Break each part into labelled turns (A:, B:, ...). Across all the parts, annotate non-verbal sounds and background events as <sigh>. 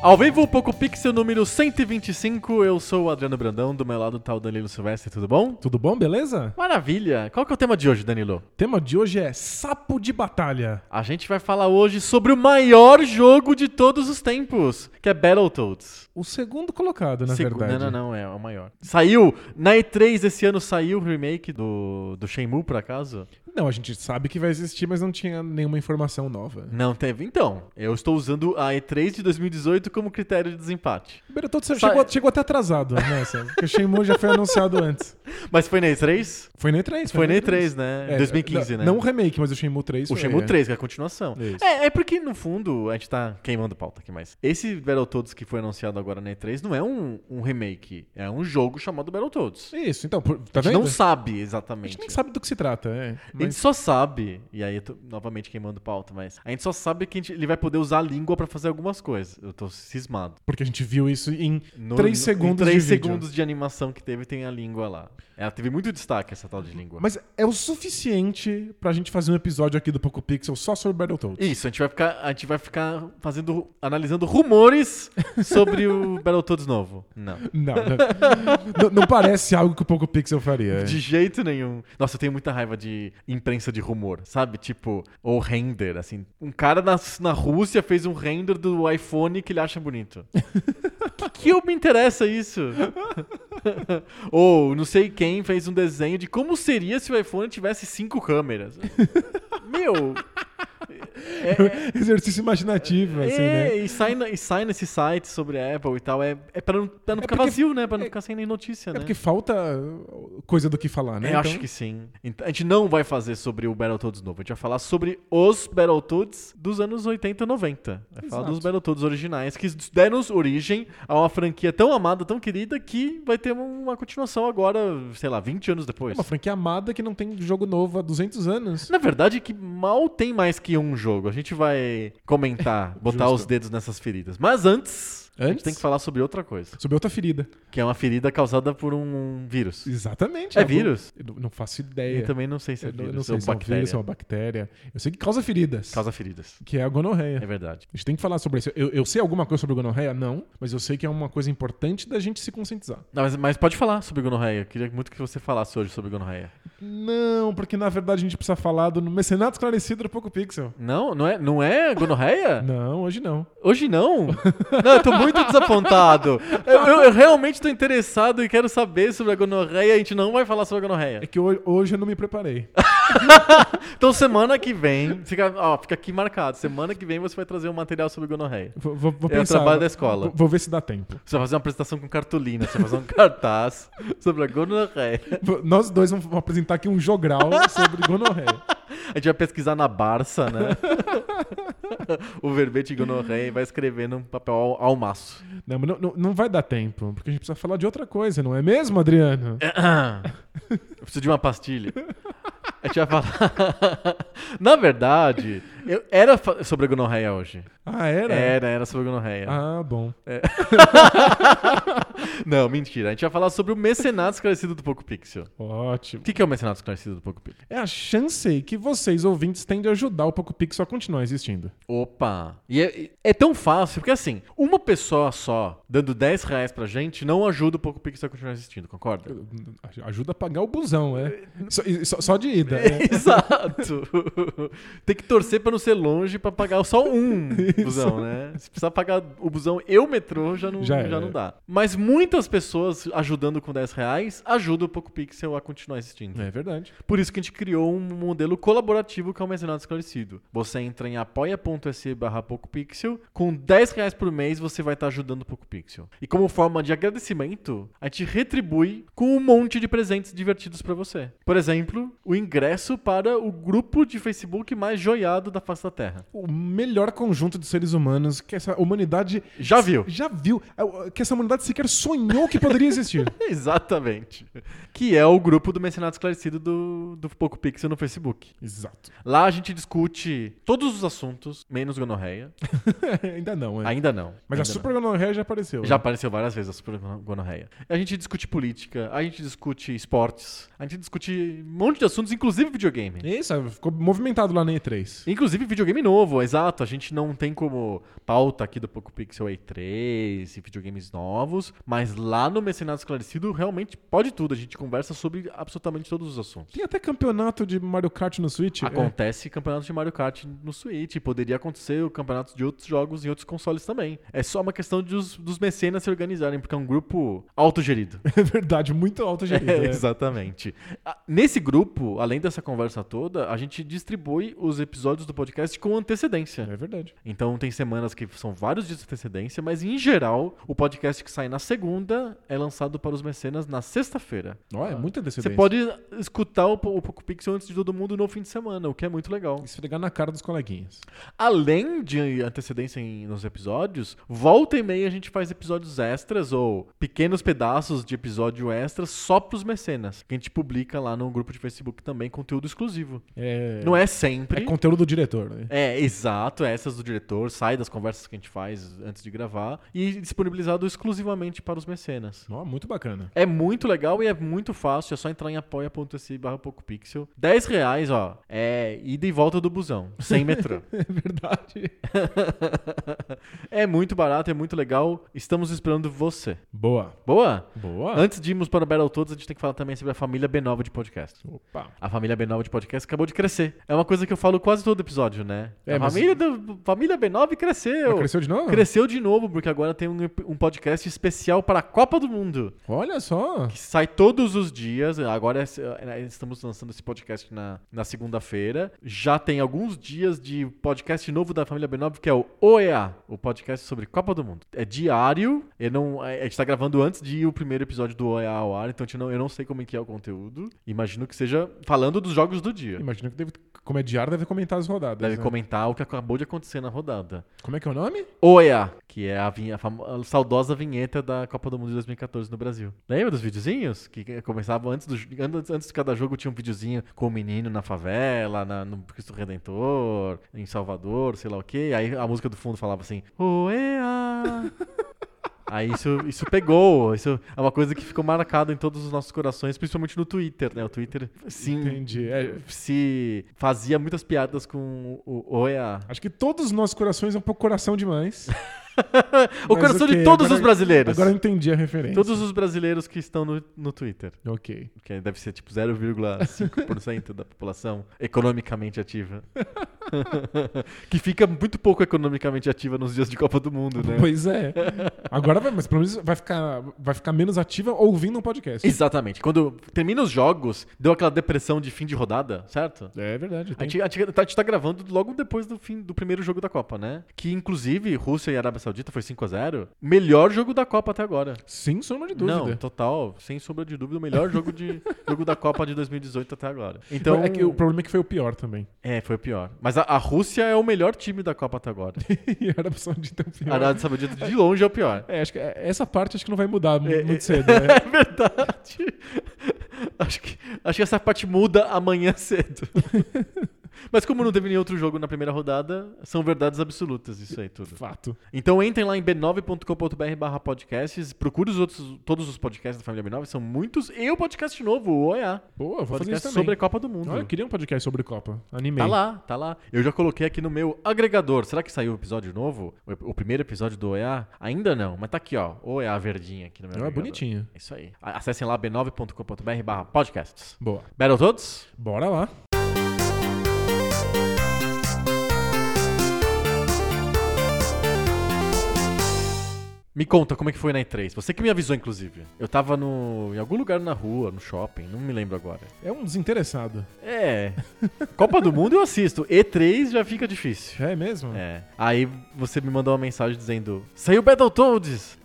A: Ao vivo, Poco Pixel número 125, eu sou o Adriano Brandão, do meu lado tá o Danilo Silvestre, tudo bom?
B: Tudo bom, beleza?
A: Maravilha! Qual que é o tema de hoje, Danilo?
B: O tema de hoje é sapo de batalha.
A: A gente vai falar hoje sobre o maior jogo de todos os tempos, que é Battletoads.
B: O segundo colocado, na
A: Segu-
B: verdade.
A: Não, não, não, é o maior. Saiu, na E3 esse ano saiu o remake do, do Shenmue, por acaso?
B: Não, a gente sabe que vai existir, mas não tinha nenhuma informação nova.
A: Não teve, então. Eu estou usando a E3 de 2018 como critério de desempate.
B: Primeiro todo, você
A: Sa-
B: chegou, chegou até
A: <laughs>
B: atrasado nessa, porque o Shenmue já foi anunciado antes.
A: Mas foi na E3?
B: Foi no E3.
A: Foi na
B: no
A: E3, né?
B: É,
A: 2015,
B: não,
A: né?
B: Não o remake, mas o Shenmue 3
A: O
B: foi,
A: Shenmue
B: é.
A: 3, que é a continuação.
B: Isso.
A: É, é porque, no fundo, a gente tá queimando pauta aqui, mas esse Battletoads que foi anunciado agora na E3 não é um, um remake, é um jogo chamado Battletoads.
B: Isso, então, por- tá
A: a gente
B: vendo?
A: não sabe
B: A
A: exatamente.
B: gente nem sabe do que se trata, é.
A: A gente
B: Mas
A: só sabe, e aí eu tô novamente queimando pauta, mas a gente só sabe que a gente- ele vai poder usar a língua pra fazer algumas coisas. Eu tô cismado.
B: Porque a gente viu isso em
A: No- no-
B: 3
A: em
B: segundos
A: três
B: de vídeo.
A: segundos de animação que teve, tem a língua lá. Ela teve muito destaque, essa tal de língua.
B: Mas é o suficiente pra gente fazer um episódio aqui do Poco Pixel só sobre Battletoads.
A: Isso, a gente vai ficar, a gente vai ficar fazendo, analisando rumores sobre o Battletoads novo. Não.
B: Não, não, Não- não parece algo que o Poco Pixel faria.
A: De jeito nenhum. Nossa, eu tenho muita raiva de imprensa de rumor, sabe? Tipo, ou render, assim. Um cara na, na Rússia fez um render do iPhone que ele acha bonito. que, que eu me interessa isso? ou não sei quem fez um desenho de como seria se o iPhone tivesse cinco câmeras. Meu,
B: É, Exercício imaginativo, assim,
A: é,
B: né?
A: e, sai, na- e sai nesse site sobre a Apple e tal. É, é pra não, pra não ficar
B: porque-
A: vazio, né? Pra não ficar sem nem notícia,
B: É
A: né? É,
B: porque falta coisa do que falar, né?
A: Eu acho
B: Então,
A: que sim. Ent- a gente não vai fazer sobre o Battletoads novo. A gente vai falar sobre os Battletoads dos anos 80 e 90. Vai falar
B: Exato.
A: dos Battletoads originais, que deram origem a uma franquia tão amada, tão querida, que vai ter um, uma continuação agora, sei lá, 20 anos
B: É
A: depois.
B: uma franquia amada que não tem jogo novo há 200 anos.
A: Na verdade, é que mal tem mais que um jogo. A gente vai
B: <laughs>
A: comentar, botar
B: Justo.
A: os dedos nessas feridas. Mas antes, a gente
B: Antes?
A: tem que falar sobre outra coisa,
B: Sobre outra ferida.
A: que é uma ferida causada por um vírus.
B: Exatamente.
A: É
B: algo-
A: vírus?
B: Eu não- não faço
A: Eu
B: ideia.
A: também não sei se é
B: Eu não, eu
A: vírus
B: não sei
A: ou
B: se é um
A: bactéria.
B: vírus, se é uma bactéria. Eu sei que causa feridas.
A: Causa feridas.
B: Que é a gonorreia.
A: É verdade.
B: A gente tem que falar sobre isso. Eu, eu sei alguma coisa sobre gonorreia? Não. Mas eu sei que é uma coisa importante da gente se conscientizar.
A: Não, mas, mas pode falar sobre gonorreia. Eu queria muito que você falasse hoje sobre gonorreia.
B: Não, porque na verdade a gente precisa falar do Mecenato Esclarecido do Poco Pixel.
A: Não, não é, não é gonorreia?
B: <laughs> Não, hoje não.
A: Hoje não. Não, eu tô muito desapontado. Eu, eu- eu realmente tô interessado e quero saber sobre a gonorreia. A gente não vai falar sobre a
B: É
A: gonorreia.
B: que ho- hoje eu não me preparei.
A: Então semana que vem, fica, ó, fica aqui marcado. Semana que vem você vai trazer um material sobre gonorreia.
B: Vou, vou,
A: <laughs>
B: vou
A: É o
B: pensar.
A: trabalho da escola.
B: Vou, vou ver se dá tempo.
A: Você vai fazer uma apresentação com cartolina, você vai fazer um <laughs> cartaz sobre a gonorreia.
B: Vou- Nós dois vamos vamos apresentar aqui um jogral sobre gonorreia.
A: A gente vai pesquisar na Barça,
B: <laughs>
A: né? o verbete gonorreia e vai escrever num papel al- almaço.
B: <coughs> Não, mas não, não, não vai dar tempo, porque a gente precisa falar de outra coisa, não é mesmo, Adriano?
A: Eu preciso de uma pastilha. A gente vai falar. <laughs> Na verdade, eu- era fa- sobre a gonorreia hoje.
B: Ah, era?
A: Era, era sobre a gonorreia.
B: Ah, bom.
A: Não, mentira. A gente vai falar sobre o mecenato esclarecido do Poco Pixel.
B: Ótimo.
A: O que que é o mecenato esclarecido do Poco Pixel?
B: É a chance que vocês, ouvintes, têm de ajudar o Poco Pixel a continuar existindo.
A: Opa! E é, é tão fácil, porque assim, uma pessoa só dando 10 reais pra gente não ajuda o Poco Pixel a continuar existindo, concorda?
B: Ajuda
A: <laughs>
B: a pagar o busão, é. Só, e- só- só de ida. né?
A: Exato! Tem que torcer pra quando ser longe pra pagar só
B: <laughs>
A: um busão, né? Se precisar pagar o busão e o metrô, já não,
B: Já
A: já,
B: era.
A: não dá. Mas muitas pessoas ajudando com 10 reais ajudam o PocoPixel a continuar existindo.
B: É verdade.
A: Por isso que a gente criou um modelo colaborativo que é o Mecenado Esclarecido. Você entra em apoia.se barra PocoPixel, com 10 reais por mês você vai estar ajudando o PocoPixel. E como forma de agradecimento, a gente retribui com um monte de presentes divertidos pra você. Por exemplo, o ingresso para o grupo de Facebook mais joiado da face da
B: <laughs>
A: Terra.
B: O melhor conjunto de seres humanos que essa humanidade
A: Já viu?
B: já viu, é, que essa humanidade sequer sonhou que
A: <laughs>
B: poderia existir.
A: Exatamente. Que é o grupo do Mecenado Esclarecido do, do PocoPixel no Facebook.
B: Exato. <laughs>
A: Lá a gente discute todos os assuntos, menos gonorreia.
B: Ainda não, é.
A: Ainda não.
B: Mas a
A: ainda não.
B: Super Gonorreia já apareceu.
A: Já
B: né?
A: apareceu várias vezes a super gonorreia. A gente discute política, a gente discute esportes, a gente discute um monte de assuntos, inclusive videogame.
B: né? Isso, ficou movimentado lá na E3.
A: Inclusive videogame novo, exato. A gente não tem como pauta aqui do Poco Pixel E3 e videogames novos, mas lá no Mecenato Esclarecido realmente pode tudo. A gente conversa sobre absolutamente todos os assuntos.
B: Tem até campeonato de Mario Kart no Switch. É.
A: Acontece campeonato de Mario Kart no Switch, poderia acontecer o campeonato de outros jogos em outros consoles também. É só uma questão de os- dos mecenas se organizarem, porque é um grupo autogerido.
B: <laughs> É verdade, muito alto já.
A: <laughs> É, Exatamente. Ah, Nesse grupo, além dessa conversa toda, a gente distribui os episódios do podcast com antecedência.
B: É verdade.
A: Então tem semanas que são vários dias de antecedência, mas em geral, o podcast que sai na segunda é lançado para os mecenas na sexta-feira.
B: Ó, é muita
A: Você
B: decidência.
A: pode escutar o, Po- o Poco Pixel antes de todo mundo no fim de semana, o que é muito legal.
B: esfregar na cara dos coleguinhas.
A: Além de antecedência em- nos episódios, volta e meia a gente faz episódios extras ou pequenos pedaços de episódio extra só pros mecenas, que a gente publica lá no grupo de Facebook também, conteúdo exclusivo.
B: É,
A: Não é
B: é
A: sempre. É,
B: conteúdo do diretor, né?
A: exato, essas do diretor, sai das conversas que a gente faz antes de gravar e disponibilizado exclusivamente para os mecenas.
B: Ó, muito bacana. <laughs>
A: É muito legal e é muito fácil, é só entrar em apoia.se barra PocoPixel. 10 reais, ó, é ida e volta do busão, sem metrô.
B: É verdade.
A: é muito barato, é muito legal. Estamos esperando você.
B: Boa.
A: Boa?
B: Boa.
A: Antes de irmos para o Battletoads, a gente tem que falar também sobre a família B9 de podcast.
B: Opa.
A: A família B9 de podcast acabou de crescer. É uma coisa que eu falo quase todo episódio, né?
B: É,
A: a
B: mas-
A: família, do- família B9
B: Mas
A: cresceu.
B: Cresceu de novo?
A: Cresceu de novo, porque agora tem um, um podcast especial para a Copa do Mundo.
B: Olha só.
A: que sai todos os dias. Agora é- é- estamos lançando esse podcast na, na segunda-feira. Já tem alguns dias de podcast novo da família B9, que é o OEA, o podcast sobre Copa do Mundo. É diário, eu não, a gente tá gravando antes de ir o primeiro episódio do OEA ao ar, então a gente não- eu não sei como é que é o conteúdo. Imagino que seja falando dos jogos do dia.
B: Imagino que deve, como é diário, deve comentar as rodadas.
A: Deve
B: né?
A: comentar o que acabou de acontecer na rodada.
B: Como é que é o nome?
A: OEA, que é a, vinhe- a famo- a saudosa vinheta da Copa do Mundo de 2014 no Brasil. Lembra dos videozinhos? Que começavam antes, do, jo- antes, antes de cada jogo tinha um videozinho com o menino na favela, na- no Cristo Redentor, em Salvador, sei lá o quê. Aí a música do fundo falava assim,
B: <laughs>
A: OEA. Aí isso, isso pegou, isso é uma coisa que ficou marcada em todos os nossos corações, principalmente no Twitter, né? O Twitter sim,
B: Entendi. É,
A: se fazia muitas piadas com o OEA.
B: acho que todos os nossos corações é um pouco coração demais.
A: O
B: Mas
A: coração
B: ok,
A: de todos
B: agora-
A: os brasileiros.
B: Agora eu entendi a referência.
A: Todos os brasileiros que estão no, no Twitter,
B: Ok.
A: que deve ser tipo 0,5% da população economicamente ativa. <laughs> que fica muito pouco economicamente ativa nos dias de Copa do Mundo, né?
B: Pois é. Agora vai, mas pelo menos vai ficar, vai ficar menos ativa ouvindo um podcast.
A: Exatamente. Quando termina os jogos, deu aquela depressão de fim de rodada, certo?
B: É verdade.
A: A
B: Tem...
A: gente, a, gente, tá- a gente tá gravando logo depois do fim do primeiro jogo da Copa, né? Que inclusive Rússia e Arábia Saudita foi 5 a 0 Melhor jogo da Copa até agora.
B: Sem sombra de dúvida.
A: Não, total, sem sombra de dúvida, o melhor jogo, de, <laughs> jogo da Copa de 2018 até agora. Então,
B: É que o problema é que foi o pior também. <laughs>
A: é, foi o pior. Mas a, a Rússia é o melhor time da Copa até
B: <laughs>
A: agora.
B: e era a opção de ter o pior.
A: A Arábia Saudita de longe é o pior.
B: É, acho que é- essa parte acho que não vai mudar mu-
A: É,
B: muito
A: é.
B: cedo. né?
A: <laughs> É verdade. Acho que, acho que essa parte muda amanhã
B: <laughs>
A: cedo. Mas como não teve nenhum outro jogo na primeira rodada, são verdades absolutas isso aí tudo.
B: Fato.
A: Então entrem lá em b9.com.br barra podcasts, procure os outros, todos os podcasts da família B9, são muitos, e o podcast novo, o OEA.
B: Boa, eu vou fazer isso
A: podcast
B: também.
A: sobre a Copa do Mundo.
B: Olha, eu queria um podcast sobre Copa. Animei.
A: Tá lá, tá lá. Eu já coloquei aqui no meu agregador. Será que saiu o episódio novo? O, ep- o primeiro episódio do OEA? Ainda não, mas tá aqui, ó. OEA verdinha aqui no meu
B: Não, é
A: agregador.
B: bonitinho.
A: Isso aí. A- Acessem lá b9.com.br barra podcasts.
B: Boa.
A: Battletoads?
B: Bora lá.
A: Me conta como é que foi na E3. Você que me avisou, inclusive. Eu tava no, em algum lugar na rua, no shopping, não me lembro agora.
B: É um desinteressado.
A: É. Copa do Mundo eu assisto. E3 já fica difícil.
B: É mesmo?
A: É. Aí você me mandou uma mensagem dizendo: Saiu Battletoads!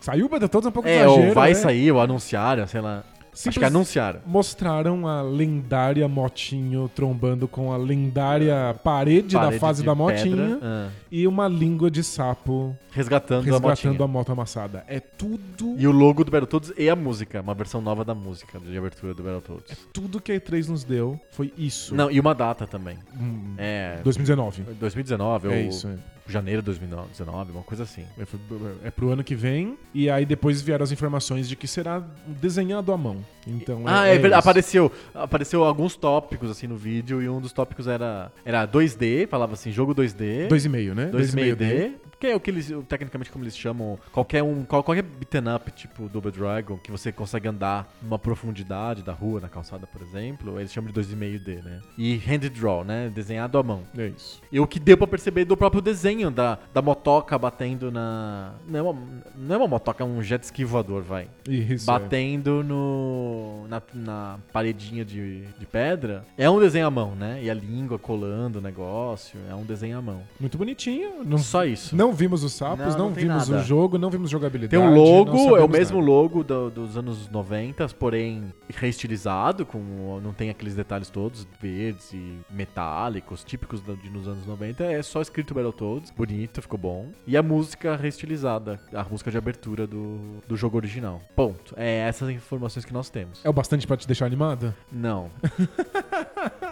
B: Saiu o todos é um pouco
A: É,
B: exagero,
A: ou vai
B: né?
A: sair, ou anunciaram, sei lá. Acho que
B: Simples-
A: anunciaram.
B: Mostraram a lendária motinho trombando com a lendária parede, da
A: Parede
B: fase
A: de
B: da
A: pedra,
B: motinha
A: ah,
B: e uma língua de sapo
A: resgatando, a motinha.
B: resgatando a, moto amassada. É tudo,
A: E o logo do Battletoads e a música. Uma versão nova da música de abertura do Battletoads.
B: tudo que a E3 nos deu foi É, isso.
A: Não, e uma data também.
B: Hum,
A: É.
B: 2019.
A: 2019
B: É
A: ou
B: isso. É.
A: janeiro de 2019, uma coisa assim.
B: É, foi- é pro ano que vem, e aí depois vieram as informações de que será desenhado à mão. Então,
A: Ah, é, verdade.
B: isso.
A: Apareceu, apareceu alguns tópicos assim no vídeo e um dos tópicos era, era 2D, falava assim, jogo 2D,
B: 2,5, né?
A: 2,5D, que é o que eles, tecnicamente como eles chamam, qualquer um, qual- qualquer beaten up tipo Double Dragon, que você consegue andar numa profundidade da rua, na calçada, por exemplo, eles chamam de 2,5D, né? E hand draw, né? Desenhado à mão.
B: É isso.
A: E o que deu pra perceber do próprio desenho da, da motoca batendo na. Não é, uma, não é uma motoca, é um jet ski voador, vai
B: Isso. é.
A: batendo no na, na paredinha de, de pedra. É um desenho à mão, né? E a língua colando o negócio. É um desenho à mão.
B: Muito bonitinho. Não,
A: Só isso.
B: não vimos os sapos,
A: Não,
B: não,
A: não tem
B: vimos
A: nada.
B: o jogo, não vimos jogabilidade.
A: Tem um
B: não
A: logo, é o
B: sabemos
A: mesmo
B: nada.
A: logo do- dos anos 90, porém reestilizado, com, não tem aqueles detalhes todos verdes e metálicos, típicos do- de nos anos 90. É só escrito Battletoads, bonito, ficou bom. E a música reestilizada, a música de abertura do, do jogo original. Ponto. É essas informações que nós temos.
B: É o bastante pra te deixar animado?
A: Não.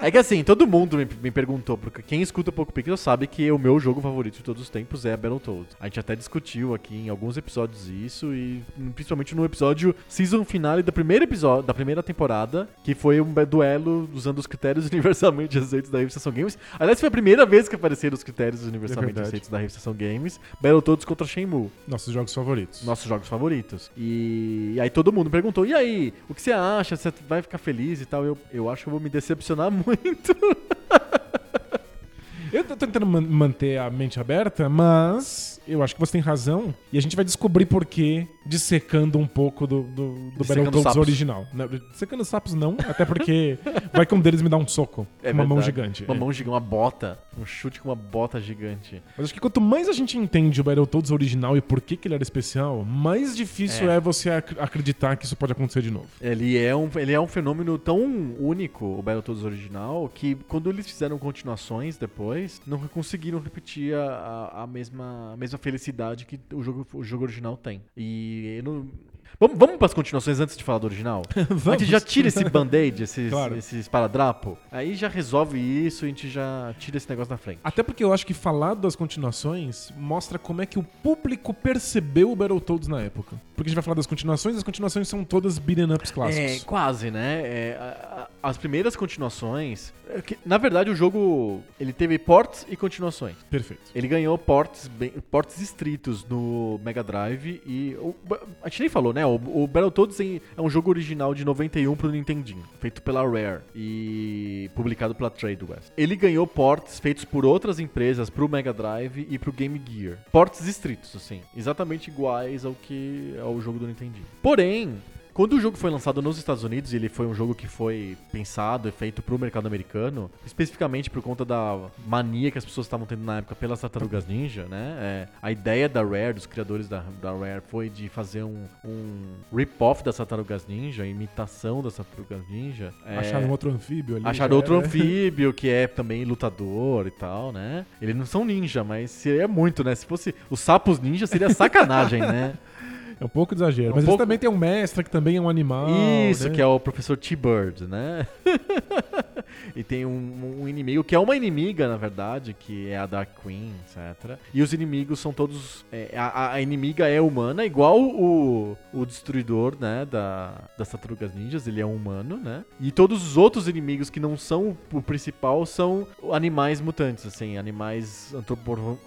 A: é que assim, todo mundo me, me perguntou, porque quem escuta Poco Pixel sabe que o meu jogo favorito de todos os tempos é Battletoads. A gente até discutiu aqui em alguns episódios isso, e hum, principalmente no episódio season finale da primeira, episódio, da primeira temporada, que foi um duelo usando os critérios <laughs> universalmente aceitos da Revista Ação Games. Aliás, foi a primeira vez que apareceram os critérios universalmente
B: verdade.
A: aceitos da Revista Ação Games. Battletoads contra Shenmue
B: Nossos jogos favoritos.
A: nossos jogos favoritos. E, e aí todo mundo perguntou: e aí, o que você acha? Você vai ficar feliz e tal? Eu, eu acho que eu vou me decepcionar <laughs> muito.
B: Eu tô tentando man- manter a mente aberta, mas eu acho que você tem razão. E a gente vai descobrir por quê, dissecando um pouco do, do, do
A: Dissecando
B: Battletoads
A: sapos.
B: original. Não, dissecando sapos não, até porque <laughs> vai que um deles me dá um soco. com uma mão
A: verdade.
B: gigante.
A: Uma
B: É.
A: mão gigante, uma bota. Um chute com uma bota gigante.
B: Mas acho que quanto mais a gente entende o Battletoads original e por que, que ele era especial, mais difícil é, você ac- acreditar que isso pode acontecer de novo.
A: Ele é um, ele é um fenômeno tão único, o Battletoads original, que quando eles fizeram continuações depois, não conseguiram repetir a, a- a mesma, a mesma felicidade que o jogo, o jogo original tem. E eu não- Vamos, vamos para as continuações antes de falar do
B: <laughs>
A: original? A gente já tira esse band-aid, esse,
B: Claro.
A: esse esparadrapo, aí já resolve isso e a gente já tira esse negócio da frente.
B: <laughs> Até porque eu acho que falar das continuações mostra como é que o público percebeu o Battletoads na época. Porque a gente vai falar das continuações, as continuações são todas beat'em ups
A: É,
B: clássicos.
A: quase, né? É, a- a- as primeiras continuações. é que, na verdade, o jogo ele teve ports e continuações.
B: Perfeito.
A: Ele ganhou portes, bem, portes estritos no Mega Drive e. o- a gente nem falou, né? O, o Battletoads em- é um jogo original de 91 pro Nintendinho, feito pela Rare e publicado pela Tradewest. Ele ganhou portes feitos por outras empresas pro Mega Drive e pro Game Gear. Portes estritos, assim, exatamente iguais ao que ao jogo do Nintendinho. Porém, quando o jogo foi lançado nos Estados Unidos, e ele foi um jogo que foi pensado e feito pro mercado americano, especificamente por conta da mania que as pessoas estavam tendo na época pelas tartarugas ninja, né? É, a ideia da Rare, dos criadores da, da Rare, foi de fazer um, um rip-off das tartarugas ninja, imitação das tartarugas ninja. É,
B: Acharam outro né? anfíbio ali.
A: Acharam
B: já
A: outro
B: era.
A: anfíbio que é também lutador e tal, né? Eles não são ninja, mas seria muito, né? Se fosse os sapos ninja, seria sacanagem, né?
B: É um pouco exagero.
A: É um
B: mas
A: pouco-
B: eles também tem um mestre que também é um animal.
A: Isso, que é o professor T-Bird, né? <laughs> e tem um, um inimigo, que é uma inimiga, na verdade, que é a Dark Queen, etc. E os inimigos são todos. é, a, a- a inimiga é humana, igual o, o destruidor, né? Da, das Tartarugas Ninjas, ele é um humano, né? E todos os outros inimigos que não são o principal são animais mutantes, assim, animais antropor-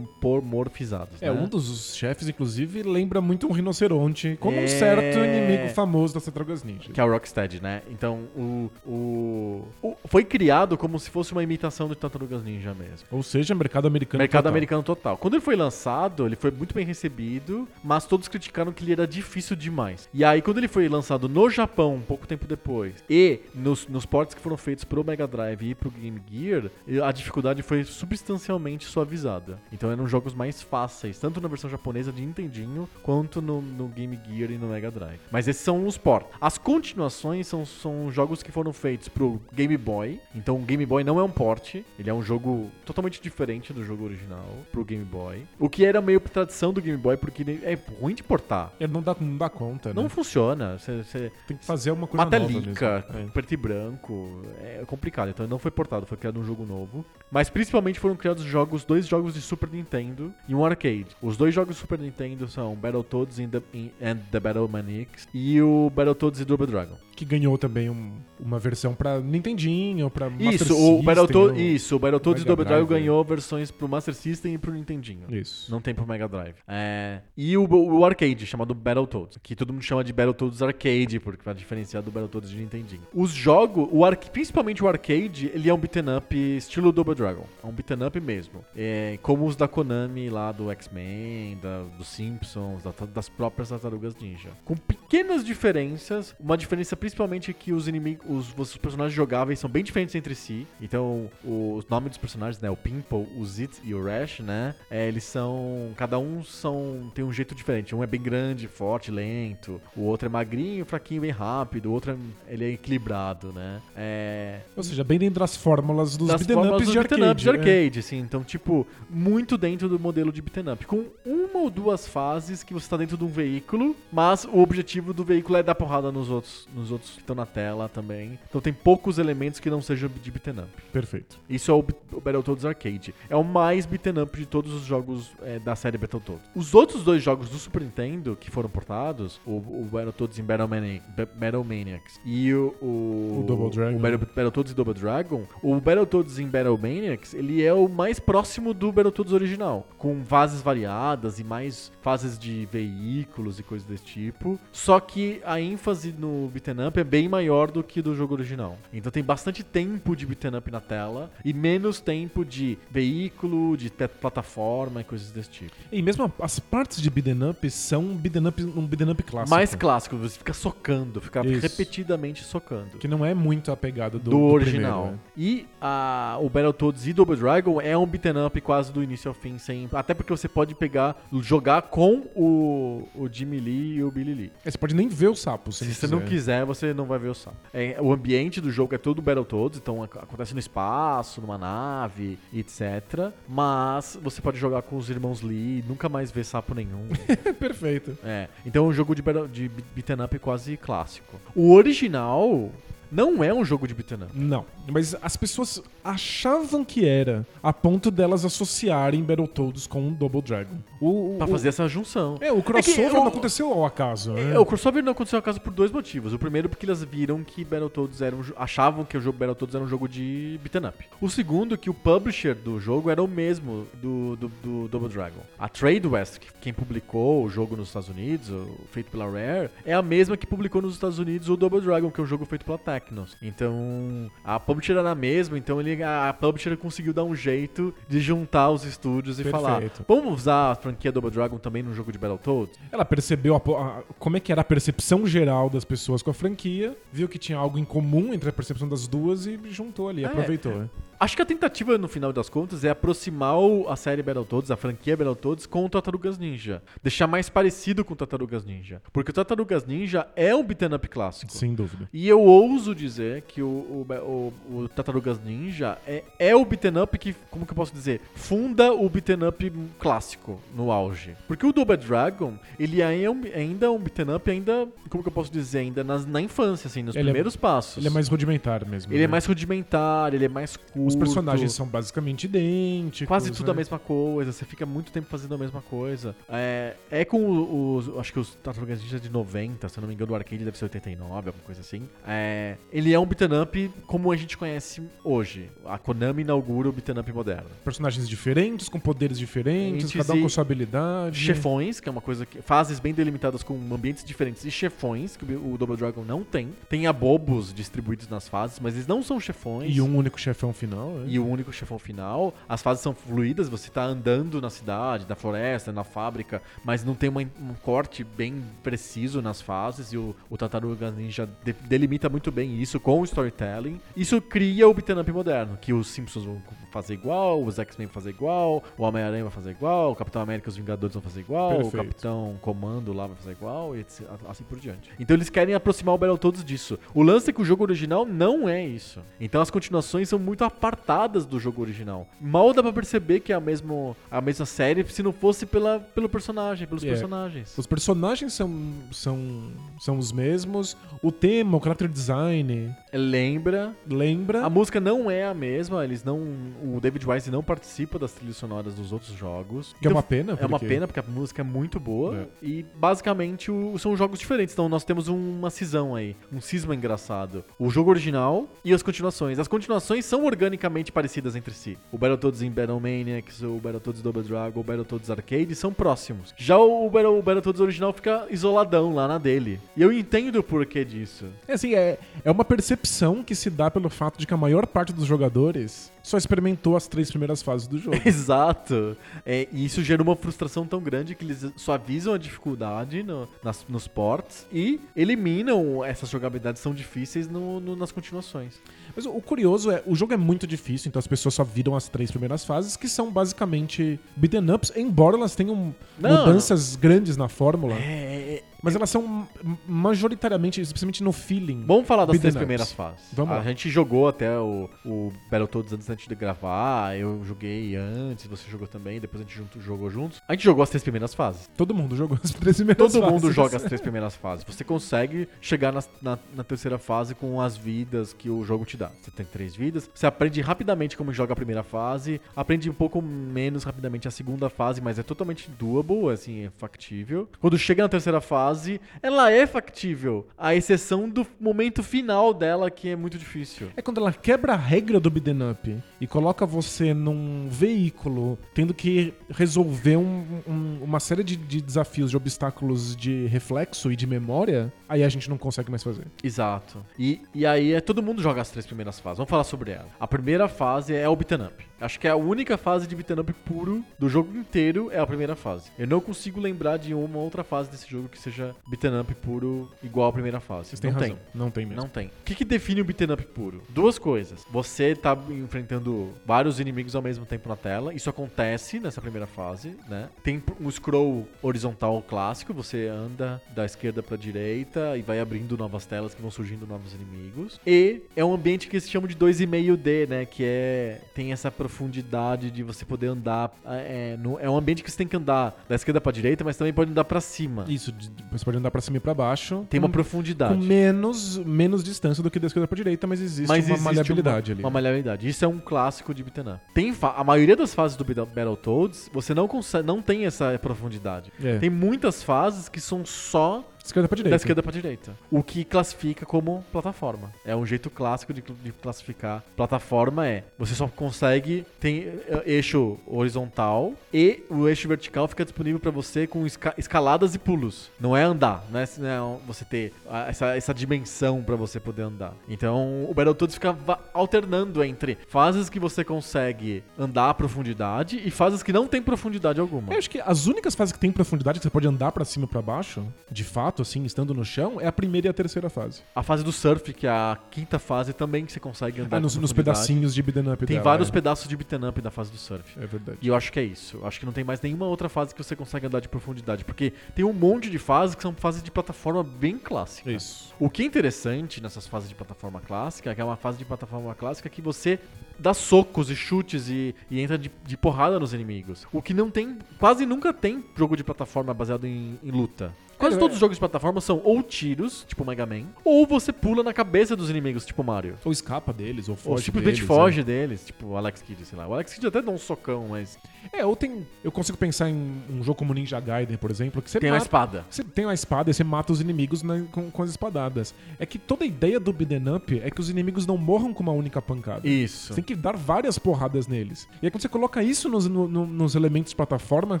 A: antropomorfizados.
B: É,
A: né?
B: um dos chefes, inclusive, lembra muito um rinoceronte, como um
A: É.
B: certo inimigo famoso das Tartarugas Ninja.
A: Que é o Rocksteady, né? Então, o, o o- foi criado como se fosse uma imitação do Tartarugas Ninja mesmo.
B: Ou seja, mercado americano.
A: é Mercado
B: total.
A: americano total. Quando ele foi lançado, ele foi muito bem recebido, mas todos criticaram que ele era difícil demais. E aí, quando ele foi lançado no Japão, um pouco tempo depois, e nos, nos ports que foram feitos pro Mega Drive e pro Game Gear, a dificuldade foi substancialmente suavizada. Então eram jogos mais fáceis, tanto na versão japonesa de Nintendinho, quanto no, no Game Gear e no Mega Drive. Mas esses são os ports. As continuações são, são jogos que foram feitos pro Game Boy. Então o Game Boy não é um port, ele é um jogo totalmente diferente do jogo original pro Game Boy. O que era meio tradição do Game Boy, porque ele- é ruim de portar.
B: Ele não dá, não dá conta,
A: Não
B: né?
A: funciona. Você- você-
B: Tem que fazer uma coisa
A: uma
B: nova
A: telica,
B: mesmo. É.
A: preto e branco, é complicado. Então não foi portado, foi criado um jogo novo. Mas principalmente foram criados jogos, dois jogos de Super Nintendo e um arcade. Os dois jogos de Super Nintendo são Battletoads and the, in- and the Battle Maniacs e o Battletoads e Double Dragon.
B: Que ganhou também um- uma versão pra Nintendinho, pra Master
A: isso, o
B: System,
A: Battletoads,
B: ou-
A: isso, o Battletoads e
B: Mega
A: Double Dragon
B: Drive, né?
A: ganhou versões pro Master System e pro Nintendinho.
B: Isso.
A: Não tem pro Mega Drive. É, e o, o arcade, chamado Battletoads, que todo mundo chama de Battletoads Arcade, porque pra diferenciar do Battletoads de Nintendinho. Os jogos, o arc- principalmente o arcade, ele é um beat'em up estilo Double Dragon. É um beat'em up mesmo. É, como os da Konami lá do X-Men, da- dos Simpsons, da- das próprias Tartarugas Ninja. Com pequenas diferenças, uma diferença principalmente é que os inimigos, os, os personagens jogáveis são bem diferentes entre si. Então, o- os nomes dos personagens, né, o Pimple, o Zit e o Rash, né, é, eles são, cada um são tem um jeito diferente. Um é bem grande, forte, lento. O outro é magrinho, fraquinho, bem rápido. O outro é, ele é equilibrado, né? É,
B: Ou seja, bem dentro das fórmulas dos
A: das
B: beat'em
A: formas
B: ups
A: dos
B: de
A: beat'em
B: arcade.
A: ups de arcade, assim. Então, tipo, muito dentro do modelo de beat'em up. Com uma ou duas fases que você tá dentro de um veículo, mas o objetivo do veículo é dar porrada nos outros, nos outros que estão na tela também. Então tem poucos elementos que não sejam de beat'em up.
B: É. Perfeito.
A: Isso é o, B- o Battletoads Arcade. É o mais beaten up de todos os jogos é, da série Battletoads. Os outros dois jogos do Super Nintendo que foram portados, o, o Battletoads em Battle, Mani- Ba- Battle Maniacs e o, o,
B: O Double Dragon.
A: o Battle- Battletoads e Double Dragon, o Battletoads em Battle Maniacs, ele é o mais próximo do Battletoads original, com fases variadas e mais fases de veículos e coisas desse tipo. Só que a ênfase no beaten up é bem maior do que do jogo original. Então tem bastante tempo de beaten up na tela e menos tempo de veículo, de te- plataforma e coisas desse tipo.
B: E mesmo a- as partes de beat'em up são beat'em up, um beat'em up clássico.
A: Mais clássico, você fica socando, fica
B: Isso.
A: repetidamente socando.
B: Que não é muito a pegada do,
A: do,
B: do
A: original.
B: primeiro, né?
A: E a, o Battletoads e Double Dragon é um beaten up quase do início ao fim, sem, até porque você pode pegar, jogar com o, o Jimmy Lee e o Billy Lee.
B: É, Você pode nem ver o sapo, se,
A: Se você não quiser, você não vai ver o sapo. É, o ambiente do jogo é todo Battletoads, então ac- acontece no espaço, numa nave, etc. Mas você pode jogar com os irmãos Lee e nunca mais ver sapo
B: <laughs>
A: nenhum.
B: É perfeito.
A: É, então é um jogo de, battle- de be- beaten up quase clássico. O original não é um jogo de beaten up.
B: Não. Mas as pessoas achavam que era, a ponto delas associarem Battletoads com o Double Dragon. O, o-
A: Pra fazer essa junção.
B: É, o crossover
A: eu-
B: não aconteceu ao acaso, né?
A: É, O crossover não aconteceu acaso por dois motivos. O primeiro, porque elas viram que Battletoads era um, jo- achavam que o jogo Battletoads era um jogo de beaten up. O segundo, que o publisher do jogo era o mesmo do, do, do Double Dragon. A Trade West, que- quem publicou o jogo nos Estados Unidos, o- feito pela Rare, é a mesma que publicou nos Estados Unidos o Double Dragon, que é um jogo feito pela Technos. Então, a publisher era a mesma, então ele, a publisher conseguiu dar um jeito de juntar os estúdios e falar:
B: Perfeito.
A: vamos usar a franquia Double Dragon também no jogo de Battletoads?
B: Ela percebeu a po- a- como é que era a percepção geral das pessoas com a franquia, viu que tinha algo em comum entre a percepção das duas e juntou ali,
A: É.
B: aproveitou. né?
A: Acho que a tentativa, no final das contas, é aproximar o- a série Battletoads, a franquia Battletoads, com o Tartarugas Ninja. Deixar mais parecido com o Tartarugas Ninja. Porque o Tartarugas Ninja é um beat'em up clássico.
B: Sem dúvida.
A: E eu ouso dizer que o, o, Ba- o- o Tartarugas Ninja é, é o beat'em up que, como que eu posso dizer, funda o beat'em up clássico no auge. Porque o Double Dragon, ele é um- ainda é um beat'em up, ainda, como que eu posso dizer, ainda nas- na infância, assim, nos
B: Ele é-
A: primeiros passos.
B: Ele é mais rudimentar mesmo.
A: Ele é
B: né?
A: mais rudimentar, ele é mais curto.
B: Os personagens são basicamente idênticos.
A: Quase tudo
B: né?
A: a mesma coisa, você fica muito tempo fazendo a mesma coisa. É, é com o- os. Acho que os Tartarugas Ninja de 90, se eu não me engano, o arcade deve ser 89, alguma coisa assim. É, ele é um beat'em up como a gente conhece hoje. A Konami inaugura o beat'em up moderno.
B: Personagens diferentes, com poderes diferentes,
A: Diferentes
B: cada um
A: e-
B: com sua habilidade.
A: Chefões, que é uma coisa que. Fases bem delimitadas com ambientes diferentes e chefões, que o o Double Dragon não tem. Tem abobos distribuídos nas fases, mas eles não são chefões.
B: E um único chefão final. né?
A: e o único chefão final. As fases são fluidas, você tá andando na cidade, na floresta, na fábrica, mas não tem uma- um corte bem preciso nas fases e o, o Tartaruga Ninja de- delimita muito bem isso com o storytelling. Isso cria o beat'em up moderno, que os Simpsons vão fazer igual, os X-Men vão fazer igual, o Homem-Aranha vai fazer igual, o Capitão América e os Vingadores vão fazer igual, o
B: Perfeito.
A: Capitão então comando lá vai fazer igual, e etc, assim por diante. Então eles querem aproximar o Battletoads disso. O lance é que o jogo original não é isso. Então as continuações são muito apartadas do jogo original. Mal dá pra perceber que é a, mesmo, a mesma série se não fosse pela, pelo personagem, pelos
B: É.
A: personagens.
B: Os personagens são, são, são os mesmos. O tema, o character design,
A: Lembra.
B: lembra.
A: A música não é a mesma, eles não. O David Wise não participa das trilhas sonoras dos outros jogos.
B: Que é
A: Então
B: uma pena,
A: É uma
B: porque-
A: pena, porque a música é muito boa.
B: É.
A: E basicamente o- são jogos diferentes. Então nós temos uma cisão aí, um cisma engraçado. O jogo original e as continuações. As continuações são organicamente parecidas entre si. O Battletoads em Battle Maniacs, o Battletoads Double Dragon, o Battletoads Arcade são próximos. Já o, Battle, o Battletoads original fica isoladão lá na dele. E eu entendo o porquê disso.
B: É assim, é, é uma percepção que se dá pelo fato de que a maior parte dos jogadores só experimentou as três primeiras fases
A: <laughs>
B: do jogo.
A: Exato. É, e isso gerou uma frustração tão grande que eles suavizam a dificuldade no- nas- nos ports e eliminam essas jogabilidades tão difíceis no- no- nas continuações.
B: Mas o, o curioso é, o jogo é muito difícil, então as pessoas só viram as três primeiras fases, que são basicamente beaten ups, embora elas tenham
A: Não,
B: mudanças grandes na fórmula.
A: É, é,
B: Mas elas são m- majoritariamente, especialmente no feeling.
A: Vamos falar das
B: Beaten
A: três
B: ups.
A: primeiras fases.
B: Vamos
A: a
B: lá.
A: gente jogou até o, o Battletoads antes, antes de gravar, eu joguei antes, você jogou também, depois a gente junto- jogou juntos. A gente jogou as três primeiras fases.
B: Todo mundo jogou as três primeiras
A: Todo
B: fases.
A: mundo joga as três primeiras fases. Você consegue chegar nas- na, na terceira fase com as vidas que o jogo te dá. Você tem três vidas. Você aprende rapidamente como joga a primeira fase. Aprende um pouco menos rapidamente a segunda fase, mas é totalmente doable, assim, é factível. Quando chega na terceira fase, ela é factível. A exceção do momento final dela, que é muito difícil.
B: É quando ela quebra a regra do beaten up e coloca você num veículo tendo que resolver um- um- uma série de, de desafios, de obstáculos de reflexo e de memória, aí a gente não consegue mais fazer.
A: Exato. E, e aí é todo mundo joga as três primeiras fases. Vamos falar sobre ela. A primeira fase é o beat'em up. Acho que é a única fase de beat'em up puro do jogo inteiro é a primeira fase. Eu não consigo lembrar de uma outra fase desse jogo que seja beat'em up puro igual à primeira fase.
B: Vocês têm
A: não
B: razão.
A: tem.
B: Não tem mesmo.
A: Não tem. O que, que define o beat'em up puro? Duas coisas. Você tá enfrentando vários inimigos ao mesmo tempo na tela. Isso acontece nessa primeira fase, né? Tem um scroll horizontal clássico. Você anda da esquerda pra direita e vai abrindo novas telas que vão surgindo novos inimigos. E é um ambiente que se chama de 2,5D, né? Que é... Tem essa profundidade de você poder andar... É, no- é um ambiente que você tem que andar da esquerda pra direita, mas também pode andar pra cima.
B: Isso, de- de- você pode andar pra cima e pra baixo.
A: Tem uma
B: com-
A: profundidade.
B: Com menos, menos distância do que da esquerda pra direita, mas existe
A: Mas
B: uma
A: existe
B: maleabilidade
A: uma,
B: ali.
A: Uma maleabilidade. Isso é um clássico de beat'em up. Tem fa- a maioria das fases do Bat- Battletoads, você não consegue, não tem essa profundidade.
B: É.
A: Tem muitas fases que são só
B: Da esquerda pra direita.
A: da esquerda pra direita. O que classifica como plataforma. É um jeito clássico de, cl- de classificar. Plataforma é, você só consegue tem eh, eixo horizontal e o eixo vertical fica disponível pra você com esca- escaladas e pulos. Não é andar, não é, não é um- você ter ah, essa, essa dimensão pra você poder andar. Então o Battletoads fica va- alternando entre fases que você consegue andar à profundidade e fases que não tem profundidade alguma.
B: Eu acho que as únicas fases que tem profundidade que você pode andar pra cima e pra baixo, de fato, assim, estando no chão, é a primeira e a terceira fase.
A: A fase do surf, que é a quinta fase, também que você consegue andar
B: Ah, nos,
A: com
B: nos
A: profundidade.
B: pedacinhos de beaten up
A: Tem
B: dela,
A: vários
B: é.
A: pedaços de beat'em up da fase do surf.
B: É verdade.
A: E eu acho que é isso. Eu acho que não tem mais nenhuma outra fase que você consegue andar de profundidade. Porque tem um monte de fases que são fases de plataforma bem clássica.
B: É isso.
A: O que é interessante nessas fases de plataforma clássica é que é uma fase de plataforma clássica que você dá socos e chutes e, e entra de, de porrada nos inimigos. O que não tem, quase nunca tem jogo de plataforma baseado em, em luta. Quase
B: É,
A: todos
B: é.
A: os jogos de plataforma são ou tiros, tipo Mega Man, ou você pula na cabeça dos inimigos, tipo Mario.
B: Ou escapa deles, ou foge
A: Ou simplesmente
B: deles,
A: Tipo, foge deles, é. tipo o Alex Kidd, sei lá. O Alex Kidd até dá um socão, mas
B: É. É, ou tem... Eu consigo pensar em um jogo como Ninja Gaiden, por exemplo, que você
A: tem uma
B: mata...
A: espada.
B: Você tem uma espada e você mata os inimigos né, com, com as espadadas. É que toda a ideia do beat'em up é que os inimigos não morram com uma única pancada.
A: Isso.
B: Você tem que dar várias porradas neles. E aí quando você coloca isso nos, no- no- nos elementos de plataforma,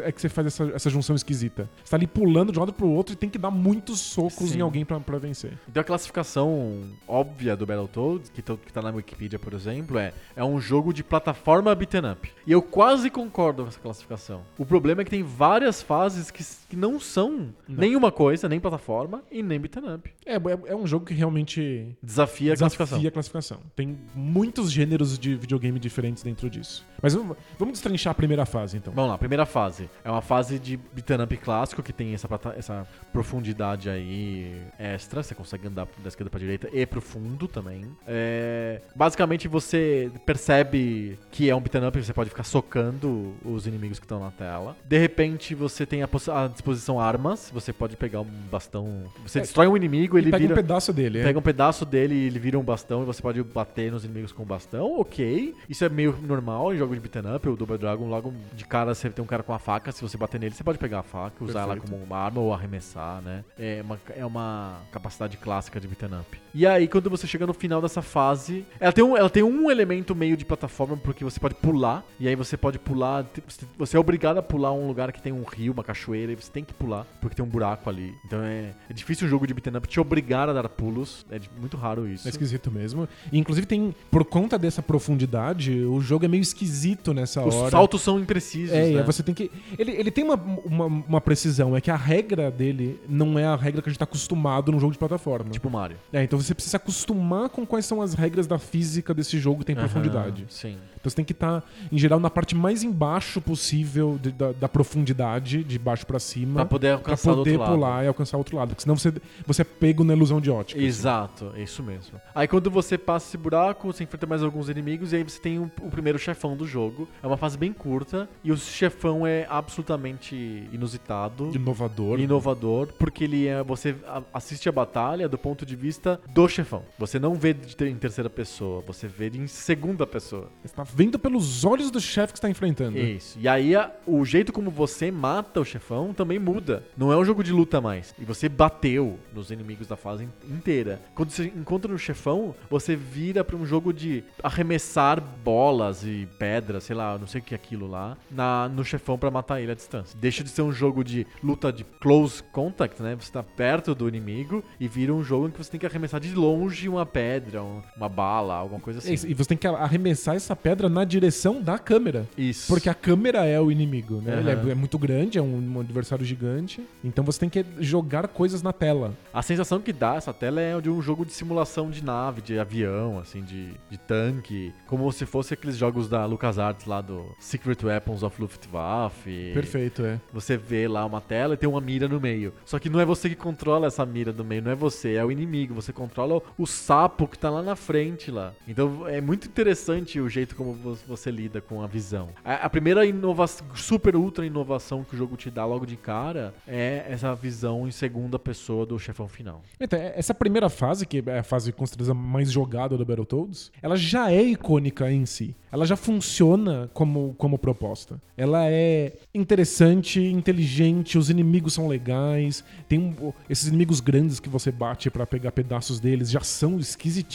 B: é que você faz essa, essa junção esquisita. Você tá ali pulando de um lado pro outro e tem que dar muitos socos
A: Sim.
B: em alguém pra, pra vencer.
A: Então a classificação óbvia do Battletoads, que, tá- que tá na Wikipedia, por exemplo, é é um jogo de plataforma beaten up. E eu quase concordo com essa classificação. O problema é que tem várias fases que, s- que não são nenhuma coisa, nem plataforma e nem beaten up.
B: É, é, é um jogo que realmente
A: Desafia a classificação.
B: desafia a classificação. Tem muitos gêneros de videogame diferentes dentro disso. Mas vamos, vamos destrinchar a primeira fase, então.
A: Vamos lá, primeira fase. É uma fase de beat'em up clássico que tem essa, plata- essa profundidade aí extra. Você consegue andar da esquerda pra direita e pro fundo também. É, basicamente você percebe que é um beat'em up, você pode ficar socando os inimigos que estão na tela. De repente você tem à pos- à disposição armas. Você pode pegar um bastão. Você
B: É,
A: destrói um inimigo, ele
B: Pega
A: vira.
B: um pedaço dele, é.
A: Pega um pedaço dele e ele vira um bastão e você pode bater nos inimigos com o bastão, ok. Isso é meio normal em jogo de beat'em up, o Double Dragon, logo de cara você tem um cara com a faca, se você bater nele, você pode pegar a faca, usar ela
B: Perfeito.
A: como uma arma ou arremessar, né? É uma, é uma capacidade clássica de beat'em up. E aí, quando você chega no final dessa fase, ela tem um, ela tem um elemento meio de plataforma, porque você pode pular, e aí você pode pular, te- você- você é obrigado a pular um lugar que tem um rio, uma cachoeira, e você tem que pular, porque tem um buraco ali. Então é, é difícil um jogo de beat'em up te obrigar a dar pulos, é de- muito raro isso.
B: É esquisito mesmo. E, inclusive tem, por conta dessa profundidade, o jogo é meio esquisito nessa
A: Os
B: hora.
A: saltos são imprecisos,
B: É, e
A: né?
B: aí você tem que. Ele, ele tem uma, uma, uma precisão, é que a regra dele não é a regra que a gente tá acostumado num jogo de plataforma.
A: Tipo Mario.
B: É, então você precisa se acostumar com quais são as regras da física desse jogo que tem profundidade.
A: Aham, sim.
B: Então você tem que estar, em geral, na parte mais embaixo possível de- da, da profundidade, de baixo pra cima.
A: Pra poder alcançar
B: pra
A: do
B: poder
A: outro lado.
B: pular e alcançar o outro lado. Porque senão você, você é pego na ilusão de ótica.
A: Exato, é isso mesmo. Aí quando você passa esse buraco, você enfrenta mais alguns inimigos e aí você tem o, o primeiro chefão do jogo. É uma fase bem curta e o chefão é absolutamente inusitado.
B: Inovador.
A: Inovador, porque ele é. Você a- assiste a batalha do ponto de vista do chefão. Você não vê de ter- em terceira pessoa, você vê em segunda pessoa.
B: Você tá vendo pelos olhos do chefe que você tá enfrentando.
A: Isso. E aí a- o jeito como você mata o chefão também muda. Não é um jogo de luta mais. E você bateu nos inimigos da fase in- inteira. Quando você encontra no chefão, você vira pra um jogo de arremessar bolas e pedras, sei lá, não sei o que é aquilo lá, na, no chefão pra matar ele à distância. Deixa de ser um jogo de luta de close contact, né? Você tá perto do inimigo e vira um jogo em que você tem que arremessar de longe uma pedra, um- uma bala, alguma coisa
B: É isso,
A: assim.
B: E você tem que arremessar essa pedra na direção da câmera.
A: Isso.
B: Porque a câmera é o inimigo, né? Ele
A: Aham.
B: é, é muito grande, é um, um adversário gigante. Então você tem que jogar coisas na tela.
A: A sensação que dá essa tela é de um jogo de simulação de nave, de avião, assim, de, de tanque. Como se fosse aqueles jogos da LucasArts lá do Secret Weapons of Luftwaffe.
B: Perfeito, é.
A: Você vê lá uma tela e tem uma mira no meio. Só que não é você que controla essa mira do meio, não é você, é o inimigo. Você controla o sapo que tá lá na frente lá. Então é muito interessante o jeito como vo- você lida com a visão. A, a primeira inovação, super ultra inovação que o jogo te dá logo de cara é essa visão em segunda pessoa do chefão final.
B: Então, é- essa primeira fase, que é a fase com certeza mais jogada do Battletoads, ela já é icônica em si. Ela já funciona como, como proposta. Ela é interessante, inteligente, os inimigos são legais. Tem um- esses inimigos grandes que você bate pra pegar pedaços deles já são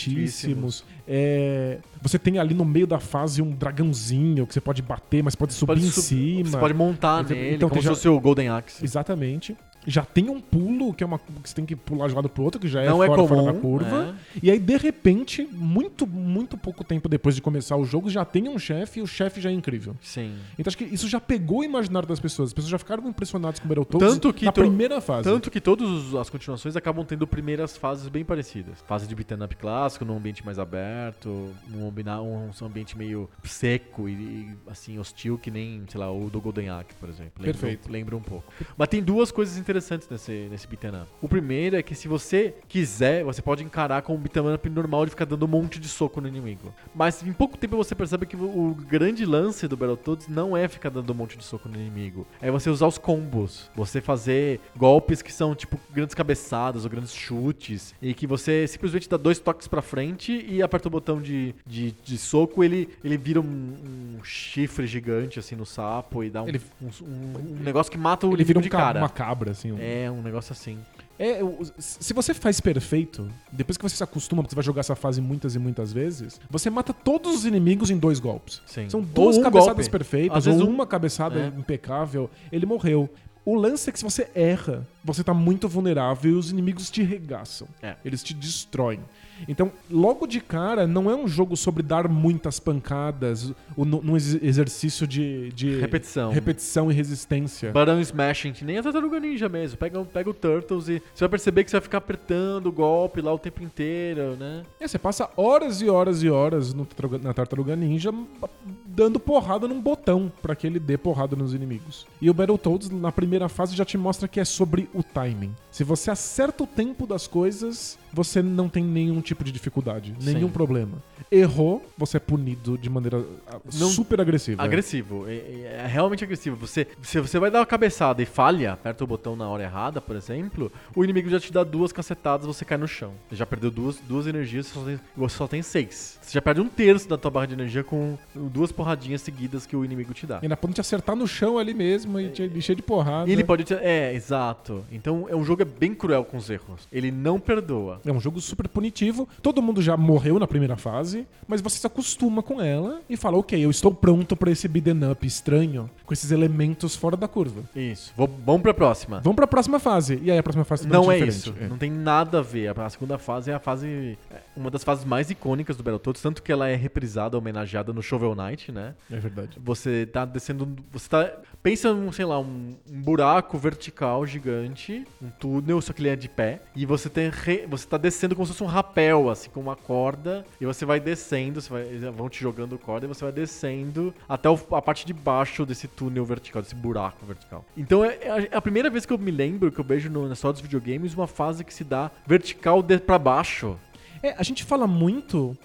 B: esquisitíssimos. É, você tem ali no meio da fase um dragãozinho que você pode bater, mas pode subir em
A: sub-
B: cima.
A: Você pode montar
B: Então-
A: nele,
B: então
A: como
B: tem
A: se
B: já-
A: fosse o Golden Axe.
B: Exatamente. Já tem um pulo, que é uma que você tem que pular de um lado pro outro, que já é,
A: Não é
B: fora, fora
A: comum, né?
B: da curva. E aí, de repente, muito, muito pouco tempo depois de começar o jogo, já tem um chefe e o chefe já é incrível.
A: Sim.
B: Então acho que isso já pegou o imaginário das pessoas. As pessoas já ficaram impressionadas com o Battletoads
A: Tanto que
B: na
A: to-
B: primeira fase.
A: Tanto que todas as continuações acabam tendo primeiras fases bem parecidas. Fase de beat'em up clássico, num ambiente mais aberto, um, ambina- um ambiente meio seco e, e, assim, hostil, que nem, sei lá, o do Golden Axe, por exemplo. Lembra-
B: Perfeito.
A: Lembra um pouco. Mas tem duas coisas interessantes nesse, nesse beat'em up. O primeiro é que se você quiser, você pode encarar com um beat'em up normal de ficar dando um monte de soco no inimigo. Mas em pouco tempo você percebe que o grande lance do Battletoads não é ficar dando um monte de soco no inimigo. É você usar os combos. Você fazer golpes que são tipo grandes cabeçadas ou grandes chutes. E que você simplesmente dá dois toques pra frente e aperta o botão de, de, de soco, ele, ele vira um, um chifre gigante assim no sapo e dá um,
B: Ele-
A: um, um- um negócio que mata o
B: Ele
A: inimigo
B: vira um
A: de
B: ca-
A: cara.
B: uma cabra, assim. um-
A: É, um negócio assim.
B: É, o- se você faz perfeito, depois que você se acostuma, porque você vai jogar essa fase muitas e muitas vezes, você mata todos os inimigos em dois golpes.
A: Sim.
B: São
A: Ou
B: duas
A: um
B: cabeçadas
A: golpe.
B: perfeitas,
A: Às
B: ou
A: vezes um-
B: uma cabeçada
A: É.
B: impecável, ele morreu. O lance é que se você erra, você tá muito vulnerável e os inimigos te regaçam.
A: É.
B: Eles te destroem. Então, logo de cara, não é um jogo sobre dar muitas pancadas, o- no- num ex- exercício de, de-
A: Repetição.
B: repetição e resistência.
A: Barão Smashing, que nem a Tartaruga Ninja mesmo. Pega, pega o Turtles e você vai perceber que você vai ficar apertando o golpe lá o tempo inteiro, né?
B: É, você passa horas e horas e horas no Tartaruga- na Tartaruga Ninja m- dando porrada num botão pra que ele dê porrada nos inimigos. E o Battletoads, na primeira fase, já te mostra que é sobre o timing. Se você acerta o tempo das coisas, você não tem nenhum tipo de dificuldade,
A: Sim.
B: nenhum problema. Errou, você é punido de maneira ah,
A: Não-
B: super agressiva.
A: Agressivo, é, é- é realmente agressivo. Você, se você vai dar uma cabeçada e falha, aperta o botão na hora errada, por exemplo, o inimigo já te dá duas cacetadas você cai no chão. Você já perdeu duas, duas energias você só, tem, você só tem seis. Você já perde um terço da tua barra de energia com duas porradinhas seguidas que o inimigo te dá.
B: E ainda pode te acertar no chão ali mesmo e te encher de porrada.
A: E ele pode te... É, exato. Então é um jogo é bem cruel com os erros. Ele não perdoa.
B: É um jogo super punitivo. Todo mundo já morreu na primeira fase, mas você se acostuma com ela e fala: "OK, eu estou pronto pra esse beat'em up estranho, com esses elementos fora da curva".
A: Isso. Vou, vamos pra próxima.
B: Vamos pra próxima fase. E aí a próxima fase
A: Não é
B: totalmente
A: isso.
B: diferente.
A: Não tem nada a ver. A segunda fase é a fase. é Uma das fases mais icônicas do Battletoads, tanto que ela é reprisada, homenageada no Shovel Knight, né?
B: É, é verdade.
A: Você tá descendo. Você tá. Pensa num, sei lá, um, um buraco vertical gigante, um túnel, só que ele é de pé. E você tem. re- você tá descendo como se fosse um rapel, assim, com uma corda. E você vai descendo, você vai- eles vão te jogando corda e você vai descendo até o- a parte de baixo desse túnel vertical, desse buraco vertical. Então é, é a- é a primeira vez que eu me lembro, que eu vejo no, na história dos videogames, uma fase que se dá vertical de, pra baixo.
B: É, a gente fala muito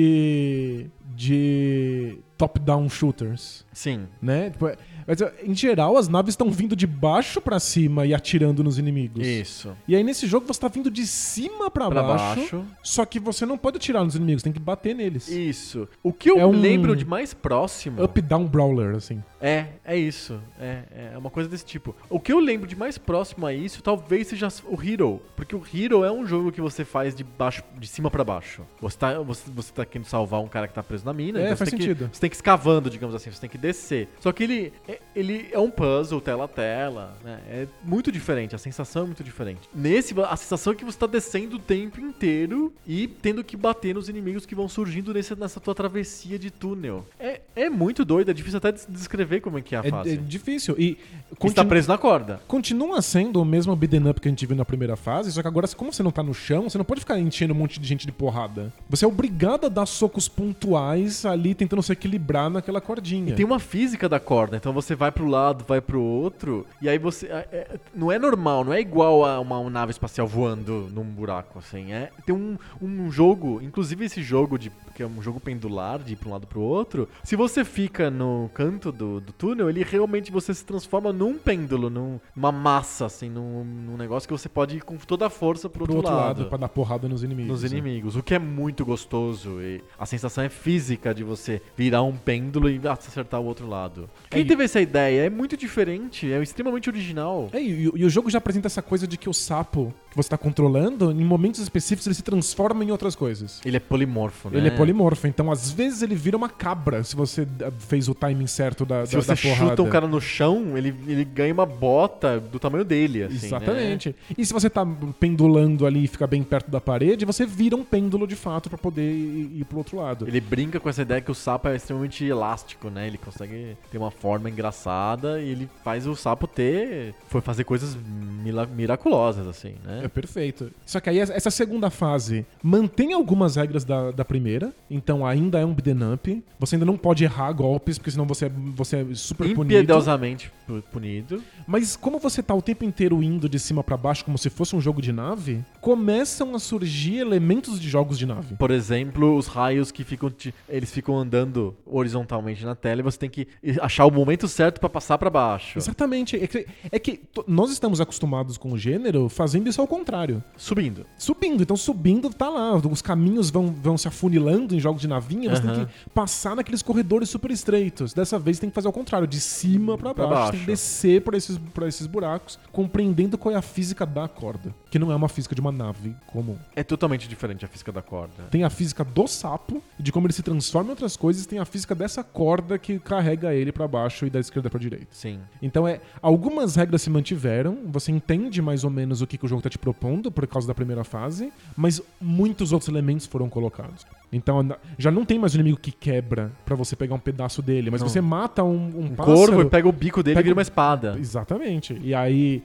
B: de de top-down shooters,
A: Sim.
B: né? Tipo, é- mas é, em geral as naves estão vindo de baixo pra cima e atirando nos inimigos.
A: Isso.
B: E aí nesse jogo você tá vindo de cima pra
A: Pra
B: baixo,
A: baixo.
B: Só que você não pode atirar nos inimigos, tem que bater neles.
A: Isso. O que eu
B: É um-
A: lembro de mais próximo.
B: Up down brawler assim.
A: É, é isso. É, é uma coisa desse tipo. O que eu lembro de mais próximo a isso talvez seja o Hero. Porque o Hero é um jogo que você faz de baixo, de cima pra baixo. Você tá, você, você tá querendo salvar um cara que tá preso na mina.
B: É,
A: então
B: faz
A: você tem
B: sentido.
A: Que, você tem que ir escavando, digamos assim. Você tem que descer. Só que ele é, ele é um puzzle, tela a tela. Né? É muito diferente. A sensação é muito diferente. Nesse, a sensação é que você tá descendo o tempo inteiro e tendo que bater nos inimigos que vão surgindo nesse- nessa tua travessia de túnel. É, é muito doido. É difícil até des- descrever como é que é a
B: É,
A: fase.
B: é difícil. E
A: Você tá
B: continu-
A: preso na corda.
B: continua sendo o mesmo beat'em up que a gente viu na primeira fase, só que agora, como você não tá no chão, você não pode ficar enchendo um monte de gente de porrada. Você é obrigado a dar socos pontuais ali, tentando se equilibrar naquela cordinha.
A: Tem um uma física da corda, então você vai pro lado, vai pro outro, e aí você. é- é- não é normal, não é igual a uma nave espacial voando num buraco, assim. É, tem um, um jogo, inclusive esse jogo, de, que é um jogo pendular, de ir pra um lado pro outro. Se você fica no canto do, do túnel, ele realmente você se transforma num pêndulo, num- numa massa, assim, num, num negócio que você pode ir com toda a força pro,
B: pro
A: outro, lado.
B: pra dar porrada nos inimigos.
A: Nos
B: né?
A: inimigos, o que é muito gostoso. E a sensação é física de você virar um pêndulo e acertar o outro lado. Quem
B: É, e-
A: teve essa ideia é muito diferente, é extremamente original.
B: É, e, e o jogo já apresenta essa coisa de que o sapo que você tá controlando, em momentos específicos, ele se transforma em outras coisas.
A: Ele é polimorfo, né?
B: Ele é polimorfo, então às vezes ele vira uma cabra se você ah, fez o timing certo da,
A: Se
B: da,
A: você
B: da porrada.
A: chuta um cara no chão, ele, ele ganha uma bota do tamanho dele, assim. né?
B: Exatamente. E se você tá pendulando ali e fica bem perto da parede, você vira um pêndulo de fato pra poder ir, ir pro outro lado.
A: Ele brinca com essa ideia que o sapo é extremamente elástico, né? Ele consegue ter uma forma engraçada e ele faz o sapo ter. Foi fazer coisas mila- miraculosas, assim,
B: É
A: né?
B: perfeito. Só que aí essa segunda fase mantém algumas regras da, da primeira. Então ainda é um beat'em up. Você ainda não pode errar golpes, porque senão você é, você é super punido.
A: Impiedosamente pu- punido.
B: Mas como você tá o tempo inteiro indo de cima pra baixo, como se fosse um jogo de nave, começam a surgir elementos de jogos de nave.
A: Por exemplo, os raios que ficam. te- Eles ficam andando horizontalmente na tela e você tem que achar o momento certo pra passar pra baixo.
B: Exatamente. É que, é que to- nós estamos acostumados com o gênero fazendo isso ao contrário.
A: Subindo.
B: Subindo, então subindo tá lá. Os caminhos vão, vão se afunilando em jogos de navinha, você
A: Aham.
B: tem que passar naqueles corredores super estreitos. Dessa vez tem que fazer ao contrário, de cima pra
A: Pra
B: baixo.
A: baixo.
B: Tem que descer por esses, por esses buracos, compreendendo qual é a física da corda. Que não é uma física de uma nave comum.
A: É totalmente diferente a física da corda.
B: Tem a física do sapo, de como ele se transforma em outras coisas, e tem a física dessa corda que carrega ele pra baixo e da esquerda pra direita.
A: Sim.
B: Então é, algumas regras se mantiveram, você entende mais ou menos o que, que o jogo tá te propondo por causa da primeira fase, mas muitos outros elementos foram colocados. Então na- já não tem mais o inimigo que quebra pra você pegar um pedaço dele, mas
A: Não.
B: você mata um, um
A: Um
B: pássaro.
A: corvo e pega o bico dele e
B: Pega
A: vira
B: o-
A: uma espada.
B: Exatamente. E aí,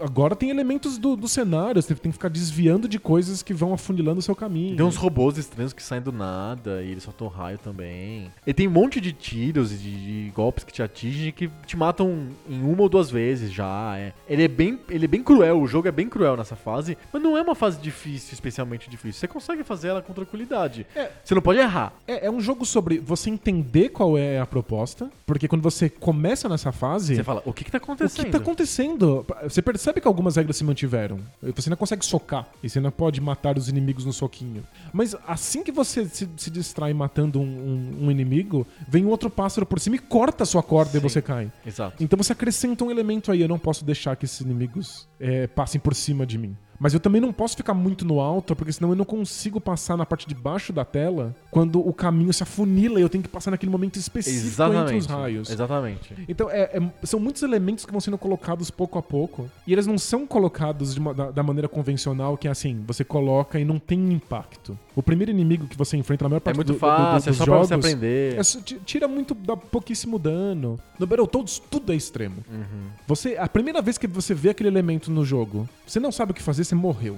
B: agora tem elementos do, do cenário, você tem que ficar desviando de coisas que vão afunilando o seu caminho.
A: Tem uns robôs estranhos que saem do nada e eles soltam raio também. E tem um monte de tiros e de, de golpes que te atingem que te matam em uma ou duas vezes já. é. Ele, é bem, ele é bem cruel, o jogo é bem cruel nessa fase, mas não é uma fase difícil, especialmente difícil. Você consegue fazer ela com tranquilidade.
B: É.
A: Você não pode errar.
B: É, é um jogo sobre você entender qual é a proposta, porque quando você começa nessa fase.
A: Você fala, o que que tá
B: O que
A: acontecendo?
B: tá acontecendo? Você percebe que algumas regras se mantiveram. Você não consegue socar. E você não pode matar os inimigos no soquinho. Mas assim que você se, se distrai matando um, um- um inimigo, vem um outro pássaro por cima e corta a sua corda e
A: Sim.
B: você cai.
A: Exato.
B: Então você acrescenta um elemento aí. Eu não posso deixar que esses inimigos eh, passem por cima de mim. Mas eu também não posso ficar muito no alto, porque senão eu não consigo passar na parte de baixo da tela quando o caminho se afunila e eu tenho que passar naquele momento específico
A: Exatamente.
B: entre os raios.
A: Exatamente.
B: Então, é- é- são muitos elementos que vão sendo colocados pouco a pouco. E eles não são colocados de uma- da, da maneira convencional, que é assim, você coloca e não tem impacto. O primeiro inimigo que você enfrenta na maior
A: É
B: parte do-
A: muito
B: do- do-
A: fácil, é
B: dos
A: só
B: jogos,
A: pra você aprender.
B: é só- ti- tira muito, dá pouquíssimo dano. No Battletoads, tudo é extremo.
A: Uhum.
B: Você, a primeira vez que você vê aquele elemento no jogo, você não sabe o que fazer, você
A: <laughs>
B: morreu.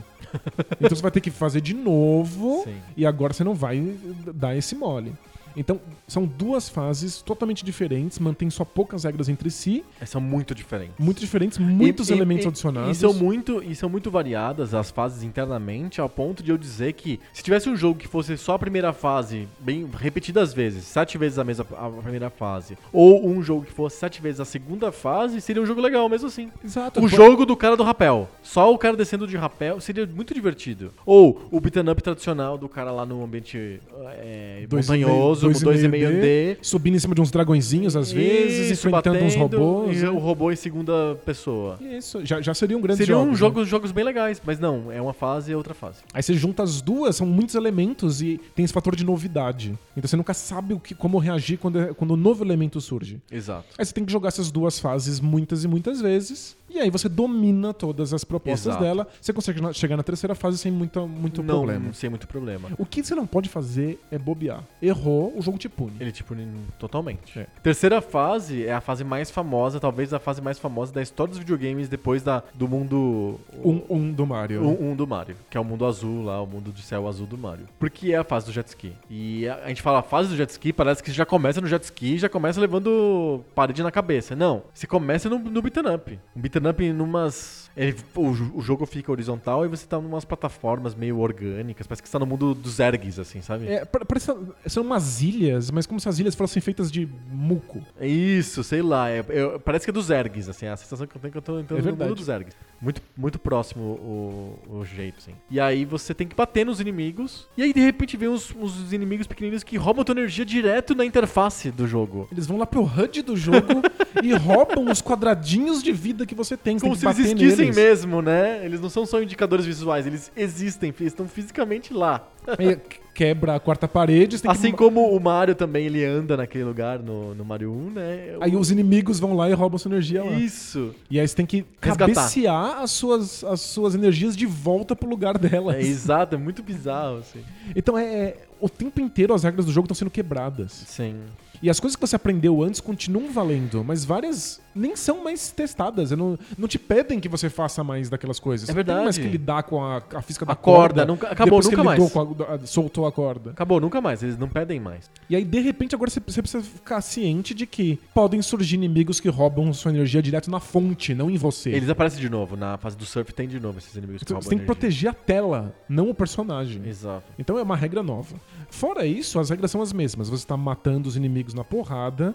B: então você vai ter que fazer de novo
A: Sim.
B: e agora você não vai eh, dar esse mole. Então, são duas fases totalmente diferentes, mantém só poucas regras entre si,
A: São É muito diferentes.
B: muito diferentes, muitos
A: E- e-
B: elementos
A: e- é um
B: adicionados.
A: E são, muito, e são muito variadas as fases internamente, ao ponto de eu dizer que se tivesse um jogo que fosse só a primeira fase, bem repetidas vezes, sete vezes a mesma a primeira fase, ou um jogo que fosse sete vezes a segunda fase, seria um jogo legal mesmo assim.
B: Exato.
A: O jogo do cara do rapel. Só o cara descendo de rapel seria muito divertido. Ou o beat'em up tradicional do cara lá no ambiente é, montanhoso, com 2,5D.
B: Subindo em cima de uns dragõezinhos às vezes,
A: Isso,
B: enfrentando uns
A: batendo,
B: robôs. né?
A: E o robô em segunda pessoa.
B: Isso, já, já seria um grande
A: Seriam
B: jogo. né?
A: jogos, jogos bem legais, mas não, é uma fase e outra fase.
B: Aí você junta as duas, são muitos elementos e tem esse fator de novidade. Então você nunca sabe o que, como reagir quando, é- quando um novo elemento surge.
A: Exato.
B: Aí você tem que jogar essas duas fases muitas e muitas vezes. E aí você domina todas as propostas
A: Exato.
B: dela. Você consegue na- chegar na terceira fase sem muita, muito
A: não,
B: problema.
A: sem muito problema.
B: O que você não pode fazer é bobear. Errou, o jogo te pune.
A: Ele te pune totalmente.
B: É.
A: Terceira fase é a fase mais famosa, talvez a fase mais famosa da história dos videogames depois da, do mundo.
B: Um, um do Mario.
A: Um, um do Mario, que é o mundo azul lá, o mundo de céu azul do Mario. Porque é a fase do jet ski. E a, a gente fala a fase do jet ski, parece que já começa no jet ski, já começa levando parede na cabeça. Não, você começa no, no beat'em up. Um beat'em up numas... Ele, o, jo- o jogo fica horizontal e você tá numas plataformas meio orgânicas, parece que você tá no mundo dos ergs, assim, sabe?
B: É, pa- parece, são umas ilhas, mas como se as ilhas fossem feitas de muco.
A: É Isso, sei lá. é- eu- parece que é dos ergs, assim. A sensação que eu tenho é que eu tô entrando
B: É
A: no
B: verdade.
A: mundo dos ergs. Muito, muito próximo o, o jeito, assim. E aí você tem que bater nos inimigos. E aí, de repente, vem uns, uns inimigos pequenininhos que roubam tua energia direto na interface do jogo. <laughs>
B: Eles vão lá pro HUD do jogo e roubam os quadradinhos de vida que você tem, você
A: Como
B: tem
A: se
B: que
A: eles
B: bater
A: existissem
B: neles.
A: mesmo, né? Eles não são só indicadores visuais, eles existem, eles estão fisicamente lá.
B: Aí Quebra a quarta parede, você tem
A: Assim
B: que...
A: como o Mario também, ele anda naquele lugar no, no Mario 1, né?
B: Aí os inimigos vão lá e roubam sua energia lá.
A: Isso,
B: E aí você tem que
A: Resgatar.
B: cabecear as suas, as suas energias de volta pro lugar delas.
A: é exato, é muito bizarro, assim.
B: Então é, é- O tempo inteiro as regras do jogo estão sendo quebradas.
A: Sim.
B: E as coisas que você aprendeu antes continuam valendo, mas várias nem são mais testadas. Eu Não, não te pedem que você faça mais daquelas coisas.
A: É
B: Você não tem
A: verdade.
B: mais que lidar com a, a física da
A: A corda,
B: corda.
A: nunca- acabou,
B: depois que
A: nunca
B: lidou
A: mais.
B: com a- a- soltou a corda.
A: Acabou, nunca mais, eles não pedem mais.
B: E aí, de repente, agora você você precisa ficar ciente de que podem surgir inimigos que roubam sua energia direto na fonte, não em você.
A: Eles aparecem de novo, na fase do surf tem de novo esses inimigos que
B: Então,
A: roubam
B: Você tem que
A: energia.
B: proteger a tela, não o personagem.
A: Exato.
B: Então é uma regra nova. Fora isso, as regras são as mesmas. Você tá matando os inimigos na porrada.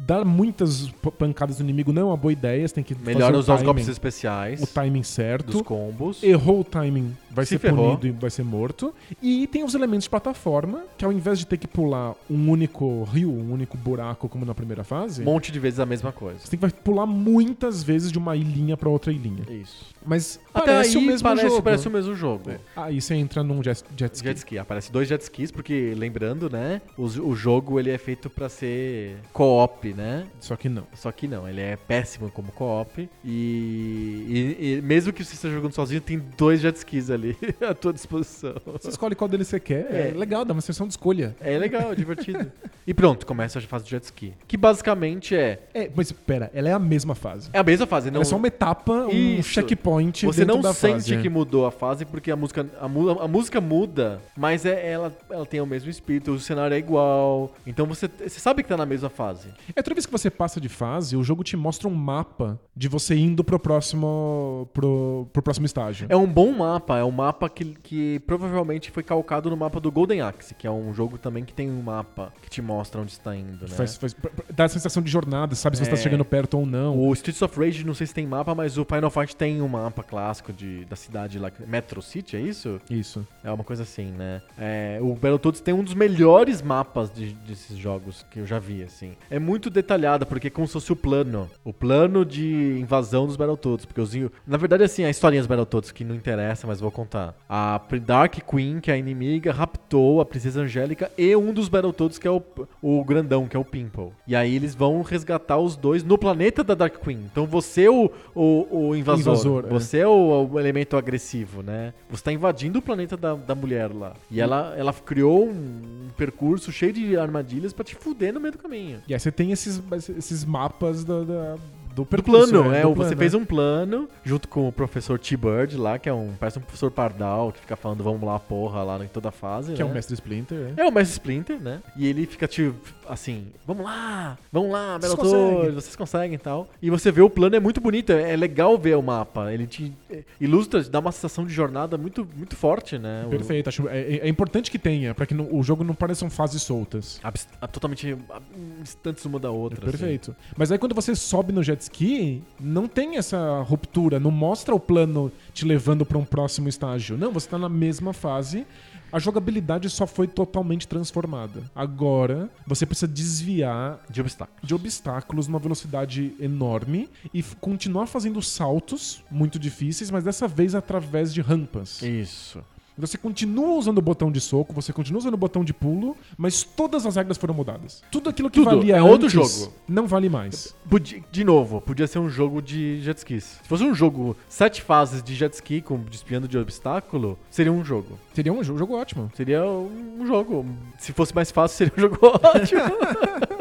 B: Dar muitas p- pancadas no inimigo não é uma boa ideia. Você tem que
A: Melhor
B: fazer o
A: usar os
B: timing-
A: golpes especiais
B: o timing é
A: dos
B: certo.
A: combos.
B: Errou o timing, vai
A: Se
B: ser
A: ferrou.
B: punido e vai ser morto. E tem os elementos de plataforma, que ao invés de ter que pular um único rio, um único buraco, como na primeira fase,
A: Um monte de vezes a mesma coisa.
B: você tem que vai pular muitas vezes de uma ilhinha pra outra ilhinha.
A: Isso.
B: Mas
A: Até aí
B: parece o mesmo
A: parece,
B: jogo. É.
A: parece o mesmo jogo.
B: Aí você entra num jet, jet ski.
A: Jet ski, aparece dois jet skis, porque lembrando, né? os- O, jogo ele é feito pra ser co-op, né?
B: Só que não.
A: Só que não, ele é péssimo como co-op. E, e- e mesmo que você esteja jogando sozinho, tem dois jet skis ali <laughs> à tua disposição.
B: Você escolhe qual deles você quer. É,
A: É.
B: legal, dá uma sessão de escolha.
A: É legal, é divertido. E pronto, começa a fase do jet ski. Que basicamente é.
B: É, mas pera, ela é a mesma fase.
A: É a mesma fase, não.
B: Ela é só uma etapa, um
A: Isso.
B: checkpoint.
A: Você
B: dentro
A: não
B: da
A: sente
B: fase. é.
A: que mudou a fase porque a música, a, mu- a música muda, mas é, ela, ela tem o mesmo espírito, o cenário é igual. Então você, você sabe que tá na mesma fase.
B: É toda vez que você passa de fase, o jogo te mostra um mapa de você indo pro próximo. pro, pro próximo estágio.
A: É um bom mapa, é um mapa que, que provavelmente foi calcado no mapa do Golden Axe, que é um jogo também que tem um mapa que te mostra onde está indo, né?
B: Faz- faz- pr- pr- dá a sensação de jornada, sabe se você tá
A: É.
B: chegando perto ou não.
A: O Streets of Rage, não sei se tem mapa, mas o Final Fight tem um mapa clássico de, da cidade lá. que- Metro City, é isso?
B: Isso.
A: É uma coisa assim, né? É, o Battletoads tem um dos melhores mapas de- desses jogos que eu já vi, assim. É muito detalhado, porque é como se fosse o plano. O plano de invasão dos Battletoads. Porque os, in- na verdade, assim, a historinha dos Battletoads, que não interessa, mas vou contar. A Pri- Dark Queen, que é a inimiga, raptou a Princesa Angélica e um dos Battletoads, que é o, o grandão, que é o Pimple. E aí eles vão resgatar os dois no planeta da Dark Queen. Então você, o, o, o invasor,
B: Invasor, é.
A: você você é o, o elemento agressivo, né? Você tá invadindo o planeta da, da mulher lá.
B: Hum.
A: E ela, ela criou um percurso cheio de armadilhas pra te fuder no meio do caminho.
B: E aí você tem esses, esses mapas da- da- do
A: Do
B: percurso. né?
A: plano, é,
B: do
A: o- você
B: plano,
A: fez um plano junto com o professor T-Bird lá, que é um. Parece um professor pardal que fica falando vamos lá, porra, lá em toda a fase.
B: Que é
A: né?
B: o Mestre Splinter, é.
A: É o Mestre Splinter, né? E ele fica te assim, vamos lá, vamos lá,
B: Vocês
A: Bellator,
B: conseguem.
A: vocês conseguem e tal. E você vê o plano, é muito bonito, é é legal ver o mapa. Ele te é, ilustra, te dá uma sensação de jornada muito, muito forte, né? O-
B: Perfeito, acho, é, é- é importante que tenha, pra que não- o jogo não pareçam fases soltas.
A: abs- a- totalmente ab- distantes uma da outra. assim.
B: Perfeito. Mas aí quando você sobe no jet ski, não tem essa ruptura, não mostra o plano te levando pra um próximo estágio. Não, você tá na mesma fase. A jogabilidade só foi totalmente transformada. Agora, você precisa desviar
A: De obstáculo.
B: de obstáculos numa velocidade enorme e f- continuar fazendo saltos muito difíceis, mas dessa vez através de rampas.
A: Isso.
B: Você continua usando o botão de soco, você continua usando o botão de pulo, mas todas as regras foram mudadas. Tudo aquilo que
A: Tudo.
B: valia
A: É outro
B: antes
A: jogo.
B: não vale mais.
A: Podia- de novo, podia ser um jogo de jet skis. Se fosse um jogo sete fases de jet ski com desviando de obstáculo, seria um jogo.
B: Seria um jo- jogo ótimo.
A: Seria um jogo. Se fosse mais fácil, seria um jogo <laughs>
B: <laughs>
A: ótimo.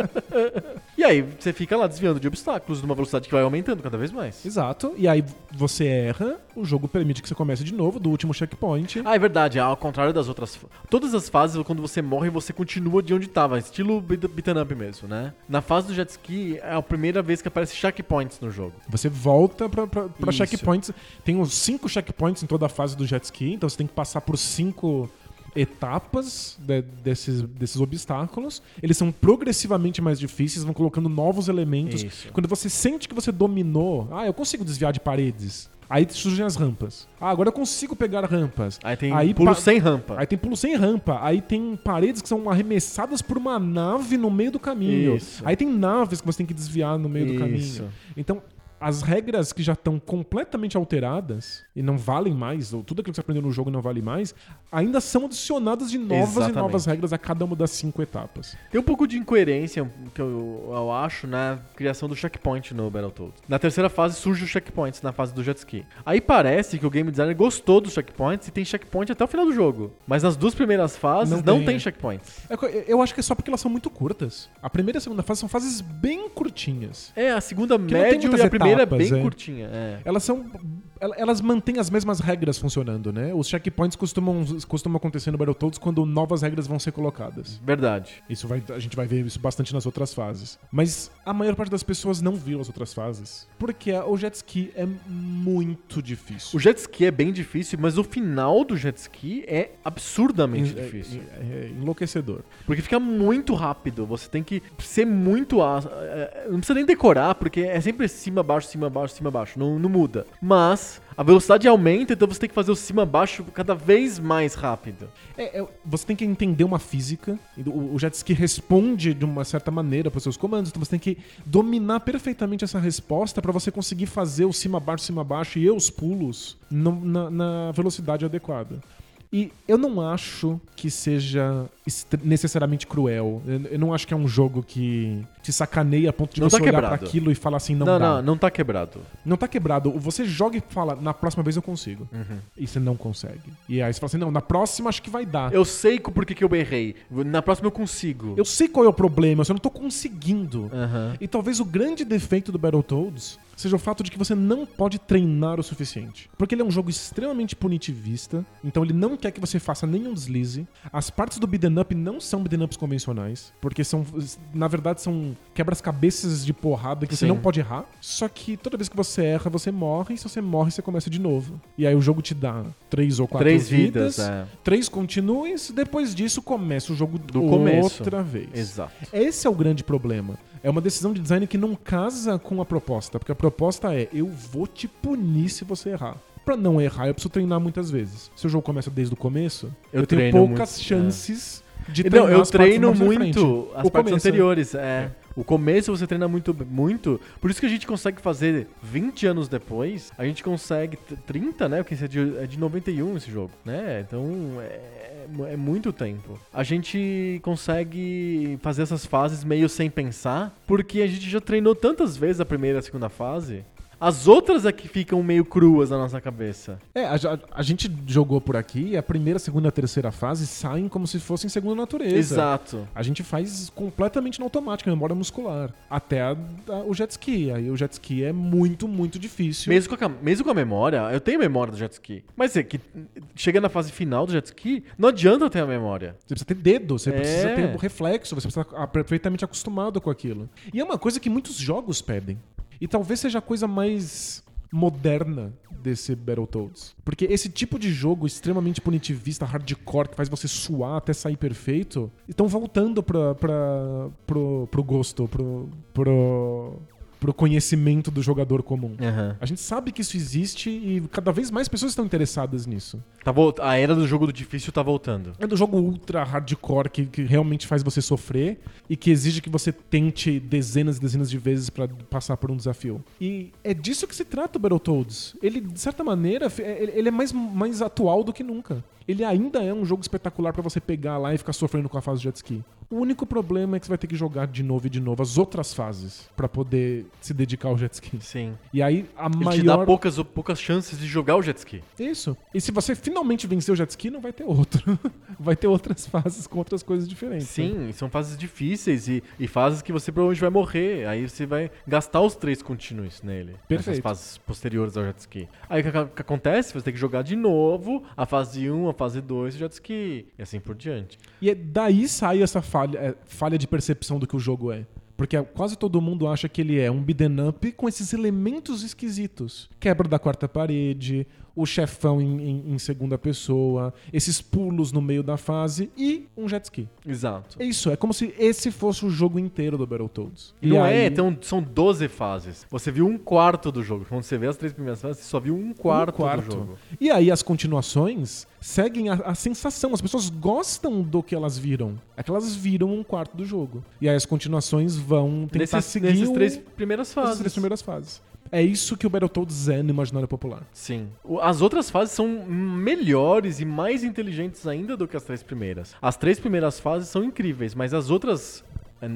A: e aí, você fica lá desviando de obstáculos numa velocidade que vai aumentando cada vez mais.
B: Exato. E aí você erra, o jogo permite que você comece de novo, do último checkpoint.
A: Ah, é verdade. Ao contrário das outras. fa- Todas as fases, quando você morre, você continua de onde tava. Estilo beat- beat'em up mesmo, né? Na fase do jet ski, é a primeira vez que aparece checkpoints no jogo.
B: Você volta pra, pra, pra
A: Isso.
B: checkpoints. Tem uns cinco checkpoints em toda a fase do jet ski, então você tem que passar por cinco etapas de- desses, desses obstáculos. Eles são progressivamente mais difíceis, vão colocando novos elementos.
A: Isso.
B: Quando você sente que você dominou, ah, eu consigo desviar de paredes. Aí surgem as rampas. Ah, agora eu consigo pegar rampas.
A: Aí tem
B: Aí
A: pulo
B: pa-
A: sem rampa.
B: Aí tem pulo sem rampa, aí tem paredes que são arremessadas por uma nave no meio do caminho.
A: Isso.
B: Aí tem naves que você tem que desviar no meio do
A: Isso.
B: caminho. Então, as regras que já estão completamente alteradas e não valem mais, ou tudo aquilo que você aprendeu no jogo não vale mais, ainda são adicionadas de novas e novas
A: Exatamente.
B: regras a cada uma das cinco etapas.
A: Tem um pouco de incoerência, que eu, eu acho, na criação do checkpoint no Battletoads. Na terceira fase surge os checkpoints, na fase do jet ski. Aí parece que o game designer gostou dos checkpoints e tem checkpoint até o final do jogo. Mas nas duas primeiras fases
B: Não
A: não,
B: tem,
A: tem,
B: é.
A: checkpoints.
B: É co- Eu acho que é só porque elas são muito curtas. A primeira e a segunda fase são fases bem curtinhas.
A: É, a segunda
B: tem
A: médio
B: muitas
A: e a primeira
B: etapas,
A: é bem
B: é.
A: curtinha. É.
B: Elas são. el- Elas mantêm as mesmas regras funcionando, né? Os checkpoints costumam, costumam acontecer no Battletoads quando novas regras vão ser colocadas.
A: Verdade.
B: Isso vai, a gente vai ver isso bastante nas outras fases. Mas a maior parte das pessoas não viu as outras fases. Porque a- o jet ski é muito
A: O
B: difícil.
A: jet ski é bem difícil, mas o final do jet ski é absurdamente
B: É-
A: difícil.
B: É, é enlouquecedor.
A: Porque fica muito rápido, você tem que ser muito. a- é, Não precisa nem decorar, porque é sempre cima, baixo, cima, baixo, cima, baixo. Não, não muda. Mas a velocidade aumenta, então você tem que fazer o cima, baixo cada vez mais rápido.
B: É, é- você tem que entender uma física. e O, o jet ski responde de uma certa maneira para os seus comandos. Então você tem que dominar perfeitamente essa resposta para você conseguir fazer o cima baixo, cima baixo e os pulos no- na, na velocidade adequada. E eu não acho que seja estre- necessariamente cruel. Eu, eu não acho que é um jogo que te sacaneia a ponto de
A: Não
B: você
A: tá
B: olhar pra
A: quebrado.
B: aquilo e falar assim, não,
A: Não, não,
B: dá.
A: não, tá quebrado.
B: Não tá quebrado. Você joga e fala, na próxima vez eu consigo.
A: Uhum.
B: E você não consegue. E aí você fala assim, não, na próxima acho que vai dar.
A: Eu sei co- por que que eu errei. Na próxima eu consigo.
B: Ah. Eu sei qual é o problema, eu só não tô conseguindo.
A: Aham.
B: E talvez o grande defeito do Battletoads seja o fato de que você não pode treinar o suficiente. Porque ele é um jogo extremamente punitivista, então ele não quer que você faça nenhum deslize. As partes do beat'em up não são beat'em ups convencionais, porque são, na verdade, são quebras-cabeças de porrada que você
A: Sim.
B: não pode errar. Só que toda vez que você erra, você morre, e se você morre, você começa de novo. E aí o jogo te dá três ou quatro
A: Três
B: vidas,
A: vidas, é.
B: três continues, depois disso começa o jogo
A: Do começo.
B: outra vez.
A: Exato.
B: Esse é o grande problema. É uma decisão de design que não casa com a proposta, porque a proposta é eu vou te punir se você errar. Pra não errar, eu preciso treinar muitas vezes. Se o jogo começa desde o começo, eu,
A: Eu
B: tenho
A: treino
B: poucas
A: muito, é.
B: chances de treinar
A: Não, eu
B: as partes
A: treino
B: mais na
A: muito
B: frente.
A: as
B: O
A: partes
B: começo, né?
A: anteriores. É. O começo você treina muito, muito. Por isso que a gente consegue fazer 20 anos depois. A gente consegue t- 30, né? Porque isso é de, é de 91 esse jogo, né? Então é, é mu- é muito tempo. A gente consegue fazer essas fases meio sem pensar, porque a gente já treinou tantas vezes a primeira e a segunda fase. As outras é que ficam meio cruas na nossa cabeça.
B: É, a, a- a gente jogou por aqui, a primeira, segunda, terceira fase saem como se fossem segunda natureza.
A: Exato.
B: A gente faz completamente na automática, memória muscular. Até a- a- o jet ski. Aí o jet ski é muito, muito difícil.
A: Mesmo com, a, mesmo com a memória, eu tenho memória do jet ski. Mas é que chega na fase final do jet ski, não adianta eu ter a memória.
B: Você precisa ter dedo, você
A: É.
B: precisa ter um reflexo, você precisa estar perfeitamente acostumado com aquilo. E é uma coisa que muitos jogos pedem. E talvez seja a coisa mais moderna desse Battletoads. Porque esse tipo de jogo extremamente punitivista, hardcore, que faz você suar até sair perfeito, estão voltando pra, pra, pro, pro gosto, pro, pro, pro conhecimento do jogador comum. A gente sabe que isso existe e cada vez mais pessoas estão interessadas nisso.
A: Tá vol- a era do jogo do difícil tá voltando.
B: É do jogo ultra hardcore que, que realmente faz você sofrer e que exige que você tente dezenas e dezenas de vezes pra passar por um desafio. E é disso que se trata o Battletoads. Ele, de certa maneira, fi- é- ele ele é mais, mais atual do que nunca. Ele ainda é um jogo espetacular pra você pegar lá e ficar sofrendo com a fase de jet ski. O único problema é que você vai ter que jogar de novo e de novo as outras fases pra poder se dedicar ao jet ski.
A: Sim.
B: E aí a
A: Ele
B: maior
A: te dá poucas, poucas chances de jogar o jet ski.
B: É isso. E se você finalmente vencer o jet ski, não vai ter outro. <laughs> Vai ter outras fases com outras coisas diferentes. né?
A: Sim, e são fases difíceis e, e fases que você provavelmente vai morrer. Aí você vai gastar os três continues nele.
B: Perfeito.
A: Nessas fases posteriores ao jet ski. Aí o que, ac- que acontece? Você tem que jogar de novo a fase 1, a fase 2 do jet ski. E assim por diante.
B: E é daí sai essa falha, é, falha de percepção do que o jogo é. Porque quase todo mundo acha que ele é um beat'em up com esses elementos esquisitos. Quebra da quarta parede, o chefão em, em- em segunda pessoa, esses pulos no meio da fase e um jet ski.
A: Exato.
B: É isso, é como se esse fosse o jogo inteiro do Battletoads. E
A: Não
B: aí-
A: é, então são 12 fases. Você viu um quarto do jogo. Quando você vê as três primeiras fases, você só viu um quarto, do jogo.
B: E aí as continuações seguem a, a sensação. As pessoas gostam do que elas viram. É que elas viram um quarto do jogo. E aí as continuações vão tentar
A: Nesses,
B: seguir
A: nesses
B: o-
A: tá três primeiras
B: essas
A: fases.
B: três primeiras fases. É isso que o Battletoads é no imaginário popular.
A: Sim. O- As outras fases são melhores e mais inteligentes ainda do que as três primeiras. As três primeiras fases são incríveis, mas as outras. é,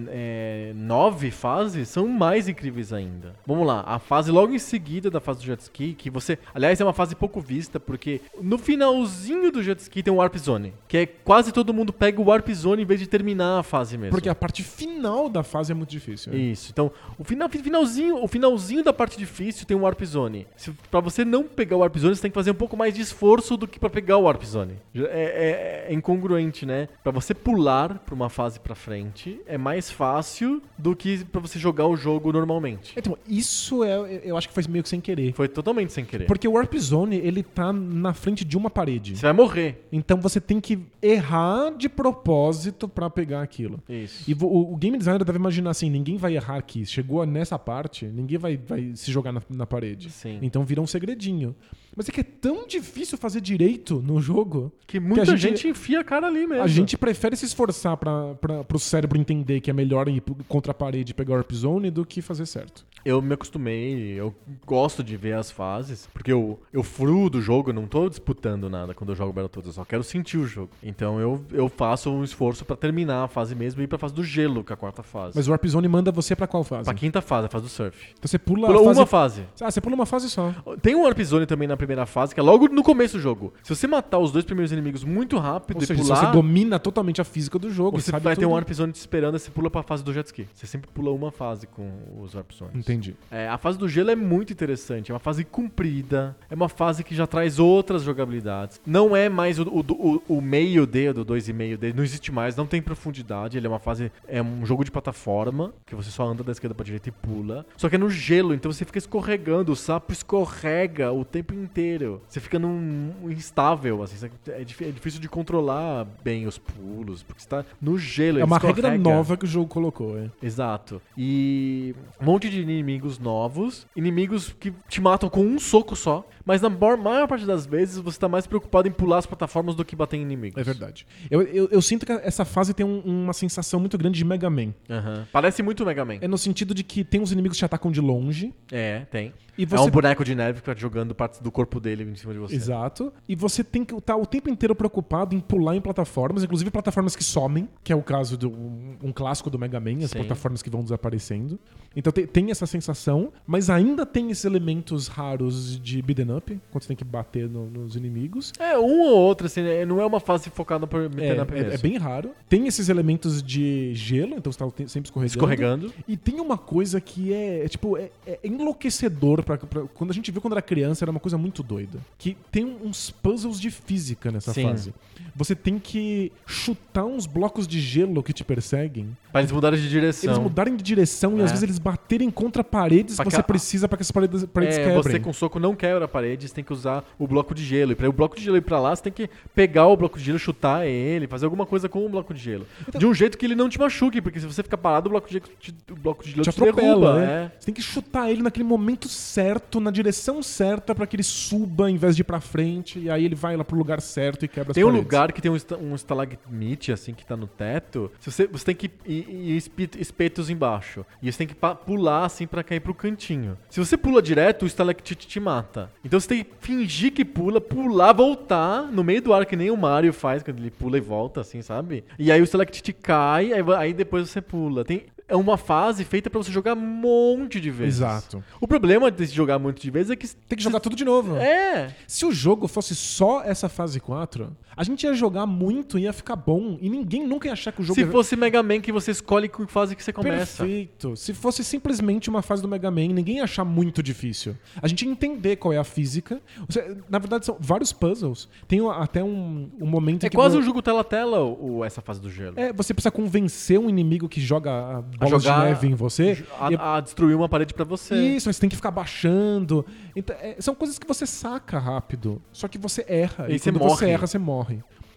A: é, nove fases são mais incríveis ainda. Vamos lá, a fase logo em seguida da fase do jet ski, que você. Aliás, é uma fase pouco vista, porque no finalzinho do jet ski tem o Warp Zone, que é quase todo mundo pega o Warp Zone em vez de terminar a fase mesmo.
B: Porque a parte final da fase é muito difícil. né?
A: Isso. Então, o fina- finalzinho, o finalzinho da parte difícil tem um Warp Zone. Se, pra você não pegar o Warp Zone, você tem que fazer um pouco mais de esforço do que pra pegar o Warp Zone. Já- É, é- é incongruente, né? Pra você pular pra uma fase pra frente, é mais fácil do que pra você jogar o jogo normalmente.
B: Então, isso é, eu acho que foi meio que sem querer.
A: Foi totalmente sem querer.
B: Porque o Warp Zone, ele tá na frente de uma parede.
A: Você vai morrer.
B: Então você tem que errar de propósito pra pegar aquilo.
A: Isso.
B: E vo- o, o game designer deve imaginar assim: ninguém vai errar aqui. Chegou nessa parte, ninguém vai, vai se jogar na, na parede.
A: Sim.
B: Então vira um segredinho. Mas é que é tão difícil fazer direito no jogo
A: que muita
B: que a
A: gente,
B: gente-
A: enfia a cara ali mesmo.
B: a gente prefere se esforçar para o cérebro entender que é melhor ir pro- contra a parede e pegar o Warp Zone do que fazer certo.
A: Eu me acostumei, eu gosto de ver as fases, porque eu, eu fruo do jogo, eu não tô disputando nada quando eu jogo Battletoads, eu só quero sentir o jogo. Então eu, eu faço um esforço pra terminar a fase mesmo e ir pra fase do gelo, que é a quarta fase.
B: Mas o Warp Zone manda você pra qual fase?
A: Pra quinta fase, a fase do surf.
B: Então você pula,
A: Pula
B: a fase...
A: uma fase.
B: Ah, você pula uma fase só.
A: Tem um Warp Zone também na primeira fase, que é logo no começo do jogo. Se você matar os dois primeiros inimigos muito rápido
B: Ou
A: e
B: seja, se
A: pular,
B: você domina totalmente a física do jogo,
A: você
B: sabe
A: vai ter
B: tudo.
A: um Warp Zone te esperando e você pula pra fase do jet ski. Você sempre pula uma fase com os Warp Zones.
B: Entendi.
A: É, a fase do gelo é muito interessante, é uma fase comprida, é uma fase que já traz outras jogabilidades. Não é mais o, o- o- o meio D do 2,5D, não existe mais, não tem profundidade, ele é uma fase, é um jogo de plataforma, que você só anda da esquerda pra direita e pula. Só que é no gelo, então você fica escorregando, o sapo escorrega o tempo inteiro. Você fica num um instável, assim, você- é, dif- é difícil de controlar bem os pulos, porque você tá no gelo,
B: É
A: ele
B: uma regra
A: escorrega.
B: nova que o jogo colocou, é.
A: Exato. E um monte de inimigos novos, inimigos que te matam com um soco só, mas na maior maior parte das vezes você tá mais preocupado em pular as plataformas do que bater em inimigos.
B: É verdade. Eu, eu, eu sinto que essa fase tem um- uma sensação muito grande de Mega Man.
A: Aham. Parece muito Mega Man.
B: É no sentido de que tem uns inimigos que te atacam de longe.
A: É, tem.
B: E
A: É
B: você-
A: um boneco de neve que vai jogando partes do corpo dele em cima de você.
B: Exato. E você tem que estar o tempo inteiro preocupado em pular em plataformas, inclusive plataformas que somem, que é o caso de um, um clássico do Mega Man, as
A: Sim.
B: plataformas que vão desaparecendo. Então te- tem essa sensação, mas ainda tem esses elementos raros de beat'em up, quando você tem que bater no- nos inimigos.
A: É, um ou outro, assim, né? não é uma fase focada por
B: É,
A: meter na assim.
B: é, é bem raro. Tem esses elementos de gelo, então você tá o te- sempre escorregando.
A: Escorregando.
B: E tem uma coisa que é, é tipo, é, é enlouquecedor. Pra, pra- quando a gente viu quando era criança, era uma coisa muito doida. Que tem um, uns puzzles de física nessa
A: Sim.
B: fase. Você tem que chutar uns blocos de gelo que te perseguem.
A: Pra eles mudarem de direção.
B: Eles mudarem de direção e
A: É.
B: às vezes eles baterem contra paredes
A: Pra
B: que
A: que
B: você
A: a-
B: precisa pra que essas paredes, paredes
A: É,
B: quebrem.
A: você com soco não quebra a parede, você tem que usar o bloco de gelo. E pra o bloco de gelo ir pra lá, você tem que pegar o bloco de gelo, chutar ele, fazer alguma coisa com o bloco de gelo. De um jeito que ele não te machuque, porque se você ficar parado, o bloco de gelo te, o bloco de gelo
B: Te
A: te, é.
B: atropela,
A: derruba.
B: né? Você tem que chutar ele naquele momento certo, na direção certa, pra que ele suba em vez de ir pra frente. E aí ele vai lá pro lugar certo e
A: é.
B: quebra as
A: Tem um
B: paredes.
A: lugar que tem um, esta- um estalagmite, assim, que tá no teto. Se você, você tem que ir, ir espi- espetos embaixo. E você tem que pa- pular, assim, pra cair pro cantinho. Se você pula direto, o estalactite te mata. Então você tem que fingir que pula, pular, voltar no meio do ar, que nem o Mario faz, quando ele pula e volta, assim, sabe? E aí o estalactite cai, aí, va- aí depois você pula. Tem... É uma fase feita pra você jogar um monte de vezes.
B: Exato. Hum.
A: O problema de se jogar um monte de vezes é que...
B: Tem que jogar tudo de novo.
A: É!
B: Se o jogo fosse só essa fase 4, a gente ia jogar muito, ia ficar bom, e ninguém nunca ia achar que o jogo é
A: Se
B: ia...
A: fosse Mega Man que você escolhe que fase que você começa.
B: Perfeito. Se fosse simplesmente uma fase do Mega Man, ninguém ia achar muito difícil. A gente ia entender qual é a física. Ou seja, Na verdade, são vários puzzles. Tem até um, um momento em
A: É
B: que
A: quase
B: vo-
A: um jogo tela a tela o, o- essa fase do gelo.
B: É, você precisa convencer um inimigo que joga a bola
A: jogar-
B: de neve em você. E- é
A: A, a destruir uma parede pra você.
B: Isso, aí você tem que ficar baixando. Então, é, são coisas que você saca rápido, só que você erra.
A: E
B: E,
A: você
B: quando você
A: morre.
B: erra, você morre.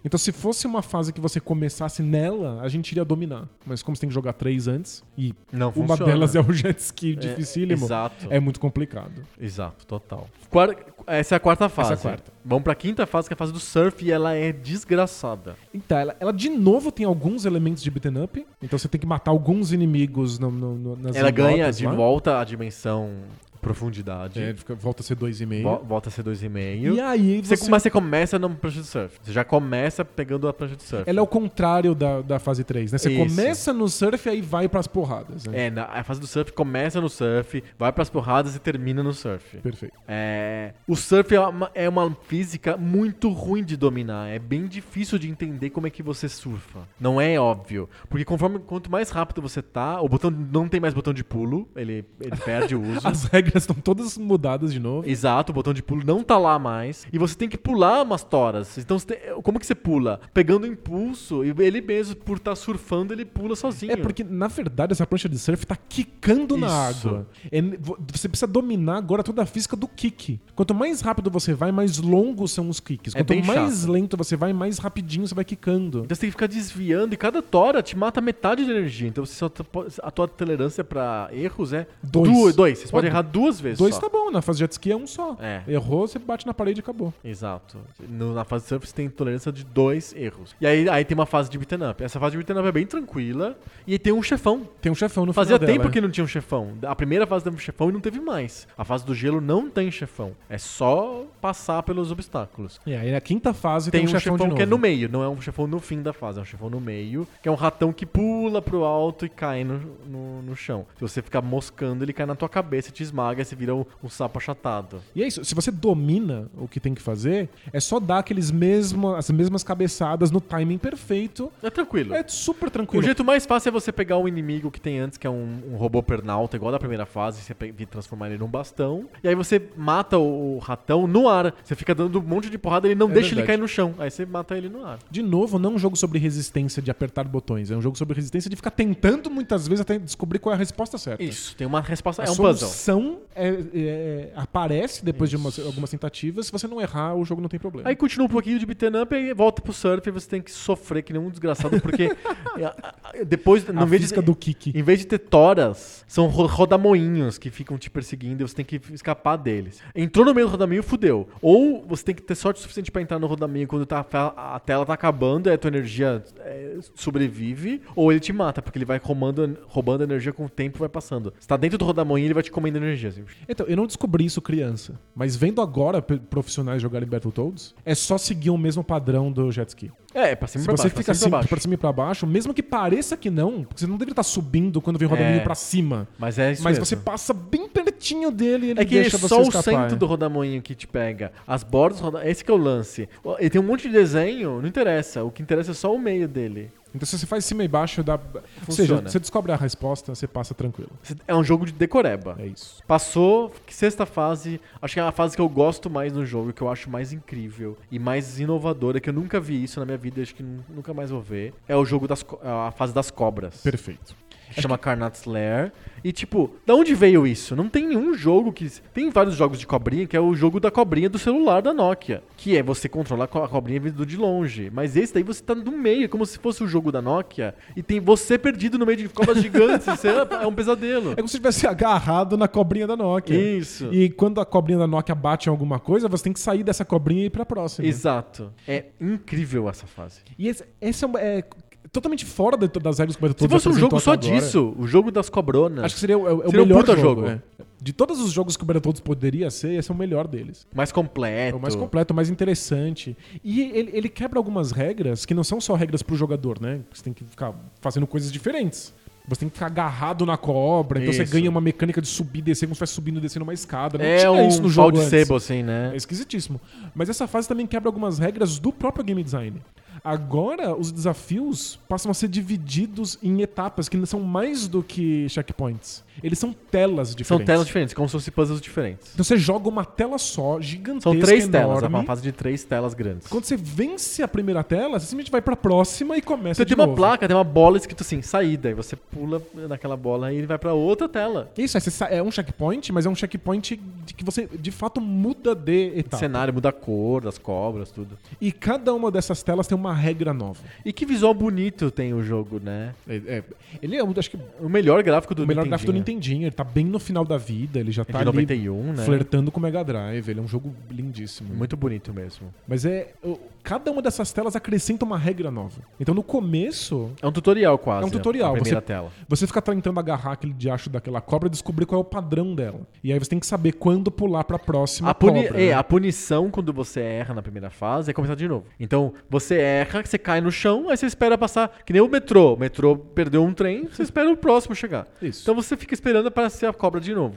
B: Então, se fosse uma fase que você começasse nela, a gente iria dominar. Mas como você tem que jogar três antes, e
A: Não
B: uma
A: funciona.
B: delas é o jet ski dificílimo,
A: exato.
B: é muito complicado.
A: Exato, total. Quar- Essa é a quarta fase.
B: é a quarta.
A: Vamos pra quinta fase, que é a fase do surf, e ela é desgraçada.
B: Então, ela, ela de novo tem alguns elementos de beaten up. Então, você tem que matar alguns inimigos no, no, no, nas
A: ela
B: ilhotas
A: ganha de
B: lá.
A: volta a dimensão profundidade.
B: É, fica- volta a ser
A: Vo-
B: 2,5.
A: Volta a ser 2,5.
B: E aí
A: Você,
B: você...
A: mas você começa na prancha de surf. Você já começa pegando a prancha de surf.
B: Ela é o contrário da, da fase 3, né? Você
A: Isso.
B: começa no surf e aí vai pras porradas, né?
A: É, na, a fase do surf começa no surf, vai pras porradas e termina no surf.
B: Perfeito.
A: É, o surf é uma, é uma física muito ruim de dominar. É bem difícil de entender como é que você surfa. Não é óbvio. Porque conforme quanto mais rápido você tá, o botão não tem mais botão de pulo, ele, ele
B: <laughs>
A: perde o uso.
B: As regras estão todas mudadas de novo.
A: Exato, o botão de pulo não tá lá mais. E você tem que pular umas toras. Então, você tem- como que você pula? Pegando impulso, e ele mesmo, por estar surfando, ele pula sozinho.
B: É porque, na verdade, essa prancha de surf tá quicando na
A: Isso.
B: água. É, vo- você precisa dominar agora toda a física do kick. Quanto mais rápido você vai, mais longos são os kicks.
A: É
B: Quanto
A: bem
B: mais
A: chato.
B: lento você vai, mais rapidinho você vai quicando.
A: Então você tem que ficar desviando e cada tora te mata metade de energia. Então você só t- po- a tua tolerância pra erros é
B: Dois.
A: Duas, dois. Você
B: Pô,
A: pode errar duas vezes.
B: Dois
A: só.
B: tá bom, na fase jet ski é um só.
A: É.
B: Errou, você bate na parede e acabou.
A: Exato. No- na fase de surf você tem tolerância de dois erros. E aí, aí tem uma fase de beaten up. Essa fase de beaten up é bem tranquila e aí tem um chefão.
B: Tem um chefão no
A: Fazia
B: final dela,
A: tempo que
B: é.
A: não tinha um chefão. A primeira fase teve um chefão e não teve mais. A fase do gelo não tem chefão. É só passar pelos obstáculos.
B: E É, aí na quinta fase tem,
A: Tem, um chefão,
B: de novo.
A: que é no meio, não é um chefão no fim da fase, é um chefão no meio, que é um ratão que pula pro alto e cai no, no, no chão. Se você ficar moscando, ele cai na tua cabeça, te esmaga e você vira um, um sapo achatado.
B: E é isso, se você domina o que tem que fazer, é só dar aqueles mesmo, as mesmas cabeçadas no timing perfeito.
A: É tranquilo.
B: É super
A: O
B: tranquilo.
A: jeito mais fácil é você pegar um inimigo que tem antes, que é um, um robô pernalta, igual da primeira fase, você pe- e transformar ele num bastão. E aí você mata o, o ratão no ar. Você fica dando um monte de porrada, ele não
B: É
A: deixa ele
B: verdade.
A: cair no chão. Aí você mata ele no ar.
B: De novo, não é um jogo sobre resistência de apertar botões, é um jogo sobre resistência de ficar tentando muitas vezes até descobrir qual é a resposta certa.
A: Isso, tem uma resposta.
B: A
A: é um puzzle.
B: solução é- é- aparece depois de umas- algumas tentativas. Se você não errar, o jogo não tem problema.
A: Aí continua um pouquinho de beaten up e volta pro surf e você tem que sofrer que nem um desgraçado,
B: <laughs>
A: porque é, a- a- depois,
B: a
A: no vez de,
B: física do kick.
A: em vez de ter toras, são ro- rodamoinhos que ficam te perseguindo e você tem que escapar deles. Entrou no meio do rodaminho, fudeu. Ou você tem que ter sorte suficiente pra entrar no rodaminho quando tá, a fe- a tela tá acabando e a tua energia é, sobrevive, ou ele te mata, porque ele vai roubando, roubando energia com o tempo vai passando. Você tá dentro do rodamoinho ele vai te comendo energia. assim.
B: Então, eu não descobri isso criança, mas vendo agora pe- profissionais jogarem Battletoads, é só seguir o mesmo padrão do jet ski.
A: É, é pra cima e
B: Se
A: pra
B: você
A: baixo.
B: fica
A: pra cima e
B: assim,
A: pra
B: pra
A: baixo.
B: cima e pra baixo, mesmo que pareça que não, porque você não deveria estar subindo quando vem rodaminho
A: É.
B: pra cima.
A: Mas é isso
B: mas
A: mesmo.
B: você passa bem pertinho dele e ele
A: É que
B: deixa
A: é
B: você
A: só o
B: escapar,
A: centro
B: é.
A: do rodamoinho que te pega. As bordas, do roda- esse que é o lance. O- Ele tem um monte de desenho, não interessa. O que interessa é só o meio dele.
B: Então se você faz cima e baixo, dá. Ou seja, você descobre a resposta, você passa tranquilo.
A: É um jogo de decoreba.
B: É isso.
A: Passou, que sexta fase, acho que é a fase que eu gosto mais no jogo, que eu acho mais incrível e mais inovadora, que eu nunca vi isso na minha vida, acho que nu- nunca mais vou ver. É o jogo das co- a fase das cobras.
B: Perfeito.
A: que chama Carnat's Lair. E, tipo, da onde veio isso? Não tem nenhum jogo que. Tem vários jogos de cobrinha, que é o jogo da cobrinha do celular da Nokia. Que é você controlar co- a cobrinha vindo de longe. Mas esse daí você tá no meio, como se fosse o jogo da Nokia. E tem você perdido no meio de cobras gigantes. Isso é, é um pesadelo.
B: É como se tivesse <laughs> agarrado na cobrinha da Nokia.
A: Isso.
B: E quando a cobrinha da Nokia bate em alguma coisa, você tem que sair dessa cobrinha e ir pra próxima.
A: Exato. É incrível essa fase.
B: E esse, esse é, um- é totalmente fora de, das regras que o
A: Se
B: Battletoads
A: fosse um jogo
B: apresentou
A: só
B: até agora.
A: disso, o jogo das cobronas.
B: Acho que seria o, é o
A: Seria um
B: melhor
A: puta
B: jogo.
A: jogo.
B: é. De todos os jogos que o Battletoads poderia ser, esse é o melhor deles.
A: Mais completo.
B: É o mais completo, o mais interessante. E ele, ele quebra algumas regras que não são só regras pro jogador, né? Você tem que ficar fazendo coisas diferentes. Você tem que ficar agarrado na cobra, então você
A: Isso.
B: ganha uma mecânica de subir e descer, como se estivesse subindo e descendo uma escada. Não
A: É
B: tinha
A: um
B: isso no
A: pau
B: jogo
A: de
B: antes.
A: sebo, assim, né?
B: É esquisitíssimo. Mas essa fase também quebra algumas regras do próprio game design. Agora, os desafios passam a ser divididos em etapas que são mais do que checkpoints. Eles são telas diferentes.
A: São telas diferentes, como se fossem puzzles diferentes.
B: Então você joga uma tela só, gigantesca,
A: São três telas, é
B: enorme.
A: uma fase de três telas grandes.
B: Quando você vence a primeira tela, você simplesmente vai pra próxima e começa
A: você
B: de
A: tem uma
B: novo.
A: placa, tem uma bola escrito assim, saída, e você pula naquela bola e ele vai pra outra tela.
B: É Isso, é, você sa- é um checkpoint, mas é um checkpoint de que você, de fato, muda de etapa.
A: Cenário muda a cor das cobras, tudo.
B: E cada uma dessas telas tem uma regra nova.
A: E que visual bonito tem o jogo, né?
B: É- é- ele é, um, acho que, o
A: O melhor gráfico do
B: melhor gráfico do
A: Nintendinho.
B: Nintendinho. Ele tá bem no final da vida, ele já tá
A: É de
B: ali
A: 91, né?
B: flertando com o Mega Drive. Ele é um jogo um lindíssimo.
A: Muito bonito mesmo.
B: Mas é. o- cada uma dessas telas acrescenta uma regra nova. Então no começo,
A: É um tutorial quase.
B: É um tutorial.
A: A primeira
B: você,
A: tela.
B: Você fica tentando agarrar aquele diacho daquela cobra e descobrir qual é o padrão dela. E aí você tem que saber quando pular pra próxima
A: A, puni-
B: cobra.
A: é,
B: né?
A: a punição quando você erra na primeira fase é começar de novo. Então, você erra, você cai no chão, aí você espera passar. Que nem o metrô. O metrô perdeu um trem, você espera o próximo chegar.
B: Isso.
A: Então você fica esperando para ser a cobra de novo.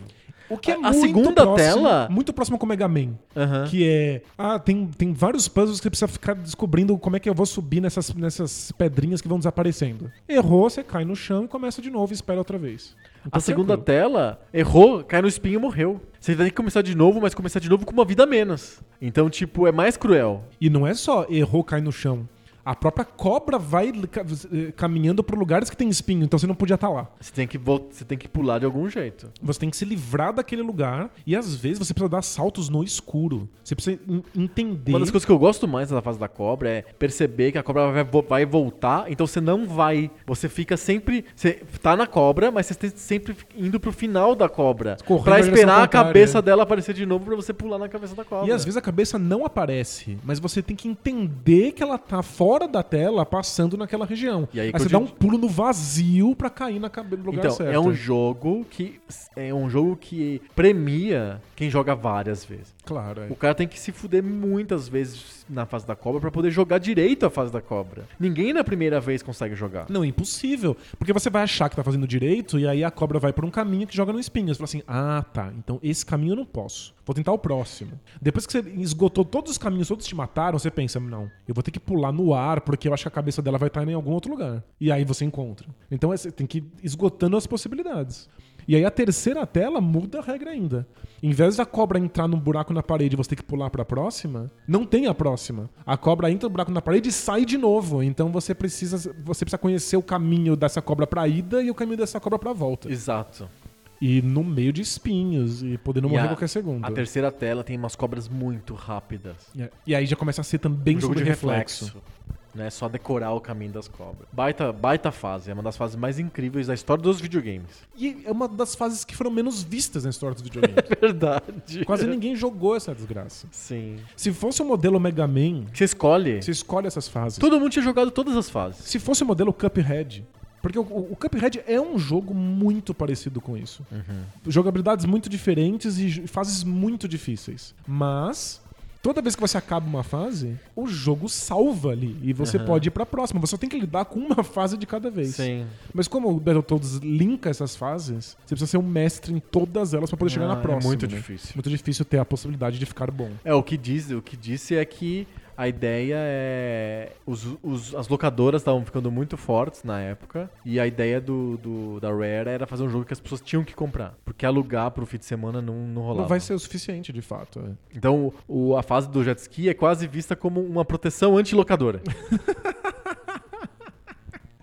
B: O que é
A: a
B: muito
A: segunda
B: próximo-
A: tela-
B: Muito próximo com o Mega Man.
A: Aham.
B: Que é. Ah, tem, tem vários puzzles que você precisa ficar descobrindo como é que eu vou subir nessas, nessas pedrinhas que vão desaparecendo. Errou, você cai no chão e começa de novo e espera outra vez.
A: A
B: Então,
A: segunda
B: tranquilo.
A: tela errou, cai no espinho e morreu. Você vai ter que começar de novo, mas começar de novo com uma vida a menos. Então, tipo, é mais cruel.
B: E não é só errou, cai no chão. A própria cobra vai ca- eh, caminhando por lugares que tem espinho, então você não podia estar lá.
A: Você tem que, vol- você tem que pular de algum jeito.
B: Você tem que se livrar daquele lugar e às vezes você precisa dar saltos no escuro. Você precisa en- entender.
A: Uma das coisas que eu gosto mais da fase da cobra é perceber que a cobra vai, vo- vai voltar, então você não vai. Você fica sempre. Você tá na cobra, mas você tem sempre indo pro final da cobra.
B: Correndo
A: pra
B: na direção
A: esperar a
B: contrária. é.
A: cabeça dela aparecer de novo pra você pular na cabeça da cobra.
B: E às vezes a cabeça não aparece, mas você tem que entender que ela tá fora da tela, passando naquela região.
A: E aí
B: você
A: quando-
B: dá um pulo no vazio pra cair na cabe... no lugar
A: Então,
B: certo.
A: é um jogo que. É um jogo que premia quem joga várias vezes.
B: Claro, é.
A: O cara tem que se fuder muitas vezes na fase da cobra pra poder jogar direito a fase da cobra. Ninguém na primeira vez consegue jogar.
B: Não, é impossível. Porque você vai achar que tá fazendo direito e aí a cobra vai por um caminho que joga no espinho. Você fala assim: ah, tá, então esse caminho eu não posso. Vou tentar o próximo. Depois que você esgotou todos os caminhos, todos te mataram, você pensa: não, eu vou ter que pular no ar porque eu acho que a cabeça dela vai estar em algum outro lugar. E aí você encontra. Então é- você tem que ir esgotando as possibilidades. E aí a terceira tela muda a regra ainda. Em vez da cobra entrar num buraco na parede e você ter que pular pra próxima, não tem a próxima. A cobra entra no buraco na parede e sai de novo. Então você precisa você precisa conhecer o caminho dessa cobra pra ida e o caminho dessa cobra pra volta.
A: Exato.
B: E no meio de espinhos e podendo
A: E
B: morrer
A: a-
B: qualquer segundo.
A: A terceira tela tem umas cobras muito rápidas.
B: É. E aí já começa a ser também
A: Um jogo
B: sobre
A: de
B: reflexo.
A: reflexo. Não é só decorar o caminho das cobras. Baita, baita fase. É uma das fases mais incríveis da história dos videogames. <laughs>
B: E é uma das fases que foram menos vistas na história dos videogames.
A: Verdade.
B: Quase ninguém jogou essa desgraça.
A: Sim.
B: Se fosse o modelo Mega Man,
A: Você escolhe.
B: você escolhe essas fases.
A: Todo mundo tinha jogado todas as fases.
B: Se fosse o modelo Cuphead. Porque o, o Cuphead é um jogo muito parecido com isso.
A: Uhum.
B: Jogabilidades muito diferentes e j- fases muito difíceis. Mas. Toda vez que você acaba uma fase, o jogo salva ali e você pode ir pra próxima. Você só tem que lidar com uma <laughs> fase de cada vez.
A: Uhum. Sim.
B: Mas como o Battletoads linka essas fases, você precisa ser um mestre em todas elas pra poder chegar
A: Ah,
B: na
A: é
B: próxima.
A: muito
B: né?
A: difícil.
B: Muito difícil ter a possibilidade de ficar bom.
A: É, o que diz, o que disse é que a ideia é. os- os- as locadoras estavam ficando muito fortes na época. E a ideia do, do- da Rare era fazer um jogo que as pessoas tinham que comprar. Porque alugar pro fim de semana não, não rolava.
B: Não vai ser o suficiente, de fato. é.
A: Então o- a fase do jet ski é quase vista como uma proteção antilocadora.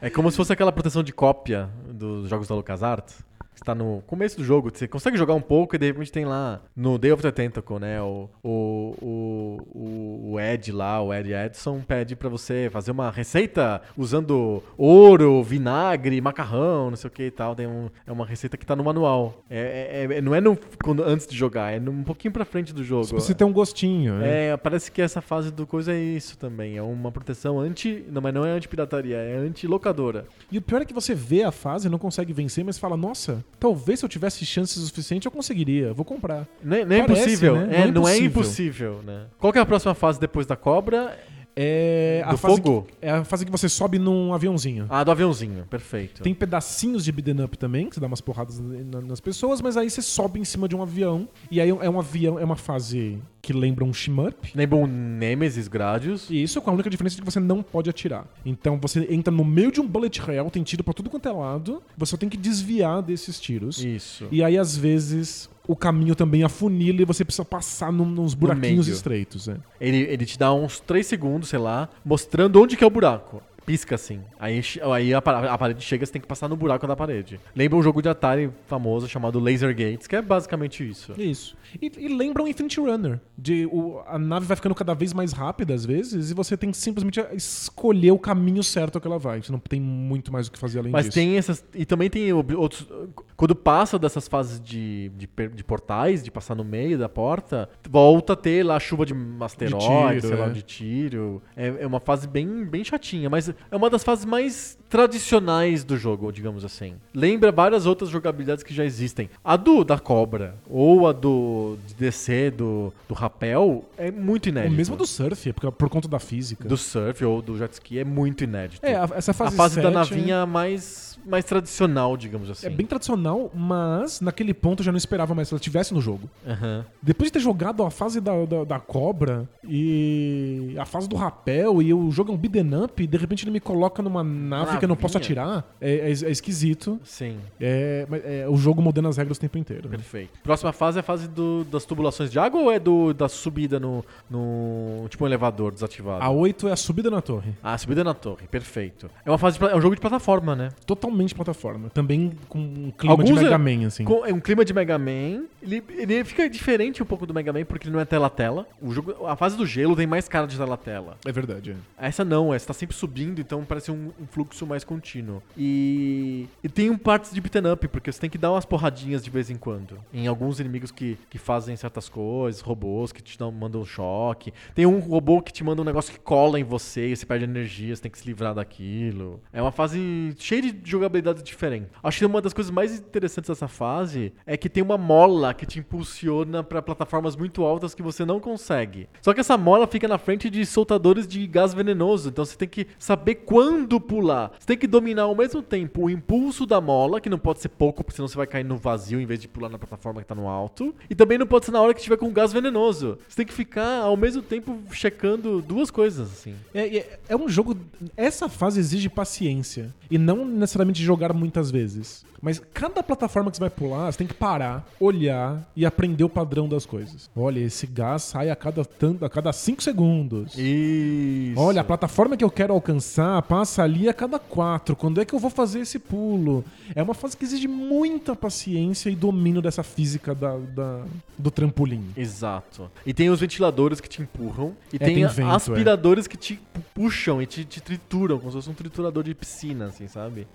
A: é como se fosse aquela proteção de cópia dos jogos da LucasArts. que Está no começo do jogo, você consegue jogar um pouco e de repente tem lá no Day of the Tentacle, né? O, o, o- o, o Ed lá, o Ed Edson, pede pra você fazer uma receita usando ouro, vinagre, macarrão, não sei o que e tal. Tem um- é uma receita que tá no manual. É, é- é- não é no- quando- antes de jogar, é num- um pouquinho pra frente do jogo.
B: Você precisa ter um gostinho. né?
A: É, parece que essa fase do coisa é isso também. É uma proteção anti. Não, mas não é anti-pirataria, é anti-locadora.
B: E o pior é que você vê a fase, não consegue vencer, mas fala: Nossa, talvez se eu tivesse chances o suficiente, eu conseguiria, vou comprar.
A: Não é, não é
B: Parece,
A: impossível.
B: né?
A: É, não, é impossível, né? Qual que é a próxima fase depois da cobra?
B: É a
A: Do
B: fase
A: fogo?
B: que- é a fase que você sobe num aviãozinho.
A: Ah, do aviãozinho, perfeito.
B: Tem pedacinhos de beaten up também, que você dá umas porradas na- nas pessoas, mas aí você sobe em cima de um avião. E aí é um avião, é uma fase que lembra um shmup.
A: Lembra o Nemesis Gradius?
B: E isso é com a única diferença de que você não pode atirar. Então você entra no meio de um bullet hell, tem tiro pra tudo quanto é lado, você só tem que desviar desses tiros.
A: Isso.
B: E aí, às vezes, o caminho também afunila e você precisa passar num, nos buraquinhos
A: meio.
B: estreitos. né?
A: Ele, ele te dá uns 3 segundos, sei lá, mostrando onde que é o buraco. pisca assim. Aí, che- aí a, pa- a parede chega, você tem que passar no buraco da parede. Lembra um jogo de Atari famoso chamado Laser Gates, que é basicamente isso.
B: Isso. E, e lembra um Infinity Runner. De, o- a nave vai ficando cada vez mais rápida, às vezes, e você tem que simplesmente escolher o caminho certo que ela vai. Você não tem muito mais o que fazer além
A: Mas
B: disso.
A: tem essas. E também tem ob- outros. Quando passa dessas fases de, de, per- de portais, de passar no meio da porta, volta a ter lá a chuva de asteroides,
B: tiro,
A: sei lá,
B: é.
A: de tiro. É, é uma fase bem, bem chatinha, mas é uma das fases mais tradicionais do jogo, digamos assim. Lembra várias outras jogabilidades que já existem. A do da cobra, ou a do de descer do, do rapel, é muito
B: O
A: inédito.
B: mesmo do surf, é porque, por conta da física.
A: Do surf ou do jet ski é muito inédito.
B: É, a- essa
A: a
B: fase
A: fase da
B: 7 é-
A: navinha mais, mais tradicional, digamos assim.
B: É bem tradicional, mas naquele ponto eu já não esperava mais que ela estivesse no jogo.
A: Aham.
B: Depois de ter jogado a fase da, da, da cobra e a fase do rapel e o jogo é um beat'em up e de repente ele me coloca numa nave que eu não posso
A: Maravilha.
B: atirar, é, é- é esquisito.
A: Sim,
B: É, mas é o jogo mudando as regras o tempo inteiro. né?
A: perfeito. Próxima fase é a fase do- das tubulações de água ou é do, da subida no, no. Tipo um elevador desativado?
B: A 8 é a subida na torre.
A: Ah, subida na torre, perfeito. É uma fase de pla- é um jogo de plataforma, né?
B: Totalmente plataforma. Também com um clima de Mega
A: é-
B: Man, assim.
A: com- é um clima de Mega Man. Ele, ele fica diferente um pouco do Mega Man porque ele não é tela-tela. O jogo, a fase do gelo tem mais cara de tela-tela.
B: É verdade. é.
A: Essa não, essa tá sempre subindo, então parece um, um fluxo mais contínuo. E, e tem um partes de beaten up, porque você tem que dar umas porradinhas de vez em quando. Em alguns inimigos que, que fazem certas coisas, robôs que te dão, mandam um choque. Tem um robô que te manda um negócio que cola em você e você perde energia, você tem que se livrar daquilo. É uma fase cheia de jogabilidade diferente. Acho que uma das coisas mais interessantes dessa fase é que tem uma mola que te impulsiona pra plataformas muito altas que você não consegue. Só que essa mola fica na frente de soltadores de gás venenoso, então você tem que saber quando pular. Você tem que dominar ao mesmo tempo o impulso da mola, que não pode ser pouco, porque senão você vai cair no vazio em vez de pular na plataforma que tá no alto. E também não pode ser na hora que tiver com gás venenoso. Você tem que ficar ao mesmo tempo checando duas coisas, assim.
B: É, é- é um jogo. Essa fase exige paciência. E não necessariamente jogar muitas vezes. Mas cada plataforma que você vai pular, você tem que parar, olhar e aprender o padrão das coisas. Olha, esse gás sai a cada tanto, a cada 5 segundos.
A: Isso.
B: Olha, a plataforma que eu quero alcançar passa ali a cada quatro. Quando é que eu vou fazer esse pulo? É uma fase que exige muita paciência e domínio dessa física da, da- do trampolim.
A: Exato. E tem os ventiladores que te empurram. E É, tem,
B: tem
A: a-
B: vento,
A: aspiradores que te pu- puxam e te, te trituram, como se fosse um triturador de piscina, assim, <laughs> sabe?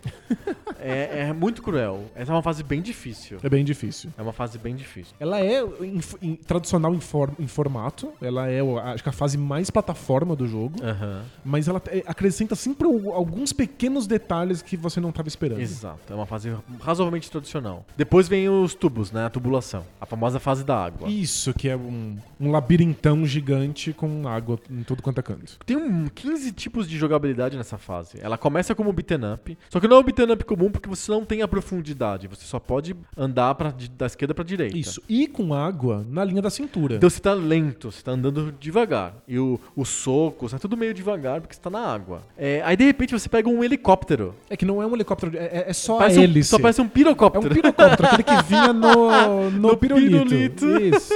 A: é, é muito cruel. Essa é uma fase bem difícil.
B: É bem difícil.
A: É uma fase bem difícil.
B: Ela é em- em- tradicional em, for- em formato, ela é eu acho que a fase mais plataforma do jogo,
A: Aham.
B: mas ela te- acrescenta sempre o- alguns pequenos detalhes que você não estava esperando.
A: Exato. É uma fase razoavelmente tradicional. Depois vem os tubos, né? A tubulação. A famosa fase da água.
B: Isso, que é um, um labirintão gigante com água em tudo quanto é canto.
A: Tem um 15 tipos de jogabilidade nessa fase. Ela começa como beaten up, só que não é um beaten up comum porque você não tem a profundidade. Você só pode andar pra, di- da esquerda pra direita.
B: Isso, e com água na linha da cintura.
A: Então você tá lento, você tá andando devagar. E o, o soco, tá tudo meio devagar porque você tá na água. É, aí de repente você pega um helicóptero.
B: É que não é um helicóptero, é- é, é só
A: Parece
B: a
A: um-
B: hélice.
A: só parece um
B: É um
A: pirocóptero.
B: pirocóptero, aquele que
A: <laughs>
B: vinha no, no,
A: No
B: pirulito.
A: pirulito.
B: Isso.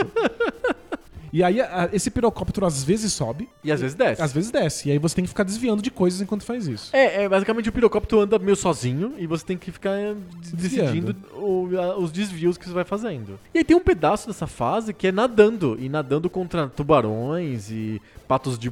B: E aí, a- esse pirocóptero às vezes sobe,
A: E às vezes desce.
B: às vezes desce. E aí você tem que ficar desviando de coisas enquanto faz isso.
A: É, é, basicamente o pirocóptero anda meio sozinho e você tem que ficar eh, de-
B: Desviando.
A: decidindo o- a- os desvios que você vai fazendo. E aí tem um pedaço dessa fase que é nadando, e nadando contra tubarões e patos de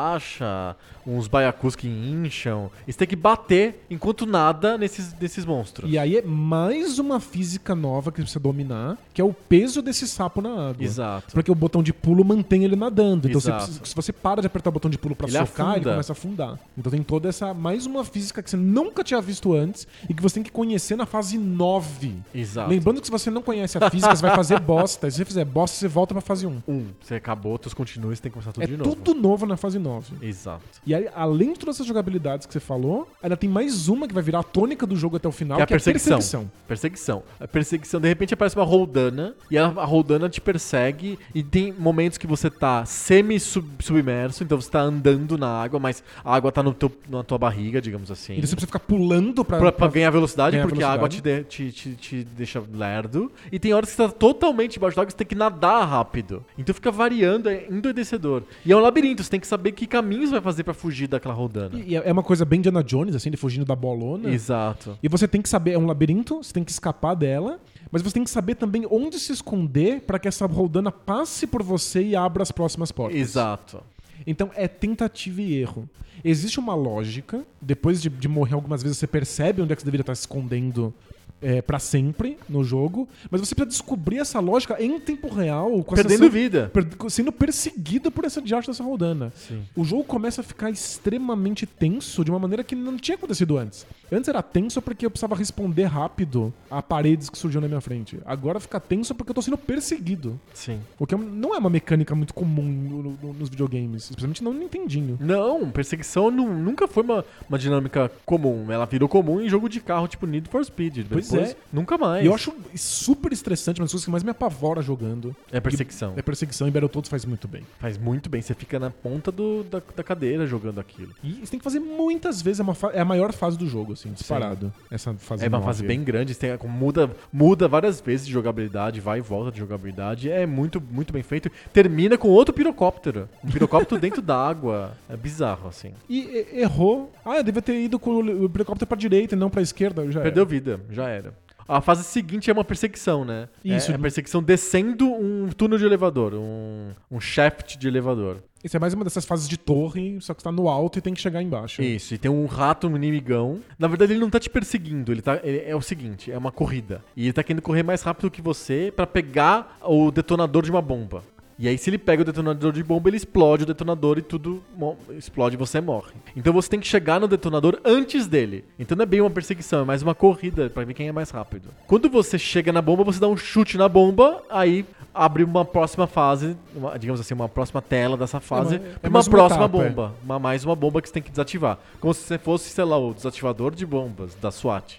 A: borracha, uns baiacus que incham. E você tem que bater enquanto nada nesses, nesses monstros.
B: E aí é mais uma física nova que você precisa dominar, que é o peso desse sapo na água.
A: Exato.
B: Porque o botão de pulo mantém ele nadando. Então você
A: Exato.
B: precisa- se você para de apertar o botão de pulo pra
A: Ele
B: socar, ele
A: afunda.
B: começa a afundar. Então tem toda essa mais uma física que você nunca tinha visto antes e que você tem que conhecer na fase 9.
A: Exato.
B: Lembrando que se você não conhece a física, você
A: <laughs>
B: vai fazer bosta. E se você fizer bosta, você volta pra fase 1.
A: Um, você acabou, teus continuos, você tem que começar tudo
B: é
A: de novo.
B: tudo novo na fase 9.
A: Exato.
B: E aí, além de todas essas jogabilidades que você falou, ainda tem mais uma que vai virar a tônica do jogo até o final,
A: Que é a
B: que é a
A: perseguição.
B: perseguição.
A: Perseguição. A perseguição, de repente aparece uma roldana e ela- a roldana te persegue e tem momentos que você tá semi-submerso imerso, então você tá andando na água, mas a água tá no teu, na tua barriga, digamos assim.
B: E você precisa ficar pulando pra.
A: Pra, pra ganhar velocidade,
B: ganhar
A: porque a água te,
B: velocidade.
A: de- te, te, te deixa lerdo. E tem horas que você tá totalmente embaixo d'água, você tem que nadar rápido. Então fica variando, é endoidecedor. E é um labirinto, você tem que saber que caminhos vai fazer pra fugir daquela rodana.
B: E é é uma coisa bem Diana Jones, assim, ele fugindo da bolona.
A: Exato.
B: E você tem que saber, é um labirinto, você tem que escapar dela, mas você tem que saber também onde se esconder pra que essa roldana passe por você e abra as próximas portas.
A: Exato.
B: Então é tentativa e erro. Existe uma lógica, depois de, de morrer algumas vezes você percebe onde é que você deveria estar se escondendo é, para sempre no jogo, mas você precisa descobrir essa lógica em tempo real, com a
A: Perdendo
B: sensação-
A: vida.
B: per- sendo perseguido por essa diacho dessa Roldana. O jogo começa a ficar extremamente tenso de uma maneira que não tinha acontecido antes. Antes era tenso porque eu precisava responder rápido a paredes que surgiam na minha frente. Agora fica tenso porque eu tô sendo perseguido.
A: Sim.
B: O que é um- não é uma mecânica muito comum no- no- nos videogames, especialmente não no Nintendinho.
A: Não, perseguição nu- nunca foi uma, uma dinâmica comum. Ela virou comum em jogo de carro, tipo Need for Speed.
B: Pois
A: Depois,
B: é.
A: Nunca mais.
B: E eu acho super estressante, uma das coisas que mais me apavora jogando.
A: É perseguição.
B: É perseguição e Battletoads faz muito bem.
A: Faz muito bem, você fica na ponta do- da, da cadeira jogando aquilo.
B: E você tem que fazer muitas vezes, é, uma fa- é a maior fase do jogo, assim, disparado. Essa fase
A: É uma
B: nove.
A: fase bem grande, tem, muda, muda várias vezes de jogabilidade, vai e volta de jogabilidade. É muito, muito bem feito. Termina com outro pirocóptero. Um pirocóptero <laughs> dentro da água. É bizarro, assim.
B: E e- errou. Ah, eu devia ter ido com o o helicóptero pra direita e não pra esquerda. Já
A: Perdeu
B: era.
A: vida, já era. A fase seguinte é uma perseguição, né? É-
B: Isso.
A: É, a perseguição descendo um túnel de elevador, um, um shaft de elevador.
B: Isso é mais uma dessas fases de torre, só que você tá no alto e tem que chegar embaixo.
A: Isso, e tem um rato, um inimigão. Na verdade, ele não tá te perseguindo, ele tá. ele- é o seguinte, é uma corrida. E ele tá querendo correr mais rápido que você pra pegar o detonador de uma bomba. E aí, se ele pega o detonador de bomba, ele explode o detonador e tudo mo- explode e você morre. Então você tem que chegar no detonador antes dele. Então não é bem uma perseguição, é mais uma corrida pra ver quem é mais rápido. Quando você chega na bomba, você dá um chute na bomba, aí abre uma próxima fase, uma- digamos assim, uma próxima tela dessa fase,
B: é
A: pra uma,
B: mais uma
A: próxima
B: etapa, é.
A: bomba bomba, uma- mais uma bomba que você tem que desativar. Como se você fosse, sei lá, o desativador de bombas da SWAT.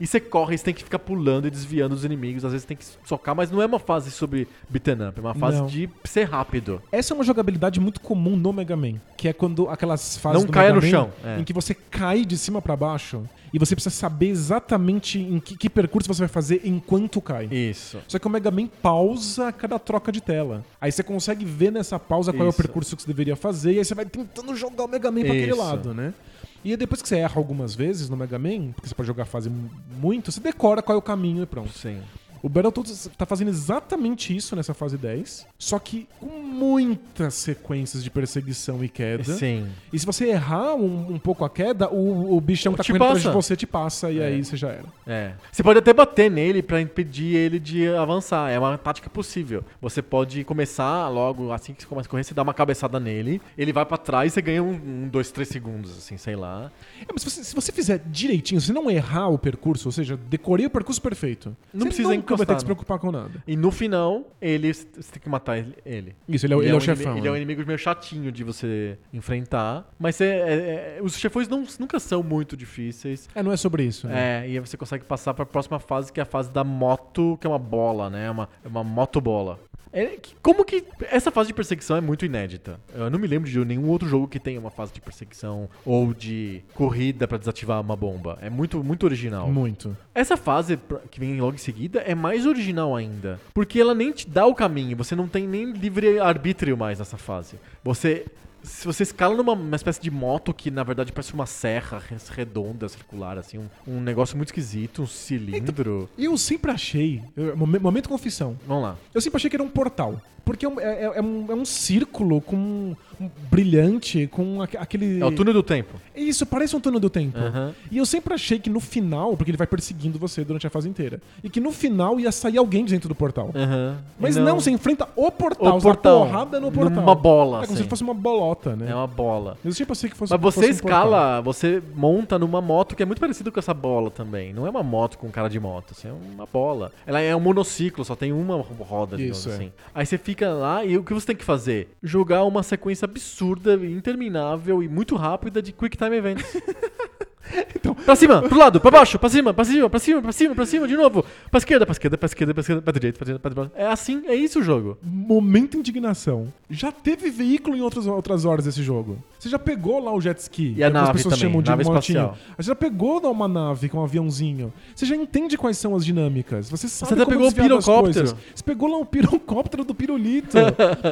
A: E você corre, você tem que ficar pulando e desviando dos inimigos, às vezes tem que socar, mas não é uma fase sobre beaten up, é uma fase
B: Não.
A: de ser rápido.
B: Essa é uma jogabilidade muito comum no Mega Man, que é quando aquelas fases
A: Não
B: do
A: caia
B: Mega
A: no
B: Man
A: chão, é.
B: em que você cai de cima pra baixo e você precisa saber exatamente em que, que percurso você vai fazer enquanto cai.
A: Isso.
B: Só que o Mega Man pausa a cada troca de tela. Aí você consegue ver nessa pausa qual
A: Isso.
B: é o percurso que você deveria fazer e aí você vai tentando jogar o Mega Man pra aquele
A: Isso.
B: lado, né? E aí depois que você erra algumas vezes no Mega Man, porque você pode jogar a fase mu- muito, você decora qual é o caminho e pronto.
A: Sim.
B: O Battletoads tá fazendo exatamente isso nessa fase 10, só que com muitas sequências de perseguição e queda.
A: Sim.
B: E se você errar um, um pouco a queda, o, o bichão que tá
A: Te
B: correndo atrás de
A: passa.
B: você te passa e aí você já era.
A: É. Você pode até bater nele pra impedir ele de avançar. É uma tática possível. Você pode começar logo, assim que você começa a correr, você dá uma cabeçada nele, ele vai pra trás e você ganha um, um, dois, três segundos, assim, sei lá.
B: É, mas se você, se você fizer direitinho, se não errar o percurso, ou seja, decorei o percurso perfeito,
A: Não tá
B: você
A: precisa
B: nunca vai ter
A: encostar,
B: que se
A: não.
B: preocupar com nada.
A: E no final, ele você tem que matar ele- ele.
B: Isso, ele é, o- ele é
A: um
B: o chefão.
A: inimi- Ele é um
B: né?
A: inimigo meio chatinho de você enfrentar. Mas é- é- é- os chefões não- nunca são muito difíceis.
B: É, não é sobre isso. Né?
A: É, e aí você consegue passar pra próxima fase, que é a fase da moto, que é uma bola, né? É Uma, é uma motobola. É, que- como que. Essa fase de perseguição é muito inédita. Eu não me lembro de nenhum outro jogo que tenha uma fase de perseguição ou de corrida pra desativar uma bomba. É muito, muito original.
B: Muito.
A: Essa fase pra- que vem logo em seguida é mais original ainda. Porque ela nem te dá o caminho, você não tem nem livre arbítrio mais nessa fase. Você. Se você escala numa uma espécie de moto que, na verdade, parece uma serra res- redonda, circular, assim, um, um negócio muito esquisito, um cilindro.
B: E eu sempre achei. eu- momen- momento confissão.
A: Vamos lá.
B: Eu sempre achei que era um portal. Porque é um, é- é- é um- é um círculo com um, um brilhante, com aque- aquele.
A: É o túnel do tempo.
B: Isso, parece um túnel do tempo.
A: Aham.
B: E eu sempre achei que no final, porque ele vai perseguindo você durante a fase inteira, e que no final ia sair alguém de dentro do portal.
A: Aham.
B: Mas não, você enfrenta o portal,
A: É. o
B: você dá
A: portal.
B: porrada no portal.
A: Numa bola,
B: É como
A: assim.
B: se fosse uma bolota, né?
A: É uma bola.
B: Eu sempre achei que fosse
A: Mas você
B: fosse um portal.
A: escala, você monta numa moto que é muito parecido com essa bola também. Não é uma moto com cara de moto, assim, é uma bola. Ela é um monociclo, só tem uma roda, digamos
B: Isso, é.
A: assim. Aí você fica lá e o que você tem que fazer? Jogar uma sequência absurda, interminável e muito rápida de Quick Time Events.
B: <laughs> Então,
A: Pra cima, pro lado, pra baixo, pra cima, pra cima, pra cima, pra cima, pra cima, de novo. Pra esquerda, pra esquerda, pra esquerda, pra esquerda, pra direita, pra direita, pra direita. É assim, é isso o jogo.
B: momento indignação. Já teve veículo em outras, outras horas desse jogo. Você já pegou lá o jet ski,
A: E a
B: que algumas
A: nave
B: pessoas
A: também,
B: chamam de
A: nave
B: motinho.
A: espacial.
B: Você já pegou lá uma nave com um aviãozinho. Você já entende quais são as dinâmicas. Você sabe
A: até
B: como
A: pegou o
B: desviar das
A: pirocóptero.
B: coisas. Você pegou lá o pirocóptero
A: <laughs>
B: do pirulito.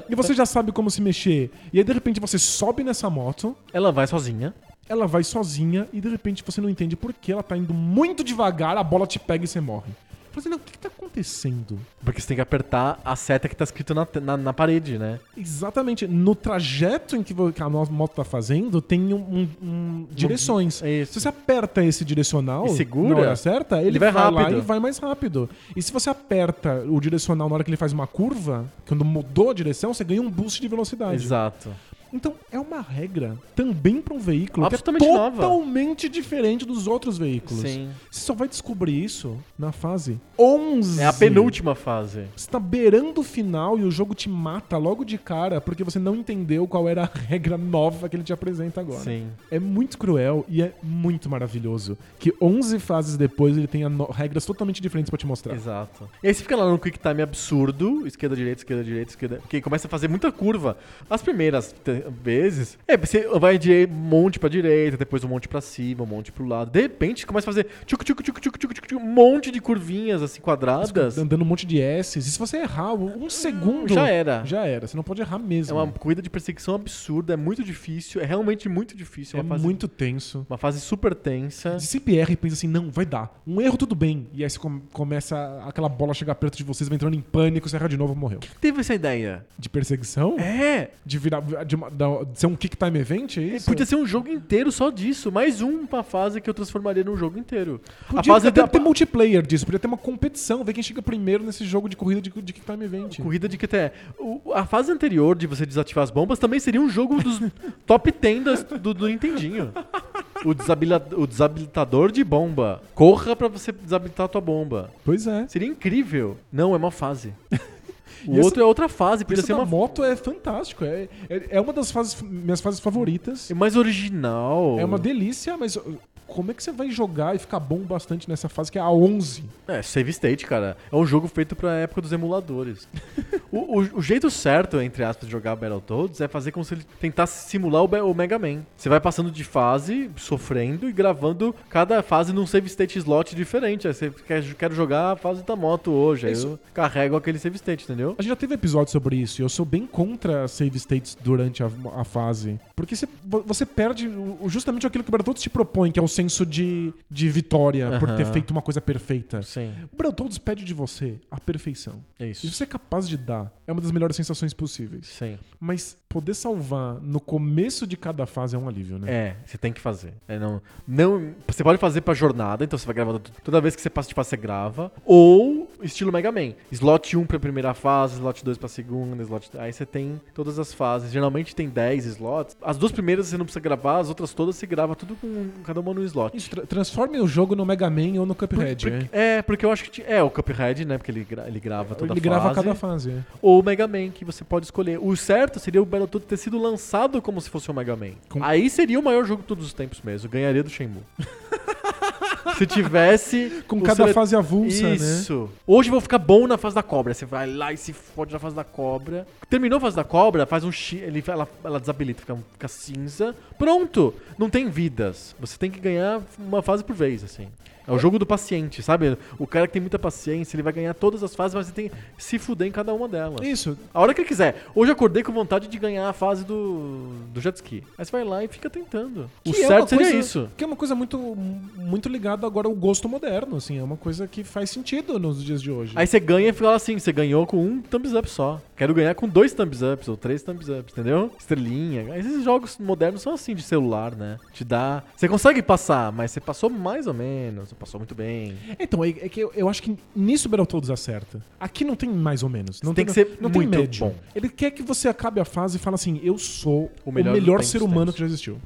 B: e você já sabe como se mexer. E aí, de repente, você sobe nessa moto,
A: Ela vai sozinha.
B: ela vai sozinha e de repente você não entende por que ela tá indo muito devagar, a bola te pega e você morre. Fala assim, não, o que, que tá acontecendo?
A: Porque você tem que apertar a seta que tá escrito na, na, na parede, né?
B: Exatamente. No trajeto em que vo- que a nossa moto tá fazendo, tem um, um- um- direções.
A: é isso.
B: Se você aperta esse direcional
A: E segura,
B: na hora certa, ele,
A: ele vai
B: vai, lá
A: rápido.
B: e vai mais rápido. E se você aperta o direcional na hora que ele faz uma curva, quando mudou a direção, você ganha um boost de velocidade.
A: Exato.
B: Então é uma regra também para um veículo que é
A: Absolutamente nova.
B: totalmente diferente dos outros veículos.
A: Sim.
B: Você só vai descobrir isso na fase 11.
A: É a penúltima fase.
B: Você tá beirando o final e o jogo te mata logo de cara porque você não entendeu qual era a <laughs> regra nova que ele te apresenta agora.
A: Sim.
B: É muito cruel e é muito maravilhoso que 11 fases depois ele tenha no- regras totalmente diferentes pra te mostrar.
A: Exato. E aí você fica lá no quick time absurdo, esquerda, direita, esquerda, direita, esquerda, porque começa a fazer muita curva. As primeiras te- vezes, é, você vai de um monte pra direita, depois um monte pra cima, um monte pro lado. De repente, começa a fazer tchuc, tchuc, tchuc, tchuc, tchuc, tchuc, tchuc, um monte de curvinhas, assim, quadradas.
B: Andando um monte de S. E se você errar um segundo.
A: Hum, Já era.
B: Já era. Você não pode errar
A: É
B: mesmo.
A: uma corrida de perseguição absurda, é muito difícil, é realmente muito difícil.
B: É
A: uma fase, É.
B: muito tenso.
A: uma fase super tensa.
B: Você sempre erra e pensa assim, não, vai dar. Um erro tudo bem. E aí você come- começa aquela bola chegar perto de vocês, vai entrando em pânico, você erra de novo, morreu.
A: Teve essa ideia.
B: De perseguição?
A: É,
B: De virar. De, uma- da- de ser um kick time event, é isso?
A: podia ser um jogo inteiro só disso. Mais uma fase que eu transformaria num jogo inteiro. a
B: Podia
A: fase
B: até
A: da
B: ter multiplayer disso, podia ter uma competição, ver quem chega primeiro nesse jogo de corrida de, de kick time event.
A: Corrida de QTE. O- a fase anterior de você desativar as bombas também seria um jogo dos <laughs> top 10 das- do, do Nintendinho. O, desabila- o desabilitador de bomba. Corra pra você desabilitar a tua bomba.
B: Pois é.
A: Seria incrível. Não, é uma fase. O
B: <laughs> E essa-
A: outro é outra fase, podia
B: Essa
A: ser
B: da
A: uma
B: moto é fantástico. É, é, é uma das fases, minhas fases favoritas.
A: É mais original.
B: É uma delícia, mas uh, como é que você vai jogar e ficar bom bastante nessa fase que é a 11?
A: É, Save State, cara. É um jogo feito pra época dos emuladores. o, o- o jeito certo, entre aspas, de jogar Battletoads é fazer como se ele tentasse simular o, Be- o Mega Man. Você vai passando de fase, sofrendo e gravando cada fase num save state slot diferente. Aí você quer quero jogar a fase da moto hoje. Aí
B: Isso.
A: eu carrego aquele save state, entendeu?
B: A gente já teve episódio sobre isso e eu sou bem contra save states durante a, a fase. Porque você, vo- você perde o- justamente aquilo que o Battletoads te propõe, que é o senso de, de vitória por
A: Aham.
B: ter feito uma coisa perfeita.
A: Sim,
B: O Battletoads pede de você a perfeição.
A: é
B: Se
A: isso.
B: você é capaz de dar, é uma das melhores sensações possíveis.
A: Sim.
B: Mas poder salvar no começo de cada fase é um alívio, né?
A: É, você tem que fazer. É, não, não, você pode fazer pra jornada, então você vai gravando t- toda vez que você passa de fase, você grava. Ou estilo Mega Man. Slot 1 pra primeira fase, slot 2 pra segunda, slot. Aí você tem todas as fases. Geralmente tem 10 slots. As duas primeiras você não precisa gravar, as outras todas você grava tudo com cada uma no slot.
B: É. Isso, tra- transforme o jogo no Mega Man ou no
A: Por-
B: Cuphead,
A: por-
B: né? É,
A: é, porque eu acho que. ti- É, o Cuphead, né? Porque ele, gra- ele grava toda
B: Ele
A: a
B: grava
A: fase.
B: cada fase. é.
A: Ou o Mega Man, que você pode escolher. O certo seria o Battletoads ter sido lançado como se fosse o Mega Man.
B: Com-
A: Aí seria o maior jogo de todos os tempos mesmo. Ganharia do Shenmue. <laughs> se tivesse...
B: Com
A: o
B: cada
A: sele-
B: fase avulsa, né?
A: Isso. Hoje eu vou ficar bom na fase da cobra. Você vai lá e se fode na fase da cobra. Terminou a fase da cobra, faz um chi... ele, ela, ela desabilita, fica, fica cinza. Pronto! Não tem vidas. Você tem que ganhar uma fase por vez, assim. É o jogo do paciente, sabe? O cara que tem muita paciência, ele vai ganhar todas as fases, mas você tem que se fuder em cada uma delas.
B: Isso.
A: A hora que ele quiser. Hoje eu acordei com vontade de ganhar a fase do, do jet ski. Aí você vai lá e fica tentando. o
B: Que é
A: certo
B: uma
A: seria
B: coisa-
A: isso.
B: Que é uma coisa muito, muito ligada agora ao gosto moderno, assim. É uma coisa que faz sentido nos dias de hoje.
A: Aí você ganha e fala assim: você ganhou com um thumbs up só. Quero ganhar com dois thumbs ups ou três thumbs ups, entendeu? Estrelinha. Esses jogos modernos são assim de celular, né? Te dá. Você consegue passar, mas você passou mais ou menos. Você passou muito bem.
B: Então, é, é que eu, eu acho que nisso o Battletoads acerta. Aqui não tem mais ou menos. Não
A: Tem que ser
B: não
A: muito
B: tem médio.
A: bom.
B: Ele quer que você acabe a fase e fala assim: eu sou
A: O
B: o
A: melhor
B: melhor,
A: dos tempos
B: ser humano
A: tempos.
B: que já existiu.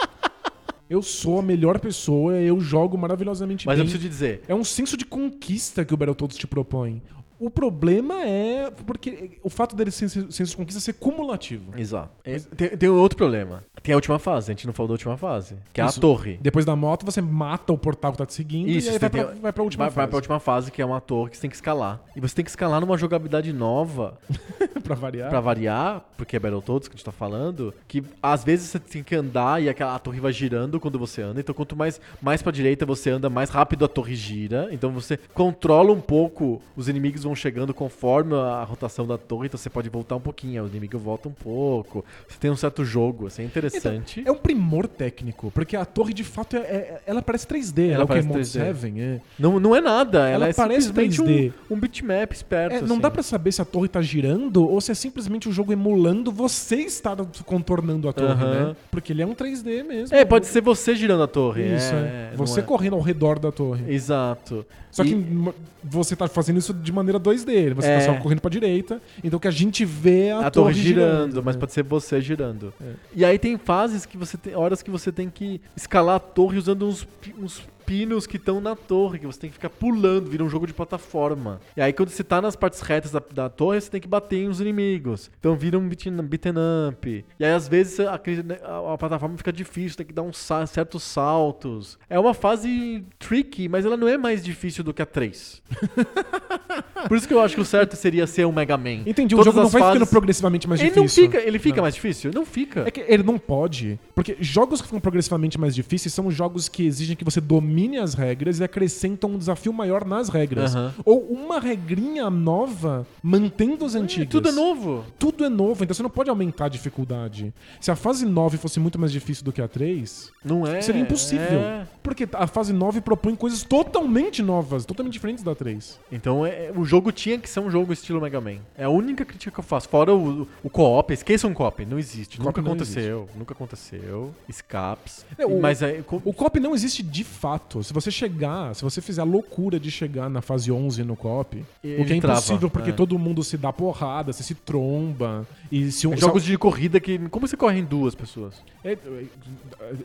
B: <laughs> eu sou a melhor pessoa, eu jogo maravilhosamente
A: Mas eu
B: bem.
A: preciso te dizer:
B: É um senso de conquista que o Battletoads te propõe. O problema é porque o fato dele ser senso de conquista ser cumulativo.
A: Exato. É, tem, tem um outro problema. Tem a última fase, a gente não falou da última fase, que é a
B: Isso.
A: torre.
B: Depois da moto, você mata o portal que tá te seguindo
A: Isso,
B: e aí
A: você
B: vai,
A: tem-
B: pra, vai pra última
A: vai, vai
B: fase.
A: pra última fase, que é uma torre que você tem que escalar. E você tem que escalar numa jogabilidade nova,
B: <laughs> pra variar.
A: pra variar, porque é Battletoads que a gente tá falando, que às vezes você tem que andar e aquela a torre vai girando quando você anda. Então quanto mais, mais pra direita você anda, mais rápido a torre gira. Então você controla um pouco, os inimigos vão chegando conforme a rotação da torre, então você pode voltar um pouquinho, o inimigo volta um pouco. Você tem um certo jogo, assim, é interessante.
B: É um primor técnico, porque a torre de fato é, é- ela parece 3D, ela é o
A: parece
B: Kemon
A: 3D.
B: 7. É.
A: Não, não é nada, ela,
B: Ela
A: é
B: parece
A: simplesmente
B: 3D.
A: um, um bitmap esperto.
B: É, não
A: assim.
B: dá pra saber se a torre tá girando ou se é simplesmente o jogo emulando você estar contornando a torre,
A: Aham.
B: né? Porque ele é um 3D mesmo.
A: É, pode ser você girando a torre.
B: Isso, é.
A: é,
B: Você
A: não é.
B: correndo ao redor da torre.
A: Exato.
B: Só que
A: E-
B: m- você tá fazendo isso de maneira 2D. Você
A: É.
B: tá só correndo pra direita. Então o que a gente vê é a,
A: a, torre, girando, mas
B: né?
A: pode ser você girando.
B: É.
A: E aí tem fases que você tem. horas que você tem que escalar a torre usando uns. pi- uns pinos que estão na torre, que você tem que ficar pulando, vira um jogo de plataforma. E aí quando você tá nas partes retas da, da torre, você tem que bater em uns inimigos. Então vira um beaten beaten up. E aí às vezes aquele- né, a, a plataforma fica difícil, tem que dar uns sa- certos saltos. É uma fase tricky, mas ela não é mais difícil do que a 3. <laughs> Por isso que eu acho que o certo seria ser um Mega Man.
B: Entendi,
A: Todas
B: o jogo não
A: as
B: vai ficando
A: fases-
B: progressivamente mais
A: ele
B: difícil.
A: não fica, ele fica
B: Não.
A: mais difícil? Não fica.
B: É que ele não pode, porque jogos que ficam progressivamente mais difíceis são os jogos que exigem que você domine as regras e acrescentam um desafio maior nas regras.
A: Aham.
B: Ou uma regrinha nova mantendo as
A: É,
B: antigas.
A: tudo é novo.
B: Tudo é novo, então você não pode aumentar a dificuldade. Se a fase 9 fosse muito mais difícil do que a 3,
A: Não é.
B: seria impossível.
A: é.
B: Porque a fase 9 propõe coisas totalmente novas, totalmente diferentes da 3.
A: Então é- o jogo tinha que ser um jogo estilo Mega Man. É a única crítica que eu faço. Fora o, o co-op, esqueçam o co-op. Não existe.
B: Co-op
A: nunca
B: não
A: aconteceu. Nunca aconteceu. Escapes.
B: É, o-
A: Mas é, co-
B: O COP não existe de fato. Se você chegar, se você fizer a loucura de chegar na fase 11 no COP,
A: Ele
B: o que é
A: trava,
B: impossível porque
A: é.
B: todo mundo se dá porrada, você se tromba e se um
A: jogos
B: se-
A: É de corrida que. Como você corre em duas pessoas?
B: é,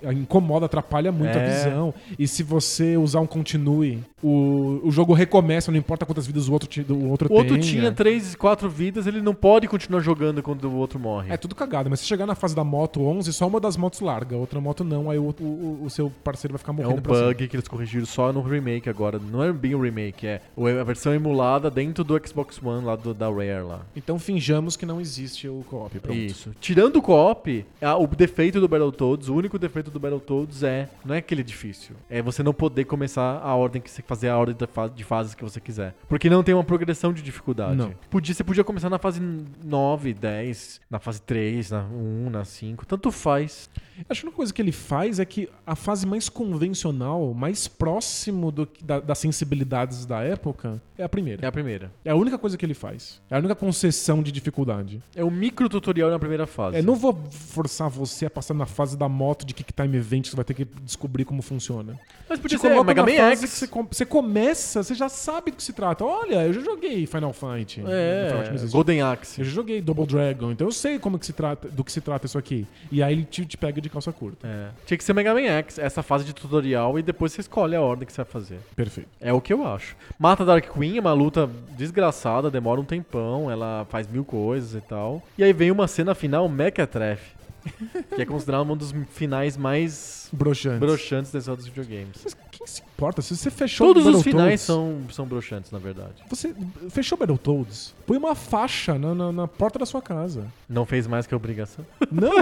B: é, é, incomoda, atrapalha muito a
A: É.
B: visão. E se você usar um continue, o, o jogo recomeça, não importa quantas vidas o outro, ti- o outro
A: O outro
B: tenha.
A: tinha três, quatro vidas, ele não pode continuar jogando quando o outro morre.
B: É tudo cagado, mas se chegar na fase da moto 11, só uma das motos larga, a outra moto não, aí o, o- o seu parceiro vai ficar
A: É
B: morrendo
A: um
B: pra sempre.
A: bug que eles corrigiram só no remake agora. Não é bem o remake, é a versão emulada dentro do Xbox One lá do- da Rare lá.
B: Então finjamos que não existe o co-op, pronto.
A: Isso. Tirando o co-op, a- o defeito do Battletoads, o único defeito do Battletoads é. Não é aquele difícil. É você não poder começar a ordem que você fazer a ordem da fa- de fases que você quiser. Porque não tem uma progressão de dificuldade.
B: Não.
A: Podia, você podia começar na fase 9, 10, na fase 3, na 1, na 5. Tanto faz.
B: Acho que a única coisa que ele faz é que a fase mais convencional, mais próximo do, que- da- das sensibilidades da época, é a
A: É
B: primeira.
A: a primeira.
B: É a única coisa que ele faz. É a única concessão de dificuldade.
A: É um micro tutorial na primeira fase.
B: É, não vou forçar você a passar na fase da moto de Kicktime Event, que você vai ter que descobrir como funciona.
A: Mas
B: Te
A: podia ser
B: coloca
A: Mega
B: na
A: Man X.
B: fase que você, com- você começa, você já sabe do que se trata. Olha, eu já joguei Final Fight. Final Fight não
A: É,
B: existe.
A: Golden Axe.
B: Eu já joguei Double Dragon, então eu sei como que se trata, do que se trata isso aqui. E aí ele te, te pega de calça curta.
A: É. Tinha que ser Mega Man X, essa fase de tutorial, e depois você escolhe a ordem que você vai fazer.
B: Perfeito.
A: É o que eu acho. Mata Dark Queen é uma luta desgraçada, demora um tempão, ela faz mil coisas e tal. E aí vem uma cena final mequetrefe, <laughs> que é considerada um dos finais mais
B: Broxante.
A: broxantes da história dos videogames.
B: Mas quem se importa? Se você fechou
A: Todos os
B: Battletoads,
A: finais são, são broxantes, na verdade.
B: Você fechou Battletoads, põe uma faixa na, na- na porta da sua casa.
A: Não fez mais que a obrigação. <laughs>
B: Não,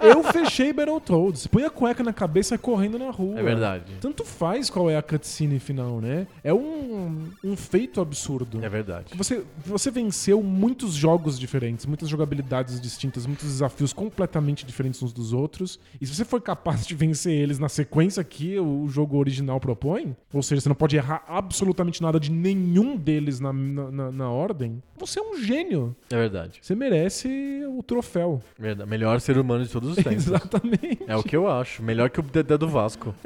B: eu fechei Battletoads. Põe a cueca na cabeça e sai correndo na rua.
A: É verdade.
B: Tanto faz qual é a cutscene final, né? É um, um feito absurdo.
A: É verdade.
B: Você, você venceu muitos jogos diferentes, muitas jogabilidades distintas, muitos desafios completamente diferentes uns dos outros. E se você for capaz de vencer eles na sequência que o jogo original propõe, ou seja, você não pode errar absolutamente nada de nenhum deles na, na, na- na ordem, você é um gênio.
A: É verdade.
B: Você merece o troféu.
A: Verdade. Melhor ser humano de todos os tempos.
B: <laughs> Exatamente.
A: É o que eu acho. Melhor que o Dedé do Vasco. <laughs>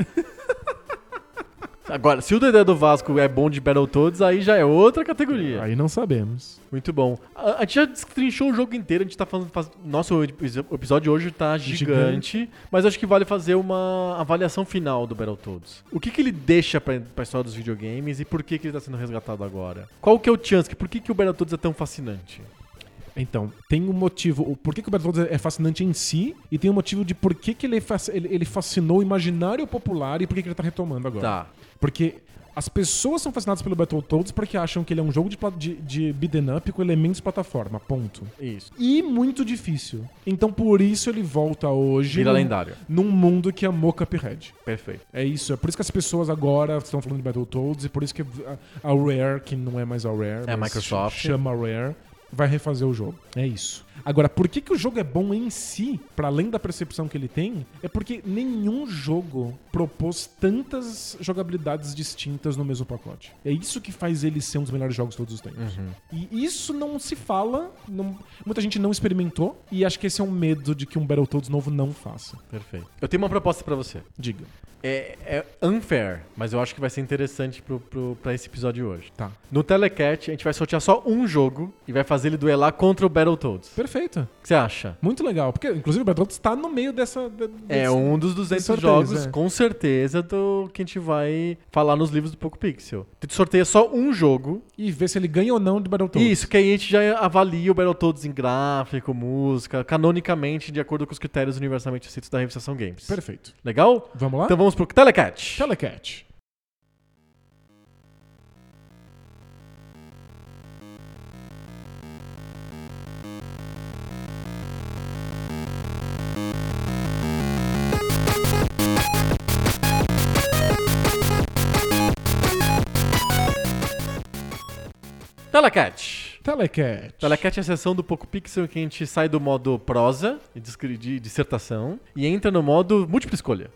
A: Agora, se o Dedé do Vasco é bom de Battletoads, aí já é outra categoria.
B: Aí não sabemos.
A: Muito bom. A, a gente já destrinchou o jogo inteiro, a gente tá falando. Faz... Nosso epi- o episódio hoje tá gigante, mas acho que vale fazer uma avaliação final do Battletoads. O que, que ele deixa pra, pra história dos videogames e por que, que ele tá sendo resgatado agora? Qual que é o chance? Por que, que o Battletoads é tão fascinante?
B: É Então, tem um motivo. o Por que, que o Battletoads é fascinante em si, e tem um motivo de por que, que ele, fac- ele- ele fascinou o imaginário popular e por que, que ele tá retomando agora.
A: Tá.
B: Porque as pessoas são fascinadas pelo Battletoads porque acham que ele é um jogo de, pla- de, de beat'em up com elementos de plataforma, ponto.
A: Isso.
B: E muito difícil. Então por isso ele volta hoje.
A: Vira
B: num-
A: lendário.
B: Num mundo que amou Cuphead.
A: Perfeito.
B: É isso, é por isso que as pessoas agora estão falando de Battletoads e por isso que a, a Rare, que não é mais a Rare,
A: É a
B: mas
A: Microsoft.
B: ch- chama Rare, vai refazer o jogo. É isso. Agora, por que, que o jogo é bom em si, para além da percepção que ele tem, é porque nenhum jogo propôs tantas jogabilidades distintas no mesmo pacote. É isso que faz ele ser um dos melhores jogos de todos os tempos.
A: Uhum.
B: E isso não se fala, não- muita gente não experimentou, e acho que esse é um medo de que um Battletoads novo não faça.
A: Perfeito. Eu tenho uma proposta pra você.
B: Diga.
A: É, é unfair, mas eu acho que vai ser interessante pro, pro, pra esse episódio de hoje.
B: Tá.
A: No Telecat, a gente vai sortear só um jogo e vai fazer ele duelar contra o Battletoads.
B: Perfeito.
A: O que você acha?
B: Muito legal, porque inclusive o Battletoads tá no meio dessa. de-
A: É
B: desse-
A: um dos 200
B: sorteios,
A: jogos,
B: é.
A: com certeza, do que a gente vai falar nos livros do Poco Pixel. A gente sorteia só um jogo.
B: E ver se ele ganha ou não do Battletoads.
A: Isso, que aí a gente já avalia o Battletoads em gráfico, música, canonicamente, de acordo com os critérios universalmente aceitos da revistação Games.
B: Perfeito.
A: Legal?
B: Vamos lá?
A: Então vamos pro Telecat.
B: Telecat.
A: Telecat.
B: Telecat.
A: Telecat é a sessão do Poco Pixel em que a gente sai do modo prosa e discri- de dissertação e entra no modo múltipla escolha.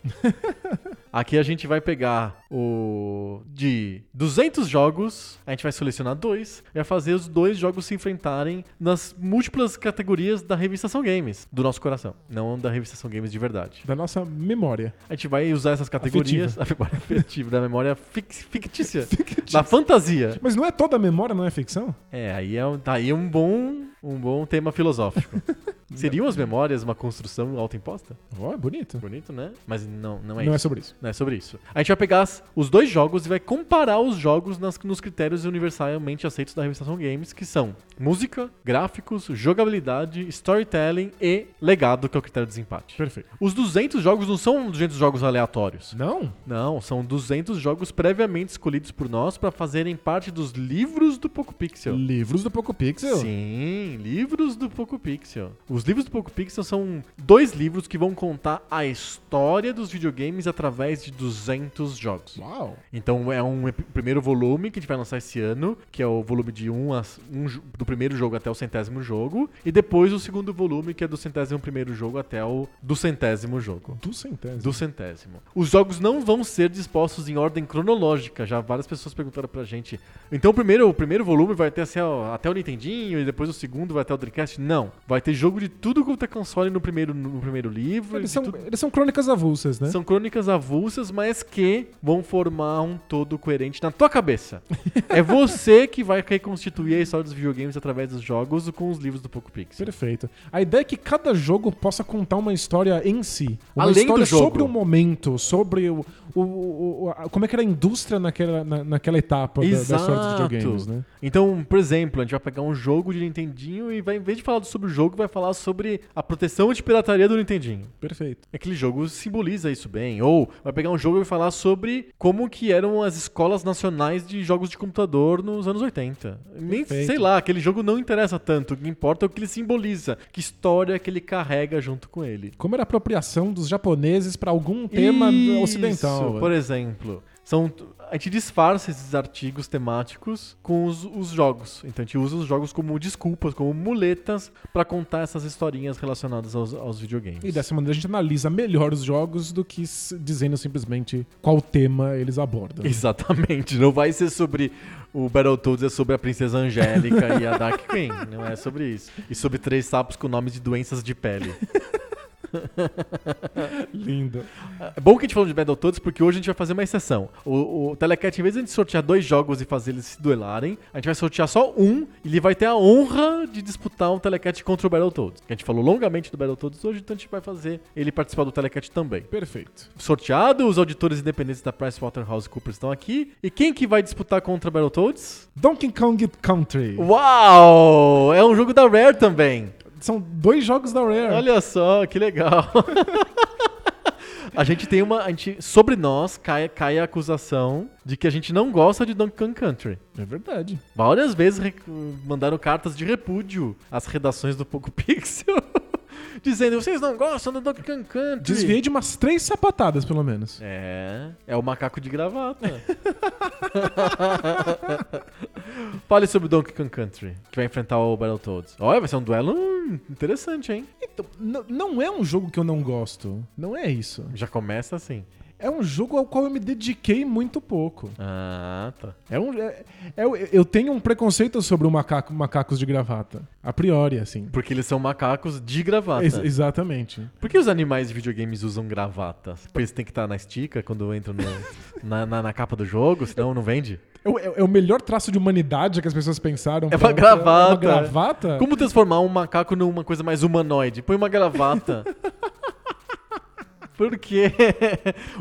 A: Aqui a gente vai pegar o de 200 jogos, a gente vai selecionar dois, e vai fazer os dois jogos se enfrentarem nas múltiplas categorias da revistação Games, do nosso coração, não da revistação Games de verdade.
B: Da nossa memória.
A: A gente vai usar essas categorias, a memória <laughs> afetiva, da memória fix- fictícia, <laughs> da fantasia.
B: Mas não é toda a memória, não é ficção?
A: É, aí é um, tá aí um bom, um bom tema
B: <laughs>
A: filosófico. Seriam as memórias uma construção autoimposta?
B: Ó, é bonito.
A: Bonito, né? Mas não, não é
B: não é
A: isso.
B: sobre isso.
A: Não é sobre isso. A gente vai pegar as- os dois jogos e vai comparar os jogos nas- nos critérios universalmente aceitos da revistação Games, que são música, gráficos, jogabilidade, storytelling e legado, que é o critério de desempate.
B: Perfeito.
A: Os 200 jogos não são 200 jogos aleatórios.
B: Não?
A: Não, são 200 jogos previamente escolhidos por nós para fazerem parte dos livros do Poco Pixel.
B: Livros do Poco Pixel?
A: Então. Sim, livros do Poco Pixel. Os livros do Poco Pixel são dois livros que vão contar a história dos videogames através de 200 jogos.
B: Uau.
A: Então é um ep- primeiro volume que a gente vai lançar esse ano, que é o volume de um, a, um jo- do primeiro jogo até o centésimo jogo, e depois o segundo volume que é do centésimo primeiro jogo até o do centésimo jogo.
B: Do centésimo.
A: Do centésimo. Os jogos não vão ser dispostos em ordem cronológica. Já várias pessoas perguntaram pra gente. Então o primeiro, o primeiro volume vai ter assim, ó, até o Nintendinho e depois o segundo vai até o Dreamcast? Não. Vai ter jogo de tudo quanto é console no primeiro, no primeiro livro.
B: Eles
A: de
B: são,
A: tudo.
B: eles são crônicas avulsas, né?
A: São crônicas avulsas, mas que vão formar um todo coerente na tua
B: <laughs>
A: cabeça. é você que vai reconstituir a história dos videogames através dos jogos com os livros do Poco Pixel.
B: Perfeito. A ideia é que cada jogo possa contar uma história em si. Uma
A: Além do
B: história
A: jogo.
B: sobre o momento, sobre o, o- o- o- a- como é que era a indústria naquela, na- naquela etapa da- da história dos videogames, né?
A: Então, por exemplo, a gente vai pegar um jogo de Nintendinho e vai, em vez de falar sobre o jogo, vai falar sobre a proteção de pirataria do Nintendinho.
B: Perfeito.
A: Aquele jogo simboliza isso bem. Ou vai pegar um jogo e falar sobre como que eram as escolas nacionais de jogos de computador nos anos 80. Nem,
B: Perfeito.
A: sei lá, aquele jogo não interessa tanto. O que importa é o que ele simboliza, que história que ele carrega junto com ele.
B: Como era a apropriação dos japoneses para algum tema
A: Isso,
B: ocidental.
A: Por exemplo, são, a gente disfarça esses artigos temáticos com os, os jogos. Então a gente usa os jogos como desculpas, como muletas, pra contar essas historinhas relacionadas aos, aos videogames.
B: E dessa maneira a gente analisa melhor os jogos do que s- dizendo simplesmente qual tema eles abordam.
A: Exatamente, não vai ser sobre o Battletoads, é sobre a Princesa Angélica e a Dark Queen, não é sobre isso. E sobre três sapos com nomes de doenças de pele.
B: Lindo.
A: É bom que a gente falou de Battletoads, porque hoje a gente vai fazer uma exceção. O, o Telecat, em vez de a gente sortear dois jogos e fazer eles se duelarem, a gente vai sortear só um e ele vai ter a honra de disputar um Telecat contra o Battletoads. A gente falou longamente do Battletoads hoje, então a gente vai fazer ele participar do Telecat também.
B: Perfeito.
A: Sorteado, os auditores independentes da PricewaterhouseCoopers estão aqui. E quem que vai disputar contra o Battletoads?
B: Donkey Kong Country.
A: Uau! É um jogo da Rare também.
B: São dois jogos da
A: <laughs>
B: Rare.
A: Olha só, que legal. <laughs> A gente tem uma. A gente, sobre nós cai, cai a acusação de que a gente não gosta de Donkey Kong Country.
B: É verdade.
A: Várias vezes re- mandaram cartas de repúdio às redações do Poco <laughs> Pixel. Dizendo, vocês não gostam do Donkey Kong Country.
B: Desviei de umas três sapatadas, pelo menos.
A: É, é o macaco de gravata. Fale sobre o Donkey Kong Country, que vai enfrentar o Battletoads. Olha, vai ser um duelo hum, interessante, hein?
B: Então, n- não é um jogo que eu não gosto. Não é isso.
A: Já começa assim.
B: É um jogo ao qual eu me dediquei muito pouco.
A: Ah, tá.
B: É um, é- é o- eu tenho um preconceito sobre o macaco, macacos de gravata. A priori, assim.
A: Porque eles são macacos de gravata.
B: Ex- exatamente.
A: Por que os animais de videogames usam gravata? Porque eles têm que estar na estica quando entram no- na, na- na capa do jogo, senão não vende?
B: É o, é o melhor traço de humanidade que as pessoas pensaram.
A: É
B: pra-
A: uma gravata.
B: É uma gravata?
A: Como transformar um macaco numa coisa mais humanoide? Põe uma gravata. Porque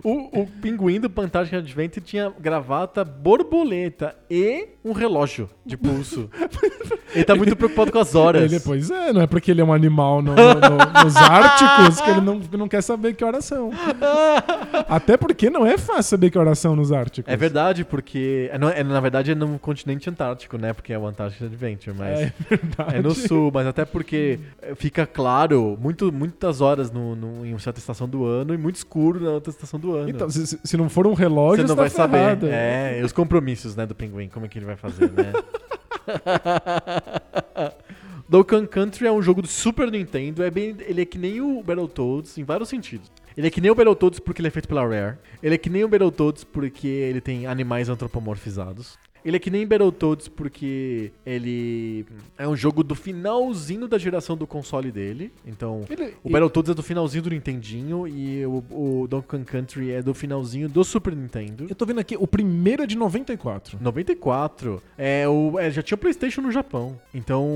A: o, o pinguim do Fantastic Adventure tinha gravata, borboleta e um relógio de pulso. ele tá muito preocupado com as horas.
B: Ele, pois é, não é porque ele é um animal no- no- no- nos árticos que ele não, não quer saber que
A: <laughs>
B: horas são. Até porque não é fácil saber que horas são nos árticos.
A: É verdade, porque. é, não- é, na verdade, é no continente antártico, né? Porque é o Antarctic Adventure, mas.
B: É verdade.
A: É no sul, mas até porque eh, fica claro muito, muitas horas no, no- em uma certa estação do ano e muito escuro na outra estação do ano.
B: Então, se, se- se não for um relógio,
A: Você não
B: tá
A: vai
B: ferrado.
A: saber. É, e os compromissos, né, do pinguim, como é que ele vai fazer, <laughs> né? Donkey Kong Country é um jogo do Super Nintendo, é bem, ele é que nem o Battletoads em vários sentidos. Ele é que nem o Battletoads porque ele é feito pela Rare. Ele é que nem o Battletoads porque ele tem animais antropomorfizados. Ele é que nem Battletoads porque ele é um jogo do finalzinho da geração do console dele. Então,
B: Ele-
A: o Battletoads é do finalzinho do Nintendinho e o, o Donkey Kong Country é do finalzinho do Super Nintendo.
B: Eu tô vendo aqui, o primeiro é de 94.
A: 94. É, o, é, já tinha o PlayStation no Japão. Então,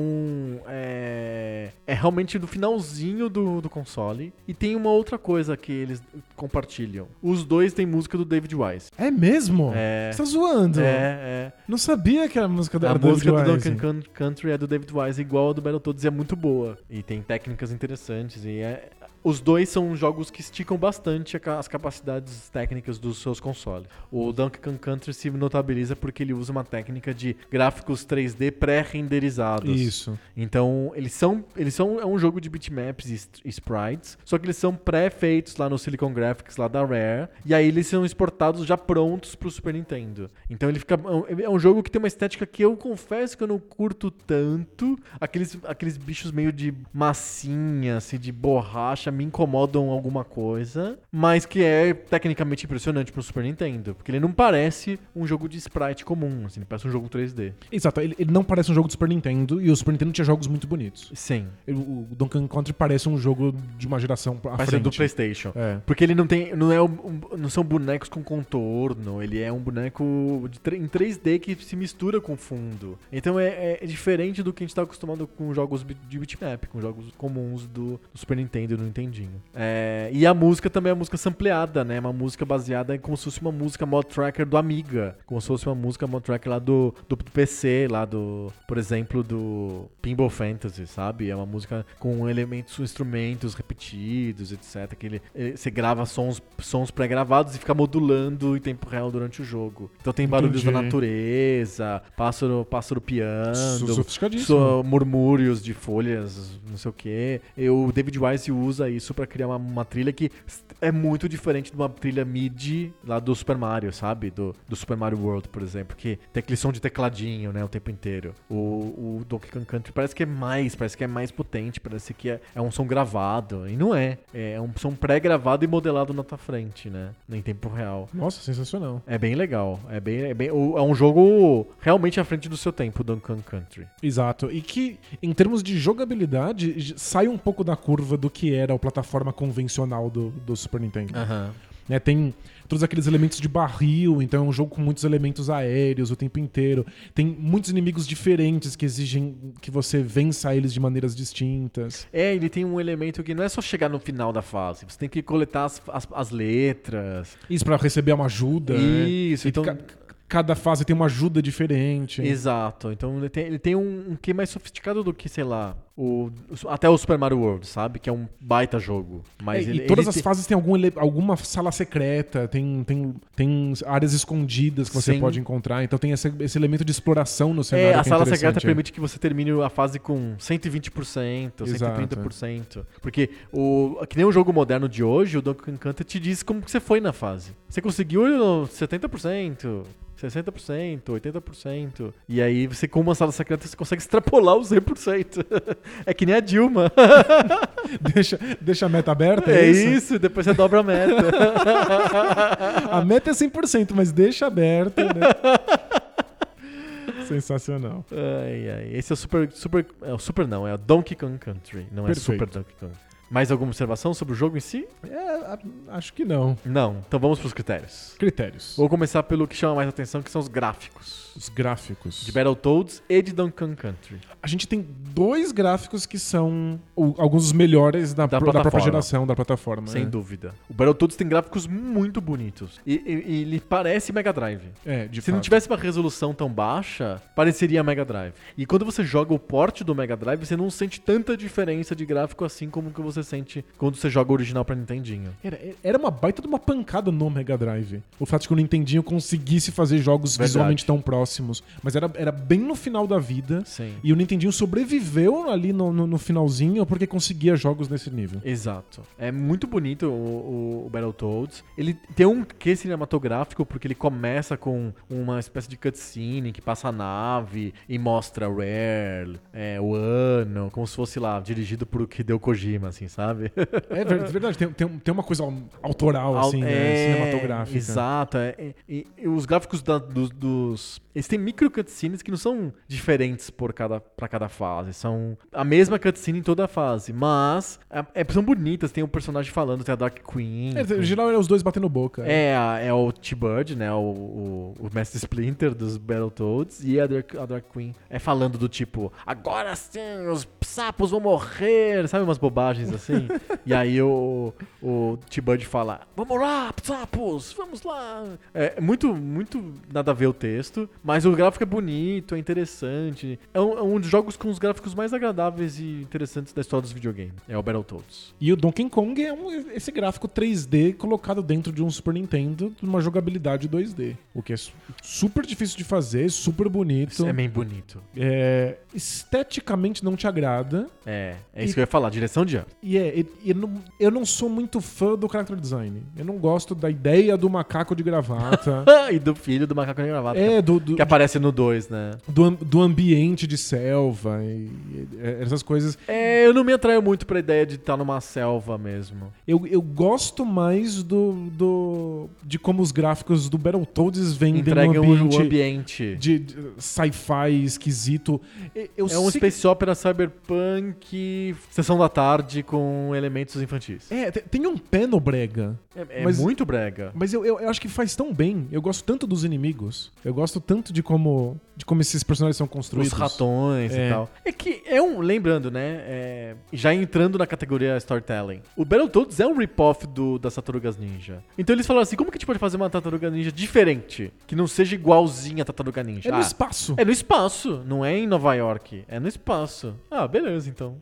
A: é, é realmente do finalzinho do, do console. E tem uma outra coisa que eles compartilham: os dois têm música do David Wise.
B: É mesmo?
A: É.
B: Você tá zoando?
A: É, é.
B: Não sabia que era a música da
A: A
B: era do
A: música do
B: David
A: Duncan
B: Wise.
A: Can- Country é do David Wise, igual a do Battletoads, e é muito boa. E tem técnicas interessantes. E é- Os dois são jogos que esticam bastante a ca- as capacidades técnicas dos seus consoles. O Donkey Kong Country se notabiliza porque ele usa uma técnica de gráficos 3D pré-renderizados.
B: Isso.
A: Então, eles são, eles são é um jogo de bitmaps e s- e sprites, só que eles são pré-feitos lá no Silicon Graphics, lá da Rare, e aí eles são exportados já prontos pro Super Nintendo. Então ele fica é um- é um jogo que tem uma estética que eu confesso que eu não curto tanto. Aqueles, aqueles bichos meio de massinha, assim, de borracha, me incomodam alguma coisa, mas que é tecnicamente impressionante pro Super Nintendo, porque ele não parece um jogo de sprite comum, assim, ele parece um jogo 3D.
B: Exato, ele, ele não parece um jogo do Super Nintendo e o Super Nintendo tinha jogos muito bonitos.
A: Sim.
B: Ele- O Donkey Kong Country parece um jogo de uma geração à
A: Parece um
B: frente.
A: do PlayStation.
B: É.
A: Porque ele não tem. Não, é um- um- não são bonecos com contorno. Ele é um boneco de tre- em 3D que se mistura com fundo. Então é, é diferente do que a gente tá acostumado com jogos bi- de bitmap, com jogos comuns do, do Super Nintendo e do Nintendinho. É, e a música também é uma música sampleada, né? Uma música baseada em como se fosse uma música mod tracker do Amiga. Como se fosse uma música mod tracker lá do, do, do PC, lá do. Por exemplo, do Pinball Fantasy, sabe? É uma música com elementos, instrumentos repetidos, etc. Que ele, eh, você grava sons, sons pré-gravados e fica modulando em tempo real durante o jogo. Então tem barulhos da
B: Entendi.
A: natureza, pássaro, pássaro
B: Su-
A: piando,
B: Sofisticadíssimo.
A: só murmúrios de folhas, não sei o quê. E o David Wise usa isso pra criar uma, uma trilha que s- é muito diferente de uma trilha MIDI lá do Super Mario, sabe? Do, do Super Mario World, por exemplo, que tem aquele som de tecladinho, né, o tempo inteiro. O, o Donkey Kong Country parece que é mais, parece que é mais potente, parece que é, é um som gravado. E não é. É um som pré-gravado e modelado na tua frente, né? Em tempo real.
B: Nossa, sensacional.
A: É bem legal. É bem, é bem, o- é um jogo realmente à frente do seu tempo, Donkey Kong Country.
B: Exato. E que, em termos de jogabilidade, j- sai um pouco da curva do que era o a plataforma convencional do, do Super Nintendo.
A: Aham.
B: Né, tem todos aqueles elementos de barril, então é um jogo com muitos elementos aéreos o tempo inteiro. Tem muitos inimigos diferentes que exigem que você vença eles de maneiras distintas.
A: É, ele tem um elemento que não é só chegar no final da fase. Você tem que coletar as, as- as letras.
B: Isso pra receber é uma ajuda. né?
A: Isso,
B: E
A: então.
B: ca- cada fase tem uma ajuda diferente.
A: Exato. Então ele tem, ele tem um, um que mais sofisticado do que, sei lá, o, até o Super Mario World, sabe? Que é um baita jogo. Mas
B: É,
A: ele,
B: e todas
A: ele
B: as
A: tem-
B: fases tem algum ele- alguma sala secreta, tem, tem, tem áreas escondidas que você
A: Sim.
B: pode encontrar. Então tem esse, esse elemento de exploração no cenário.
A: É,
B: que
A: a sala
B: interessante,
A: secreta
B: é.
A: permite que você termine a fase com 120%,
B: Exato,
A: 130%. Porque o que nem o jogo moderno de hoje, o Donkey Kong Country te diz como que você foi na fase. Você conseguiu 70%, 60%, 80%. E aí você com uma sala secreta você consegue extrapolar os 100%. <laughs> é que nem a Dilma.
B: <laughs> Deixa, deixa a meta aberta,
A: É
B: é isso?
A: isso, depois você dobra a meta. <laughs>
B: A meta é 100%, mas deixa aberta,
A: <laughs>
B: né? Sensacional.
A: ai, ai. Esse é o super, super, é o super não, é o Donkey Kong Country, não é
B: Perfeito.
A: Super Donkey Kong. Mais alguma observação sobre o jogo em si?
B: É, a- acho que não.
A: Não. Então vamos pros critérios.
B: Critérios.
A: Vou começar pelo que chama mais atenção, que são os gráficos.
B: Os gráficos.
A: De Battletoads e de Donkey Kong Country.
B: A gente tem dois gráficos que são o- alguns dos melhores da,
A: Da
B: pro- da própria
A: plataforma.
B: geração, da plataforma.
A: Sem
B: é.
A: dúvida. O Battletoads tem gráficos muito bonitos. E, e- e ele parece Mega Drive.
B: É, de
A: Se não
B: fato.
A: tivesse uma resolução tão baixa, pareceria Mega Drive. E quando você joga o porte do Mega Drive, você não sente tanta diferença de gráfico assim como que você sente quando você joga o original pra Nintendinho.
B: Era, era uma baita de uma pancada no Mega Drive. O fato de que o Nintendinho conseguisse fazer jogos
A: Verdade.
B: visualmente tão próximos. Mas era, era bem no final da vida.
A: Sim.
B: E o Nintendinho sobreviveu ali no, no- no finalzinho porque conseguia jogos nesse nível.
A: Exato. É muito bonito o, o- o Battletoads. Ele tem um quê cinematográfico, porque ele começa com uma espécie de cutscene que passa a nave e mostra a Rare, é, o ano, como se fosse lá, dirigido por o Hideo Kojima, assim, sabe?
B: É ver- verdade, tem, tem, tem uma coisa autoral, assim, né?
A: É,
B: cinematográfica.
A: Exato. é, é, e, e os gráficos da- dos, dos- Eles têm micro cutscenes que não são diferentes por cada, pra cada fase. São a mesma cutscene em toda a fase. Mas é- é- são bonitas. Tem o personagem falando, tem a Dark Queen.
B: É, em geral era os dois batendo boca.
A: É, a- é o T-Bird, né? O, o, o Mestre Splinter dos Battletoads e a Dark, a Dark Queen. É falando do tipo, agora sim, os sapos vão morrer, sabe? Umas bobagens assim. e aí o, o T-Bird fala, vamos lá, sapos, vamos lá. É muito, muito nada a ver o texto, mas o gráfico é bonito, é interessante. É um, é um dos jogos com os gráficos mais agradáveis e interessantes da história dos videogames. É o Battletoads.
B: E o Donkey Kong é um- esse gráfico 3D colocado dentro de um Super Nintendo, numa jogabilidade 2D. O que é su- super difícil de fazer, super bonito.
A: é bem bonito.
B: É, esteticamente não te agrada.
A: É, é isso que eu ia falar, direção de arte.
B: E é, e- e eu, não, eu não sou muito fã do character design. Eu não gosto da ideia do macaco
A: <laughs>
B: de gravata.
A: Ah, e do filho do macaco de gravata.
B: é, do, do,
A: Que aparece no 2, né?
B: do, am- do ambiente de selva e, e- é, essas coisas.
A: É, eu não me atraio muito pra ideia de estar numa selva mesmo.
B: Eu, eu gosto mais do, do de como os gráficos do Battletoads vendem
A: Entregam
B: um
A: o
B: ambiente,
A: o ambiente.
B: de, de sci-fi esquisito. E- Eu
A: É um
B: sei-
A: space opera cyberpunk, sessão da tarde com elementos infantis.
B: É, te- tem um pé no brega.
A: É, é
B: mas-
A: muito brega.
B: Mas eu, eu, eu acho que faz tão bem. Eu gosto tanto dos inimigos. Eu gosto tanto de como, de como esses personagens são
A: Os
B: construídos.
A: ratões
B: É.
A: e tal. É que é um. Lembrando, né? é, já entrando na categoria storytelling, o Battletoads é um rip-off do- das Tartarugas Ninja. Então eles falaram assim: como que a gente pode fazer uma Tartaruga Ninja diferente? Que não seja igualzinha a Tartaruga Ninja?
B: É no
A: Ah,
B: espaço.
A: É no espaço, não é em Nova York. É no espaço. Ah, beleza, então.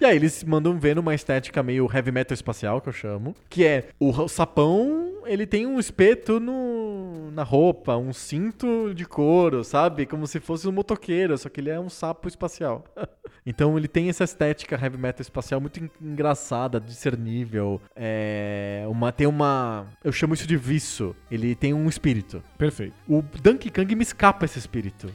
A: e aí eles mandam ver numa estética meio heavy metal espacial, que eu chamo. Que é o ra- sapão, ele tem um espeto no, na roupa, um cinto de couro, sabe? Como se fosse um motoqueiro, só que ele é um sapo espacial. <laughs> então ele tem essa estética heavy metal espacial muito en- engraçada, discernível. É, uma, tem uma... Eu chamo isso de viço. Ele tem um espírito.
B: Perfeito.
A: O Donkey Kong me escapa esse espírito.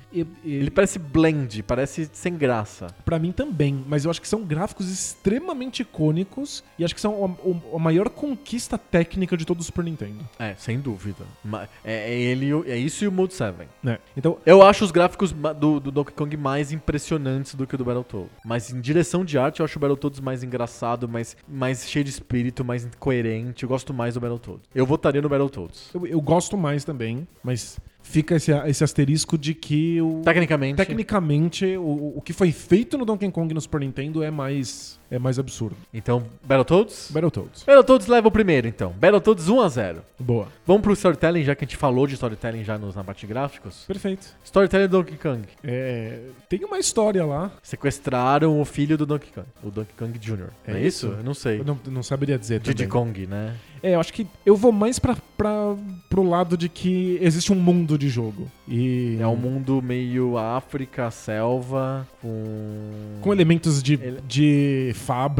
A: Ele parece blend, parece sem graça.
B: Pra mim também, mas eu acho que são gráficos extremamente icônicos e acho que são a, a- a maior conquista técnica de todo o Super Nintendo.
A: É, sem dúvida. Ma- É, é ele, e o- é isso e o Mode 7.
B: Então,
A: Eu acho os gráficos ma- do, do Donkey Kong mais impressionantes do que o do Battletoads. Soul. Mas em direção de arte, eu acho o Battletoads mais engraçado, mais, mais cheio de espírito, mais coerente. Eu gosto mais do Battletoads. Eu votaria no Battletoads.
B: Eu, eu gosto mais também, mas fica esse, esse asterisco de que o.
A: Tecnicamente.
B: Tecnicamente, o, o que foi feito no Donkey Kong e no Super Nintendo é mais, é mais absurdo.
A: Então, Battletoads?
B: Battletoads.
A: Battletoads leva o primeiro, então. Battletoads 1 a 0
B: Boa.
A: Vamos pro storytelling, já que a gente falou de storytelling já nos, na parte de gráficos.
B: Perfeito.
A: Storytelling do Donkey Kong.
B: É, tem uma história lá.
A: Sequestraram o filho do Donkey Kong, o Donkey Kong Jr.
B: É
A: É, isso?
B: isso?
A: Eu não sei.
B: Eu não, não saberia dizer
A: Diddy
B: também.
A: Kong, né?
B: É, eu acho que eu vou mais pra, pra, pro lado de que existe um mundo de jogo. E
A: É um mundo meio África, selva, com.
B: com elementos de,
A: Ele-
B: de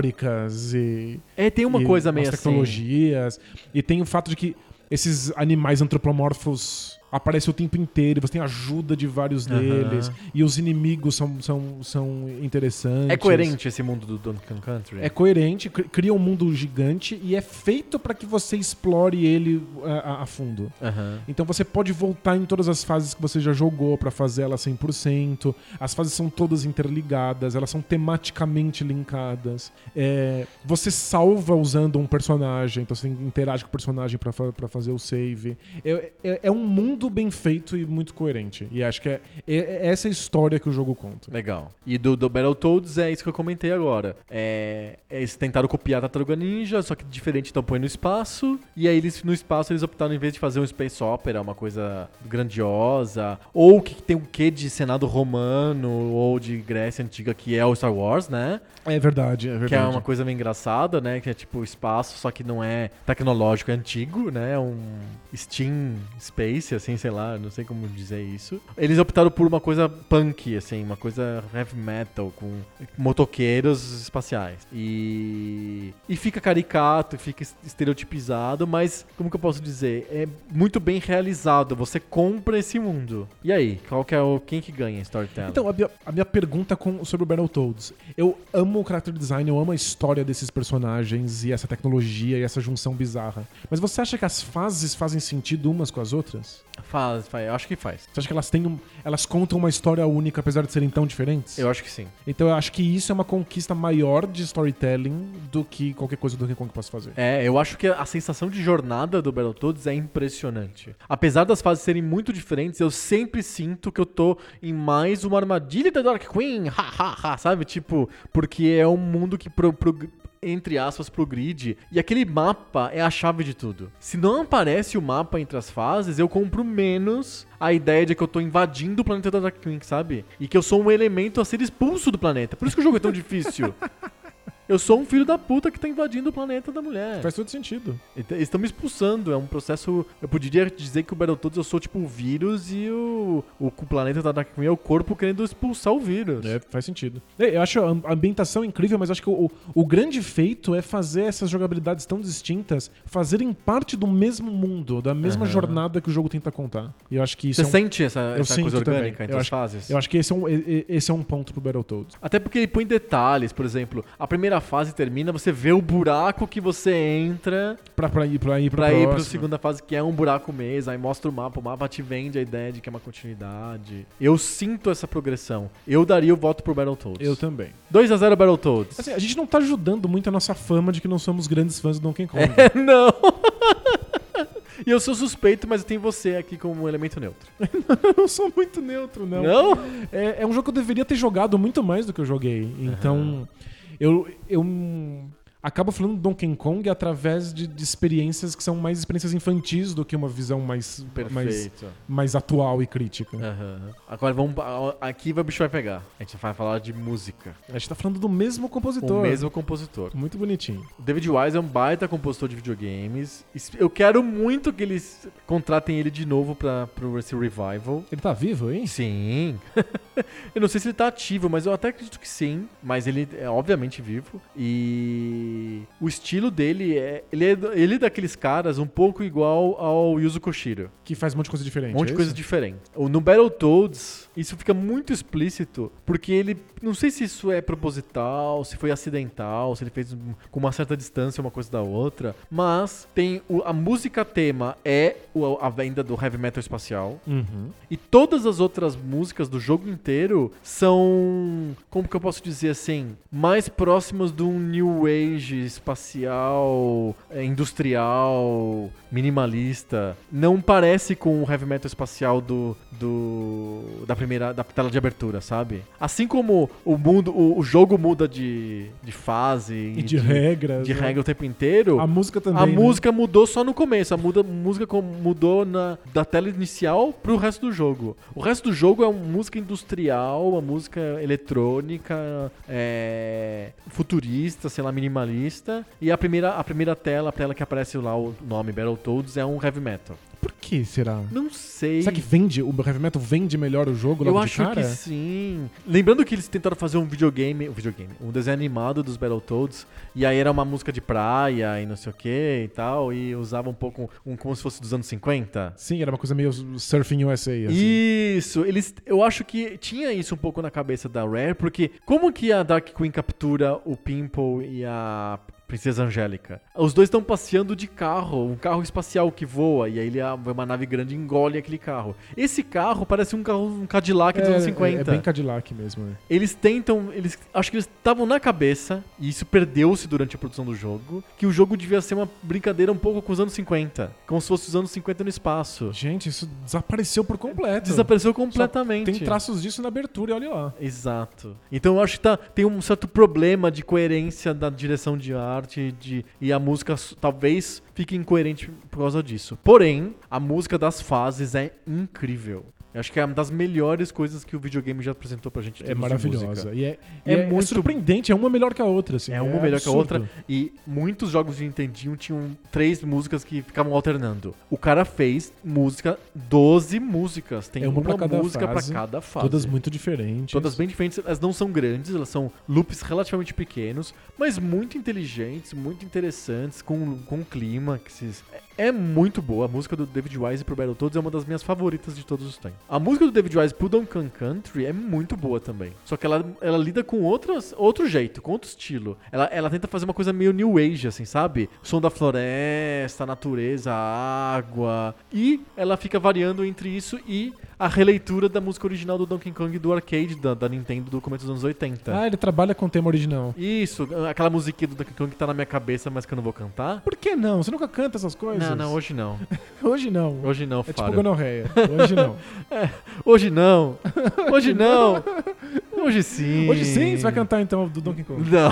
B: fábricas e
A: É, tem uma
B: e
A: coisa
B: umas
A: meio assim.
B: tecnologias. E tem o fato de que esses animais antropomorfos aparecem o tempo inteiro, e você tem ajuda de vários
A: Aham.
B: deles, e os inimigos são, são, são interessantes.
A: É coerente esse mundo do Donkey Kong Country?
B: É coerente, cri- cria um mundo gigante e é feito pra que você explore ele a, a- a fundo.
A: Aham.
B: Então você pode voltar em todas as fases que você já jogou pra fazer ela 100%. As fases são todas interligadas, elas são tematicamente linkadas. É, você salva usando um personagem, então você interage com o personagem pra fa- pra fazer o save. É, é- é um mundo bem feito e muito coerente. E acho que é, é- é essa a história que o jogo conta.
A: Legal. E do, do Battletoads é isso que eu comentei agora. É, eles tentaram copiar a Tartaruga Ninja, só que diferente, então põe no espaço. E aí eles no espaço eles optaram, em vez de fazer um space opera, uma coisa grandiosa, ou que tem um quê de Senado Romano ou de Grécia Antiga, que é o Star Wars, né?
B: É verdade, é verdade.
A: Que é uma coisa meio engraçada, né? Que é tipo espaço, só que não é tecnológico, é antigo, né? É um Steam Space, assim, sei lá, não sei como dizer isso. Eles optaram por uma coisa punk, assim, uma coisa heavy metal, com motoqueiros espaciais. E. E fica caricato, fica es- estereotipizado, mas como que eu posso dizer? É muito bem realizado. Você compra esse mundo. E aí, qual que é o. Quem que ganha em Storytelling?
B: Então, a minha, a minha pergunta com- sobre o Battletoads. Eu amo o character design, eu amo a história desses personagens e essa tecnologia e essa junção bizarra. Mas você acha que as fases fazem sentido umas com as outras?
A: faz, faz, eu acho que faz.
B: Você acha que elas têm um- elas contam uma história única, apesar de serem tão diferentes?
A: Eu acho que sim.
B: Então eu acho que isso é uma conquista maior de storytelling do que qualquer coisa do Donkey Kong possa fazer.
A: É, eu acho que a sensação de jornada do Battletoads é impressionante. Apesar das fases serem muito diferentes, eu sempre sinto que eu tô em mais uma armadilha da Dark Queen, <laughs> ha, ha, ha, sabe? Tipo, porque é um mundo que pro, pro- entre aspas, pro grid, e aquele mapa é a chave de tudo. Se não aparece o mapa entre as fases, eu compro menos a ideia de que eu tô invadindo o planeta da Dark Queen, sabe? E que eu sou um elemento a ser expulso do planeta. Por isso que o jogo é tão difícil. Eu sou um filho da puta que tá invadindo o planeta da mulher.
B: Faz todo sentido.
A: Então, Eles estão me expulsando, é um processo. Eu poderia dizer que o Battletoads eu sou tipo o vírus e o, o, o planeta da Dark Queen é o corpo querendo expulsar o vírus.
B: É, faz sentido. É, Eu acho a am- a ambientação incrível, mas acho que o, o grande feito é fazer essas jogabilidades tão distintas fazerem parte do mesmo mundo, da mesma
A: Aham.
B: jornada que o jogo tenta contar. E eu acho que isso
A: Você
B: é um-
A: sente tá essa,
B: eu
A: essa
B: sinto
A: coisa
B: também.
A: orgânica entre
B: Eu
A: as
B: acho-
A: fases?
B: Eu acho que esse é um, e- e- esse é um ponto pro Battletoads.
A: Até porque ele põe detalhes, por exemplo, a primeira fase termina, você vê o buraco que você entra
B: Pra, pra ir pra ir pro
A: pra ir pra
B: próximo.
A: segunda fase, que é um buraco mesmo, aí mostra o mapa, o mapa te vende a ideia de que é uma continuidade. Eu sinto essa progressão. Eu daria o voto pro Battletoads.
B: Eu também.
A: 2x0 Battletoads.
B: Assim, a gente não tá ajudando muito a nossa fama de que não somos grandes fãs do Donkey Kong.
A: <laughs> Não! E eu sou suspeito, mas eu tenho você aqui como um elemento neutro.
B: Eu não sou muito neutro, não.
A: Não?
B: É, é um jogo que eu deveria ter jogado muito mais do que eu joguei. Então, eu, eu hum, acabo falando do Donkey Kong através de, de experiências que são mais experiências infantis do que uma visão mais, mais,
A: Perfeito. É.
B: mais atual e crítica.
A: Aham. Agora vamos. pa- Aqui o bicho vai pegar. A gente vai falar de música.
B: A gente tá falando do mesmo
A: O
B: compositor.
A: mesmo compositor.
B: Muito bonitinho.
A: David Wise é um baita compositor de videogames. Es- Eu quero muito que eles contratem ele de novo pra, pro esse revival.
B: Ele tá vivo, hein?
A: Sim. <laughs> eu não sei se ele tá ativo, mas eu até acredito que sim. Mas ele é obviamente vivo. E o estilo dele é. Ele é, ele é daqueles caras um pouco igual ao Yuzo Koshiro.
B: Que faz um monte de coisa diferente.
A: Um monte
B: é
A: de coisa
B: isso?
A: diferente. O- No Battletoads, isso fica muito explícito, porque ele. Não sei se isso é proposital, se foi acidental, se ele fez um- com uma certa distância uma coisa da outra, mas tem. o- a música tema é o- a venda do heavy metal espacial.
B: Uhum.
A: E todas as outras músicas do jogo inteiro são, como que eu posso dizer assim, mais próximas de um new age espacial, eh, industrial, minimalista. Não parece com o heavy metal espacial do, do da primeira da tela de abertura, sabe? Assim como o mundo, o, o jogo muda de, de fase
B: E de regras.
A: de
B: né?
A: regra o tempo inteiro.
B: A música também.
A: A
B: né?
A: música mudou só no começo. A muda, música com- mudou na, da tela inicial pro resto do jogo. O resto do jogo é uma música industrial, uma música eletrônica, é, futurista, sei lá, minimalista. E a primeira, a primeira tela, a tela que aparece lá o nome Battletoads, é um heavy metal.
B: Por que será?
A: Não sei.
B: Será que vende? O heavy metal vende melhor o jogo logo
A: Eu
B: de
A: acho
B: cara?
A: que sim. Lembrando que eles tentaram fazer um videogame, um videogame, um desenho animado dos Battletoads, e aí era uma música de praia e não sei o que e tal, e usava um pouco um, como se fosse dos anos 50.
B: Sim, era uma coisa meio surfing USA, assim.
A: Isso, eles, eu acho que tinha isso um pouco na cabeça da Rare, porque como que a Dark Queen captura o Pimple e a Princesa Angélica? Os dois estão passeando de carro, um carro espacial que voa, e aí ele, é uma nave grande engole aquele carro. Esse carro parece um carro, um Cadillac dos anos 50.
B: É, bem Cadillac mesmo, né?
A: Eles tentam, eles acho que eles estavam na cabeça, e isso perdeu-se durante a produção do jogo, que o jogo devia ser uma brincadeira um pouco com os anos 50, como se fosse os anos 50 no espaço.
B: Gente, isso desapareceu por completo.
A: Desapareceu completamente.
B: Tem traços disso na abertura, e olha lá.
A: Exato. Então eu acho que tá, tem um certo problema de coerência da direção de arte de, e a música s- talvez fique incoerente por causa disso. Porém, a música das fases é incrível. Eu acho que é uma das melhores coisas que o videogame já apresentou pra gente. em
B: É
A: termos de música.
B: maravilhosa. E é,
A: É
B: e é- é
A: muito-
B: surpreendente, é uma melhor que a outra. Assim.
A: É uma melhor que a
B: absurdo.
A: outra. E muitos jogos de Nintendinho tinham três músicas que ficavam alternando. O cara fez música, 12 músicas. Tem
B: É
A: uma,
B: uma pra cada
A: música pra
B: fase,
A: cada fase.
B: Todas muito diferentes.
A: Todas bem diferentes, elas não são grandes, elas são loops relativamente pequenos, mas muito inteligentes, muito interessantes, com, com clímaxes. É é muito boa. A música do David Wise pro Battletoads é uma das minhas favoritas de todos os tempos. A música do David Wise pro Duncan Country é muito boa também. Só que ela, ela lida com outras, outro jeito, com outro estilo. Ela, ela tenta fazer uma coisa meio new age, assim, sabe? Som da floresta, natureza, água. E ela fica variando entre isso e a releitura da música original do Donkey Kong do arcade da, da Nintendo do começo dos anos 80.
B: Ah, é? ele trabalha com o tema original.
A: Isso, aquela musiquinha do Donkey Kong que tá na minha cabeça, mas que eu não vou cantar.
B: Por que não? Você nunca canta essas coisas?
A: Não, não, hoje não.
B: Hoje não.
A: Hoje não,
B: é
A: Fábio.
B: tipo gonorreia.
A: <laughs>
B: Hoje não.
A: Hoje
B: <laughs>
A: não. Hoje não. Hoje sim.
B: Hoje sim, você vai cantar então do Donkey
A: <laughs>
B: Kong.
A: Não.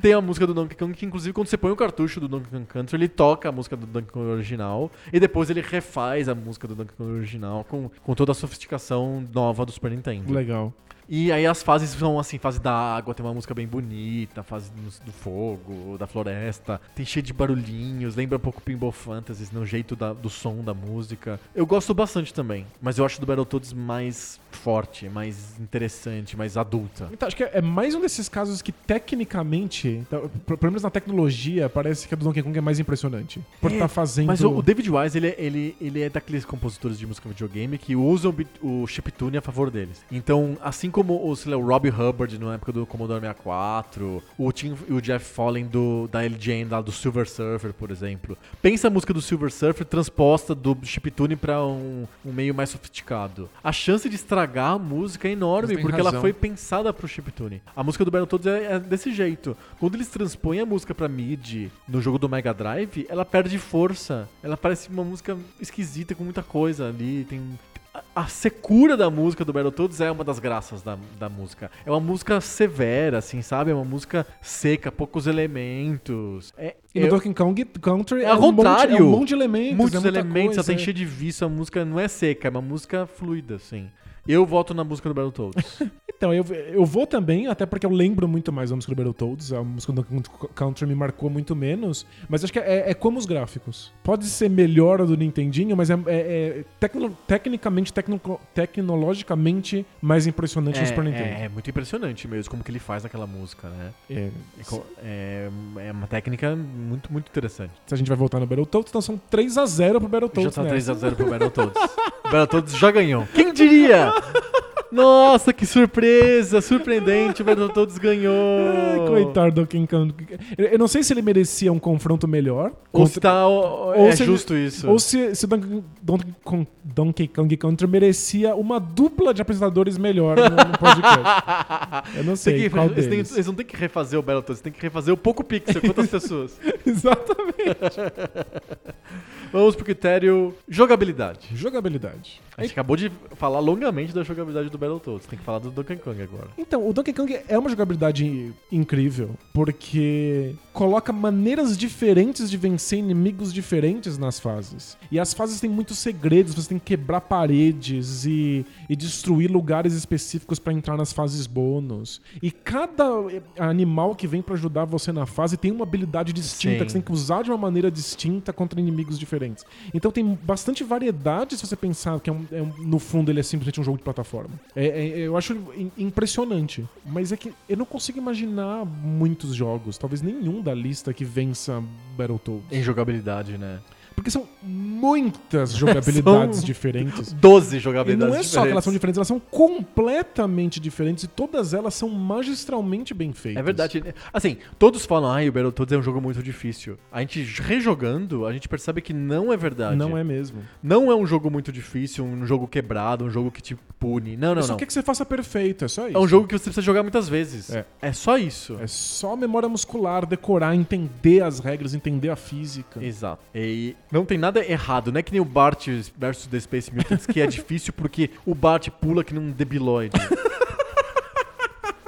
A: Tem a música do Donkey Kong que, inclusive, quando você põe o cartucho do Donkey Kong Country, ele toca a música do Donkey Kong original e depois ele refaz a música do Donkey Kong original com, com toda a sofisticação nova do Super Nintendo.
B: Legal.
A: E aí as fases são assim, fase da água, tem uma música bem bonita, fase do do fogo, da floresta, tem cheio de barulhinhos, lembra um pouco Pinball Fantasies no jeito da- do som da música. Eu gosto bastante também, mas eu acho do Battletoads mais forte, mais interessante, mais adulta.
B: Então, acho que é é mais um desses casos que tecnicamente, tá, p- pelo menos na tecnologia, parece que a do Donkey Kong é mais impressionante. Por
A: É,
B: estar fazendo.
A: Mas o o David Wise, ele, ele, ele é daqueles compositores de música videogame que usam o bit- o chiptune a favor deles. Então, assim como o, sei lá, o Robbie Hubbard na época do Commodore 64, o Tim e o Jeff Fallen do, da LGN, lá do Silver Surfer, por exemplo. Pensa a música do Silver Surfer transposta do chiptune pra um, um meio mais sofisticado. A chance de estragar a música é enorme,
B: Você tem
A: porque ela
B: razão.
A: foi pensada pro chiptune. A música do Battletoads é, é desse jeito. Quando eles transpõem a música pra MIDI no jogo do Mega Drive, ela perde força. Ela parece uma música esquisita com muita coisa ali. Tem um, a- a secura da música do Battletoads é uma das graças da, da música. É uma música severa, assim, sabe? É uma música seca, poucos elementos. É,
B: E no
A: eu-
B: Donkey Kong Country
A: É
B: é,
A: ao
B: um monte-
A: contrário.
B: é um monte de elementos. é
A: muitos
B: muita
A: elementos, ela
B: coisa,
A: tem
B: é.
A: cheio de vício, a música não é seca, é uma música fluida, assim. Eu voto na música do Battletoads.
B: Então, eu, eu vou também, até porque eu lembro muito mais da música do Battletoads, a música do Donkey Kong Country me marcou muito menos, mas acho que é, é como os gráficos. Pode ser melhor a do Nintendinho, mas é, é- é tecno- tecnicamente, tecno- tecnologicamente mais impressionante no Super Nintendo.
A: é muito impressionante mesmo como que ele faz naquela música, né?
B: É,
A: É co- É, é uma técnica muito, muito interessante.
B: se a gente vai voltar no Battletoads, então são 3x0 pro Battletoads,
A: já tá
B: né? <laughs>
A: 3x0 pro Battletoads. O Battletoads já ganhou. Quem diria? Nossa, que surpresa! Surpreendente, o Battletoads ganhou!
B: Ai, coitado do King Kong. Eu eu não sei se ele merecia um confronto melhor.
A: Ou
B: Contra-
A: se tá, ou,
B: ou
A: é
B: se-
A: justo isso.
B: Ou se, se o Donkey, Donkey Kong, Donkey Kong Country merecia uma dupla de apresentadores melhor no, no podcast.
A: <laughs>
B: Eu não
A: Tem
B: sei
A: que-
B: qual
A: eles, têm-
B: deles.
A: eles não tem que refazer o Battletoads, tem que refazer o Poco Pixel contra as
B: <laughs>
A: pessoas.
B: Exatamente.
A: Vamos pro critério jogabilidade.
B: Jogabilidade.
A: A gente acabou de falar longamente da jogabilidade do Battletoads, tem que falar do Donkey Kong agora.
B: Então, o Donkey Kong é uma jogabilidade incrível, porque coloca maneiras diferentes de vencer inimigos diferentes nas fases. E as fases têm muitos segredos, você tem que quebrar paredes e, e destruir lugares específicos pra entrar nas fases bônus. E cada eh, animal que vem pra ajudar você na fase tem uma habilidade
A: Sim.
B: distinta que você tem que usar de uma maneira distinta contra inimigos diferentes. Então tem bastante variedade se você pensar que é um- é um- no fundo ele é simplesmente um jogo de plataforma. É- é- eu acho im- impressionante. Mas é que eu não consigo imaginar muitos jogos, talvez nenhum da lista que vença Battletoads.
A: Em jogabilidade, né?
B: Porque são
A: <laughs>
B: muitas jogabilidades
A: São-
B: diferentes.
A: <laughs> 12
B: E
A: jogabilidades
B: não é só que elas são
A: diferentes.
B: diferentes, elas são completamente diferentes e todas elas são magistralmente bem feitas.
A: É verdade. Assim, todos falam, ai, o Battletoads é um jogo muito difícil. A gente rejogando, a gente percebe que não é verdade.
B: Não é mesmo.
A: Não é um jogo muito difícil, um jogo quebrado, um jogo que te pune. Não,
B: é
A: não,
B: só
A: não.
B: quer que você faça perfeito, é só isso.
A: É um jogo que você precisa jogar muitas vezes.
B: É.
A: É, só isso.
B: É só memória muscular, decorar, entender as regras, entender a física.
A: Exato. E não tem nada errado, não é que nem o Bart versus The Space Mutants,
B: <laughs>
A: que é difícil porque o Bart pula que nem um debiloide.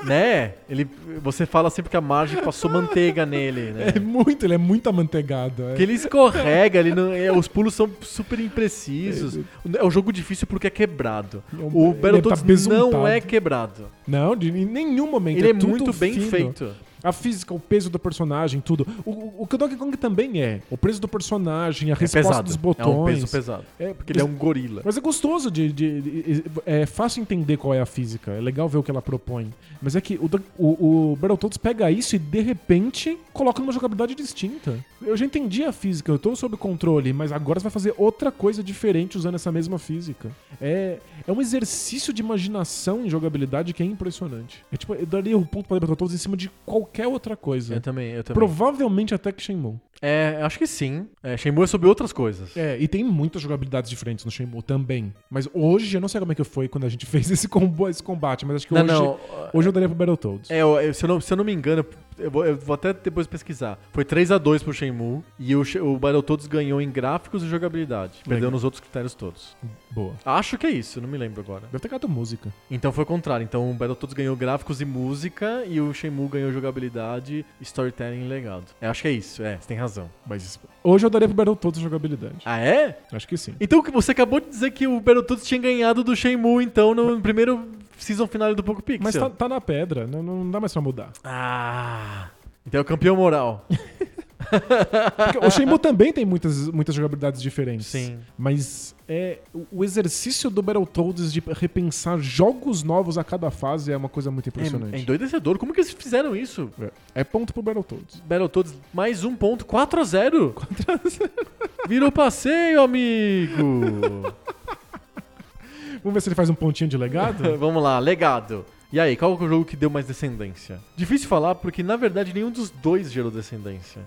A: né? Ele, você fala sempre que a margem passou manteiga nele, né?
B: É muito, ele é muito amanteigado. é.
A: Porque ele escorrega, ele não, é, os pulos são super imprecisos. É um jogo difícil porque é quebrado. O
B: Ele
A: Battletoads
B: tá besuntado.
A: não é quebrado.
B: Não, de, em nenhum momento.
A: Ele é,
B: tudo
A: muito bem
B: fino.
A: feito.
B: A física, o peso do personagem, tudo. O, o, o que o Donkey Kong também é. O peso do personagem, a
A: pesado.
B: resposta dos
A: É um
B: botões.
A: peso pesado.
B: É,
A: Porque ele é um gorila.
B: Mas é gostoso de, de- de- É fácil entender qual é a física. É legal ver o que ela propõe. Mas é que o, Dun- o, o Battletoads pega isso e de repente coloca numa jogabilidade distinta. Eu já entendi a física, eu tô sob controle, mas agora você vai fazer outra coisa diferente usando essa mesma física. É, é um exercício de imaginação em jogabilidade que é impressionante. É tipo, eu daria o ponto para Battletoads em cima de qualquer outra coisa.
A: Eu também, eu também.
B: Provavelmente até que Shenmue.
A: É, acho que sim. É, Shenmue é sobre outras coisas.
B: É, e tem muitas jogabilidades diferentes no Shenmue também. Mas hoje, eu não sei como é que foi quando a gente <laughs> fez esse, combo, esse combate, mas acho que
A: Não,
B: hoje,
A: não.
B: hoje eu daria pro Battletoads.
A: É, eu- eu- se, eu não, se eu não me engano, eu vou, eu vou até depois pesquisar. Foi 3x2 pro Shenmue e o, She- o Battletoads ganhou em gráficos e jogabilidade. Perdeu
B: Legal.
A: nos outros critérios todos.
B: Boa.
A: Acho que é isso, não me lembro agora.
B: Deve ter gato música.
A: Então foi o contrário. Então o Battletoads ganhou gráficos e música e o Shenmue ganhou jogabilidade, storytelling e legado. É, acho que é isso, é, você tem razão.
B: Mas hoje eu daria pro Battletoads jogabilidade.
A: Ah, é?
B: Acho que sim.
A: Então que você acabou de dizer que o Battletoads tinha ganhado do Shenmue, então, no primeiro season final do Poco Pixel.
B: Mas tá, tá na pedra, não, não dá mais
A: <laughs>
B: pra mudar.
A: Ah, então é o campeão moral.
B: Porque o Shenmue também tem muitas, muitas jogabilidades diferentes.
A: Sim.
B: Mas é, o- o exercício do Battletoads de repensar jogos novos a cada fase é uma coisa muito impressionante.
A: É, é endoidecedor. Como que eles fizeram isso?
B: É, é ponto pro Battletoads.
A: Battletoads, mais um ponto, 4 a 0 <laughs> 4 a 0 Virou passeio, amigo!
B: Vamos ver se ele faz um pontinho de
A: <laughs>
B: legado?
A: Vamos lá, legado. E aí, qual que é o jogo que deu mais descendência? Difícil falar, porque na verdade nenhum dos dois gerou descendência.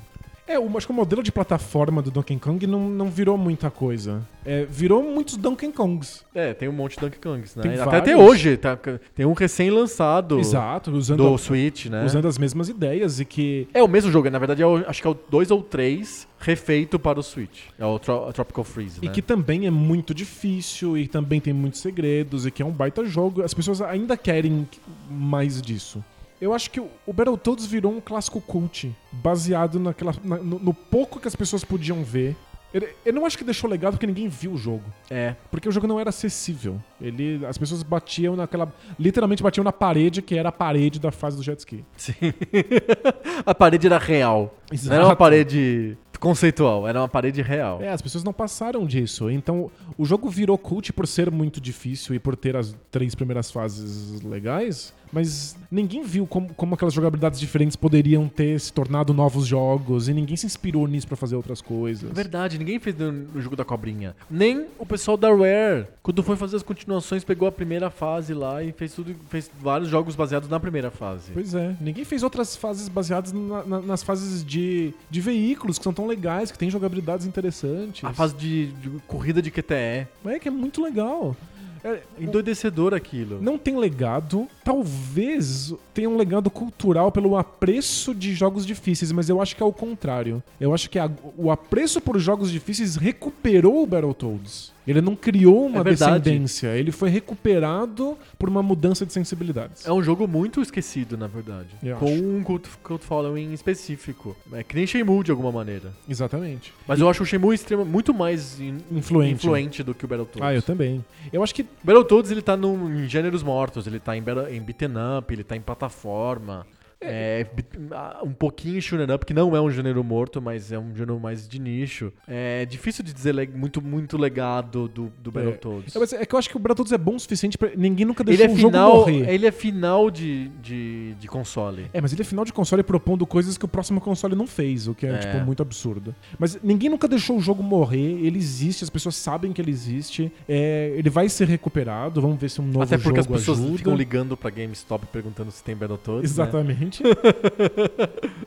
B: É, o- acho que o modelo de plataforma do Donkey Kong não, não virou muita coisa. É, virou muitos Donkey Kongs.
A: É, tem um monte de Donkey Kongs, né?
B: Tem
A: até,
B: vários.
A: até hoje, tá? tem um recém-lançado
B: Exato, usando,
A: do Switch, né?
B: usando as mesmas ideias e que.
A: É o mesmo jogo, na verdade, é o- acho que é o 2 ou 3 refeito para o Switch. É o Tro- Tropical Freeze, né?
B: E que também é muito difícil e também tem muitos segredos e que é um baita jogo. As pessoas ainda querem mais disso. Eu acho que o o Battletoads virou um clássico cult, baseado naquela, na- no, no pouco que as pessoas podiam ver. Eu, eu não acho que deixou legado porque ninguém viu o jogo.
A: É.
B: Porque o jogo não era acessível. Ele, as pessoas batiam naquela. Literalmente batiam na parede, que era a parede da fase do jet ski.
A: Sim. <laughs> a parede era real. Não era uma
B: Exato.
A: parede conceitual, era uma parede real.
B: É, as pessoas não passaram disso. Então, o jogo virou cult por ser muito difícil e por ter as três primeiras fases legais, mas ninguém viu como, como aquelas jogabilidades diferentes poderiam ter se tornado novos jogos e ninguém se inspirou nisso pra fazer outras coisas.
A: É Verdade, ninguém fez no, no jogo da cobrinha. Nem o pessoal da Rare, quando foi fazer as continuações, pegou a primeira fase lá e fez tudo, fez vários jogos baseados na primeira fase.
B: Pois é, ninguém fez outras fases baseadas na- na- nas fases de, de veículos que são tão legais, que tem jogabilidades interessantes.
A: A fase de, de corrida de QTE.
B: É que é muito legal. É,
A: Endoidecedor aquilo.
B: não tem legado. Talvez tenha um legado cultural pelo apreço de jogos difíceis, mas eu acho que é o contrário. Eu acho que a- o apreço por jogos difíceis recuperou o Battletoads. Ele não criou uma
A: É verdade.
B: descendência, ele foi recuperado por uma mudança de sensibilidades.
A: É um jogo muito esquecido, na verdade.
B: Eu
A: com
B: acho.
A: um cult, cult following específico. É que nem Shenmue, de alguma maneira.
B: Exatamente.
A: Mas eu acho o Shenmue extrema, muito mais in-
B: Influente.
A: influente do que o Battletoads.
B: Ah, eu também. Eu acho que é,
A: O Battletoads, ele tá num- em gêneros mortos. Ele tá em, battle- em beaten up, ele tá em plataforma. É, bi- ah, um pouquinho em Shooter Up, que não é um gênero morto, mas é um gênero mais de nicho. É difícil de dizer le- muito, muito legado do, do Battletoads.
B: É, mas é que eu acho que o Battletoads é bom o suficiente pra. Ninguém nunca
A: Ele
B: deixou
A: é,
B: o jogo
A: final,
B: morrer.
A: ele é final de, de, de console.
B: É, mas ele é final de console propondo coisas que o próximo console não fez, o que é,
A: É.
B: tipo, muito absurdo. Mas ninguém nunca deixou o jogo morrer, ele existe, as pessoas sabem que ele existe, é, ele vai ser recuperado, vamos ver se um novo
A: Até porque as
B: jogo
A: pessoas
B: ajuda.
A: ficam ligando pra GameStop perguntando se tem Battletoads. Né? <laughs>
B: Exatamente.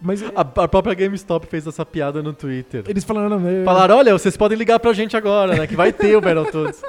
B: mas é,
A: A, a própria GameStop fez essa piada no Twitter.
B: eles falaram... né,
A: Falaram, olha, vocês podem ligar pra gente agora, né? Que vai ter o Battletoads.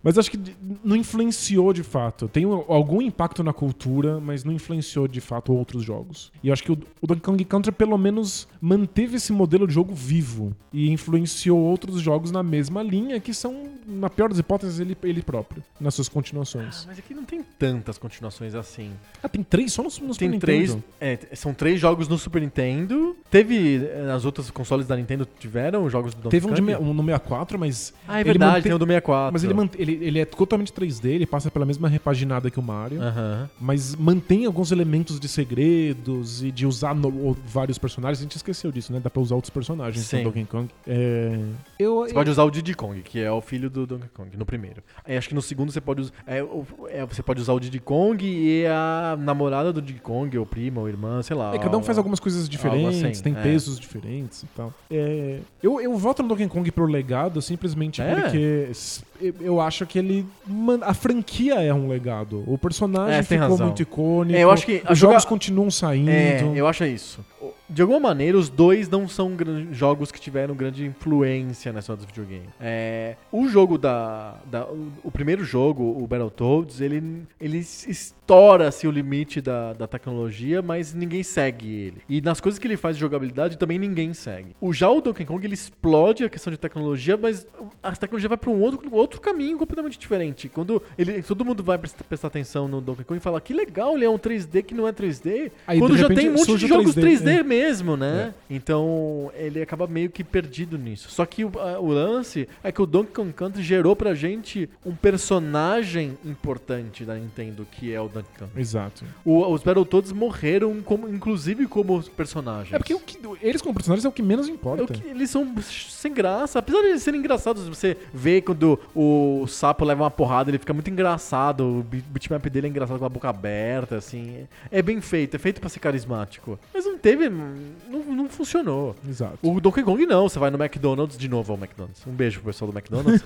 B: Mas acho que de- não influenciou de fato. Tem um- algum impacto na cultura, mas não influenciou de fato outros jogos. E eu acho que o, o Donkey Kong Country pelo menos manteve esse modelo de jogo vivo e influenciou outros jogos na mesma linha, que são, na pior das hipóteses, ele, ele próprio, nas suas continuações.
A: Mas aqui não tem tantas continuações assim.
B: Ah, tem três só no, no Super
A: Tem
B: Nintendo.
A: três. é, são três jogos no Super Nintendo. Teve. eh, Nas outras consoles da Nintendo tiveram jogos do Donkey
B: Teve um, de
A: Kong?
B: me- um no 64, mas.
A: Ah, é
B: ele
A: verdade,
B: manteve-
A: tem o do 64.
B: Mas ele, mant- ele, ele é totalmente 3D, ele passa pela mesma repaginada que o Mario.
A: Aham.
B: mas mantém alguns elementos de segredos e de usar no- o- vários personagens. A gente esqueceu disso, né? Dá pra usar outros personagens
A: Sim.
B: no Donkey Kong. É... Eu,
A: Você pode usar o Diddy Kong, que é o filho do Donkey Kong, no primeiro. Aí acho que no segundo você pode usar. é, o- é, você pode usar o Diddy Kong e a namorada do Diddy Kong, ou prima, ou irmã, sei lá.
B: É, cada um faz
A: ó.
B: algumas coisas diferentes,
A: assim,
B: tem
A: é.
B: pesos diferentes e tal. É, eu, eu voto no Donkey Kong pro legado simplesmente
A: É?
B: porque s- eu- eu acho que ele. man- a franquia é um legado. O personagem
A: É, tem
B: ficou
A: razão.
B: muito icônico.
A: É, eu acho que a
B: os jogos
A: joga-
B: continuam saindo.
A: É, eu acho isso. O- De alguma maneira, os dois não são gran- jogos que tiveram grande influência na história dos videogames. É, o jogo da, da- o, o primeiro jogo, o Battletoads, ele, ele s- estoura assim, o limite da, da tecnologia, mas ninguém segue ele. E nas coisas que ele faz de jogabilidade também ninguém segue. O já o Donkey Kong ele explode a questão de tecnologia, mas a tecnologia vai para um outro, outro caminho completamente diferente. Quando ele, todo mundo vai presta- prestar atenção no Donkey Kong e fala que legal, ele é um 3D que não é 3D.
B: Aí,
A: Quando
B: de
A: já
B: repente,
A: tem um monte
B: surge É.
A: de
B: o
A: jogos
B: 3D,
A: 3D, mesmo, né? Então ele acaba meio que perdido nisso. Só que o, a- o lance é que o Donkey Kong Country gerou pra gente um personagem importante da Nintendo, que é o Donkey Kong.
B: Exato.
A: O- os Battletoads morreram, como, inclusive, como personagens.
B: É porque o que- eles como personagens é o que menos
A: É
B: importa.
A: o que- eles são sem graça. Apesar de eles serem engraçados, você vê quando o sapo leva uma porrada, ele fica muito engraçado. O bi- bitmap dele é engraçado com a boca aberta, assim. É bem feito, é feito pra ser carismático. Mas não teve. Não, não funcionou.
B: Exato.
A: O Donkey Kong não, você vai no McDonald's, de novo ao McDonald's. Um beijo pro pessoal do
B: <laughs>
A: McDonald's.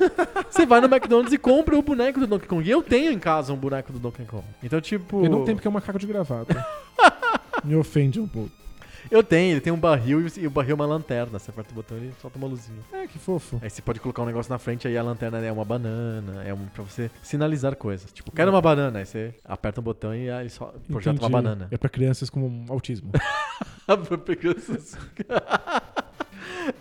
A: você vai no McDonald's e compra o boneco do Donkey Kong. E eu tenho em casa um boneco do Donkey Kong. Então, tipo.
B: Eu não tenho porque é um macaco de <laughs> gravata. Me ofende um pouco.
A: Eu tenho, ele tem um barril e o barril é uma lanterna. Você aperta o botão e ele solta uma luzinha.
B: É, que fofo.
A: Aí você pode colocar um negócio na frente, aí a lanterna é uma banana, é um, pra você sinalizar coisas. Tipo, quero uma banana, aí você aperta um botão e aí ele só projeta uma
B: Entendi. <laughs>
A: banana. Ah,
B: É pra crianças com autismo.
A: Pra crianças <laughs>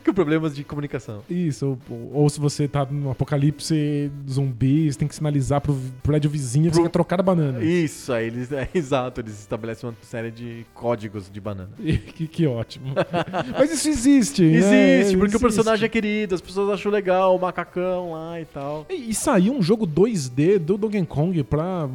A: Com problemas de comunicação.
B: Isso, ou- ou, ou se você tá num apocalipse zumbi, você tem que sinalizar pro vi- prédio vizinho que
A: Pro-
B: você quer trocar a banana. <laughs>
A: Isso, aí eles. É, <laughs> exato, eles estabelecem uma série de códigos de banana.
B: que, que ótimo. <laughs> Mas isso existe. né?
A: Existe, porque o
B: Existe.
A: personagem é querido, as pessoas acham legal, o macacão lá e tal.
B: E e um, saiu um jogo 2D do Donkey Kong pra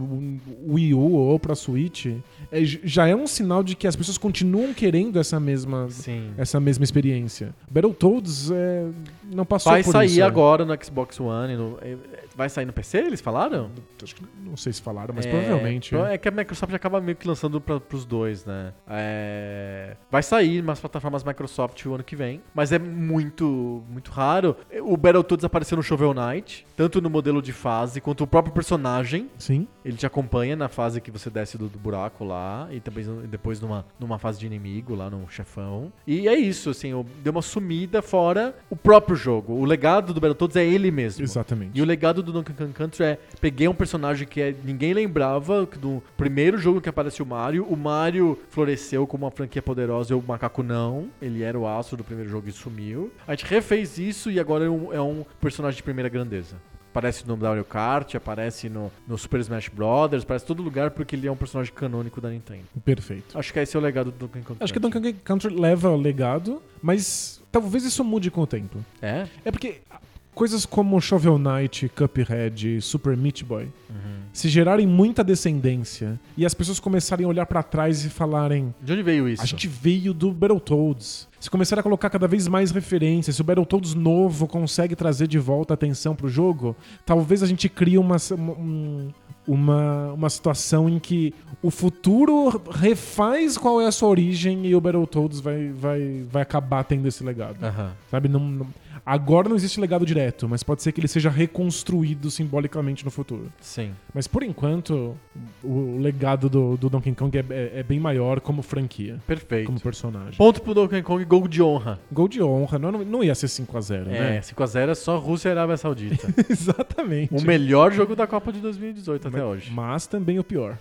B: Wii U ou pra Switch. É, é- já é um sinal de que as pessoas continuam querendo essa mesma,
A: Sim.
B: essa mesma experiência. Battletoads é, não passou
A: Vai
B: por
A: sair
B: isso. é.
A: agora no Xbox One. e no- é, vai sair no PC, eles falaram?
B: Acho que não sei se falaram, mas
A: É,
B: provavelmente. né?
A: pro- É que a Microsoft acaba meio que lançando pra, pros dois, né? É, vai sair nas plataformas Microsoft o ano que vem, mas é muito, muito raro. O Battletoads apareceu no Shovel Knight, tanto no modelo de fase quanto o próprio personagem.
B: Sim.
A: Ele te acompanha na fase que você desce do, do buraco lá e também e depois numa, numa fase de inimigo lá no chefão. E é isso, assim, o- deu uma sumida fora o próprio jogo. O legado do Battletoads é ele mesmo.
B: Exatamente.
A: E o legado do Donkey Kong Country é peguei um personagem que é- ninguém lembrava que do primeiro jogo que apareceu o Mario. O Mario floresceu como uma franquia poderosa e o macaco não. Ele era o astro do primeiro jogo e sumiu. A gente refez isso e agora é um, é um personagem de primeira grandeza. Aparece no Mario Kart, aparece no, no Super Smash Brothers, aparece em todo lugar porque ele é um personagem canônico da Nintendo.
B: Perfeito.
A: Acho que esse é o legado do Donkey Kong
B: Acho que
A: Country.
B: Donkey Kong Country leva o legado, mas talvez isso mude com o tempo.
A: É?
B: É porque coisas como Shovel Knight, Cuphead, Super Meat Boy
A: Uhum.
B: se gerarem muita descendência e as pessoas começarem a olhar pra trás e falarem
A: De onde veio isso?
B: a gente veio do Battletoads. Se começar a colocar cada vez mais referências, se o Battletoads novo consegue trazer de volta a atenção pro jogo, talvez a gente crie uma, um- uma, uma situação em que o futuro refaz qual é a sua origem e o Battletoads vai, vai, vai acabar tendo esse legado.
A: Aham.
B: Sabe? Não, não- agora não existe legado direto, mas pode ser que ele seja reconstruído simbolicamente no futuro.
A: Sim.
B: Mas por enquanto, o, o legado do, do Donkey Kong é- é- é bem maior como franquia
A: Perfeito.
B: como personagem.
A: Ponto pro Donkey Kong, gol de honra.
B: Gol de honra, não, não ia ser 5x0,
A: É,
B: né?
A: 5x0 é só Rússia e Arábia Saudita.
B: <laughs> Exatamente.
A: <laughs> o melhor jogo da Copa de 2018 até hoje.
B: Mas também o pior.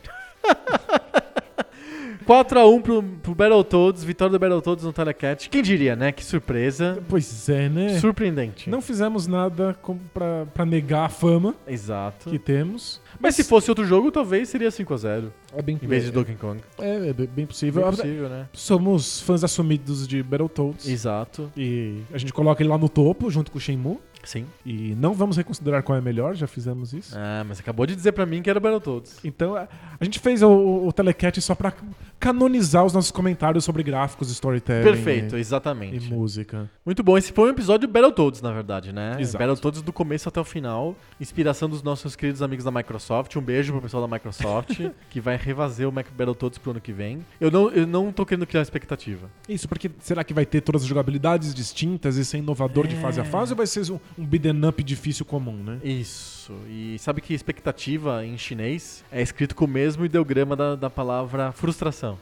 A: 4x1 pro, pro Battletoads, vitória do Battletoads no Telecat. Quem diria, né? Que surpresa.
B: Pois é, né?
A: Surpreendente.
B: Não fizemos nada com, pra, pra negar a fama
A: Exato.
B: que temos.
A: Mas se fosse outro jogo, talvez seria 5x0.
B: É bem,
A: Em vez de Donkey Kong.
B: é, é bem- bem possível.
A: Bem possível, né?
B: Somos fãs assumidos de Battletoads.
A: Exato.
B: E a gente coloca ele lá no topo, junto com o Shenmue.
A: Sim.
B: E não vamos reconsiderar qual é melhor, já fizemos isso.
A: Ah, mas acabou de dizer pra mim que era Battletoads.
B: Então, a, a gente fez o, o telecast só pra canonizar os nossos comentários sobre gráficos, storytelling
A: Perfeito,
B: e, e
A: exatamente.
B: música.
A: Muito bom. Esse foi um episódio Battletoads, na verdade, né?
B: Exato.
A: Battletoads do começo até o final. Inspiração dos nossos queridos amigos da Microsoft. Um beijo pro pessoal da <laughs> Microsoft, que vai revazer o Mac Battletoads pro ano que vem. Eu não, eu não tô querendo criar expectativa.
B: Isso, porque será que vai ter todas as jogabilidades distintas e ser inovador de fase a fase ou vai ser um, um beat'em up difícil comum, né?
A: Isso. E sabe que expectativa em chinês é escrito com o mesmo ideograma da, da palavra <laughs> frustração.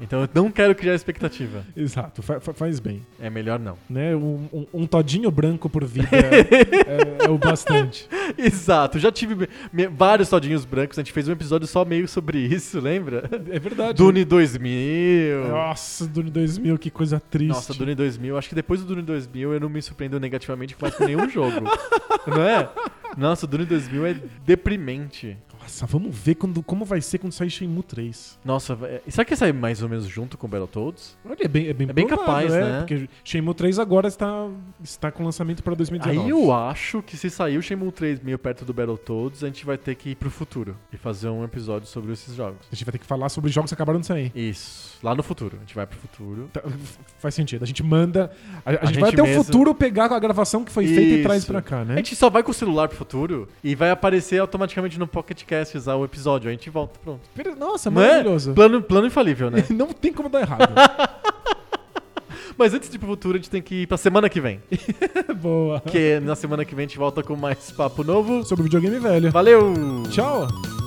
A: então eu não quero criar expectativa.
B: Exato, fa- fa- faz bem.
A: É melhor não.
B: Né? Um, um- um todinho branco por vida é, é o bastante.
A: <laughs> Exato. Já tive me- me- vários todinhos brancos. A gente fez um episódio só meio sobre isso, lembra?
B: É verdade.
A: Dune 2000.
B: Nossa, Dune 2000, que coisa triste.
A: Nossa, Dune 2000. Acho que depois do Dune 2000 eu não me surpreendo negativamente mais com nenhum <laughs> jogo. não é? Nossa, Dune 2000 é deprimente.
B: Nossa, vamos ver quando, como vai ser quando sair Shenmue 3.
A: Nossa, é- será que sai mais ou menos junto com Battletoads?
B: Olha, é bem, é bem,
A: É bem
B: provável,
A: capaz,
B: é,
A: né?
B: Porque Shenmue 3 agora está, está com lançamento para 2019.
A: Aí eu acho que se sair o Shenmue 3 meio perto do Battletoads, a gente vai ter que ir pro futuro e fazer um episódio sobre esses jogos.
B: A gente vai ter que falar sobre jogos que acabaram de sair.
A: Isso. Lá no futuro. A gente vai pro futuro.
B: Tá, Faz sentido. A gente manda. A, a gente, vai
A: gente
B: até o
A: mesmo-
B: futuro pegar a gravação que foi feita e
A: Isso.
B: traz pra cá,
A: A
B: né?
A: gente só vai com o celular pro futuro e vai aparecer automaticamente no Pocket Cast usar o episódio. A gente volta, pronto.
B: Pera- Nossa,
A: Não é?
B: maravilhoso.
A: Plano, plano infalível, né?
B: Né? <laughs> Não tem como dar errado.
A: <laughs> Mas antes de ir pro futuro, a gente tem que ir pra semana que vem.
B: Boa.
A: Porque na semana que vem a gente volta com mais papo novo.
B: Sobre o videogame velho.
A: Valeu!
B: Tchau.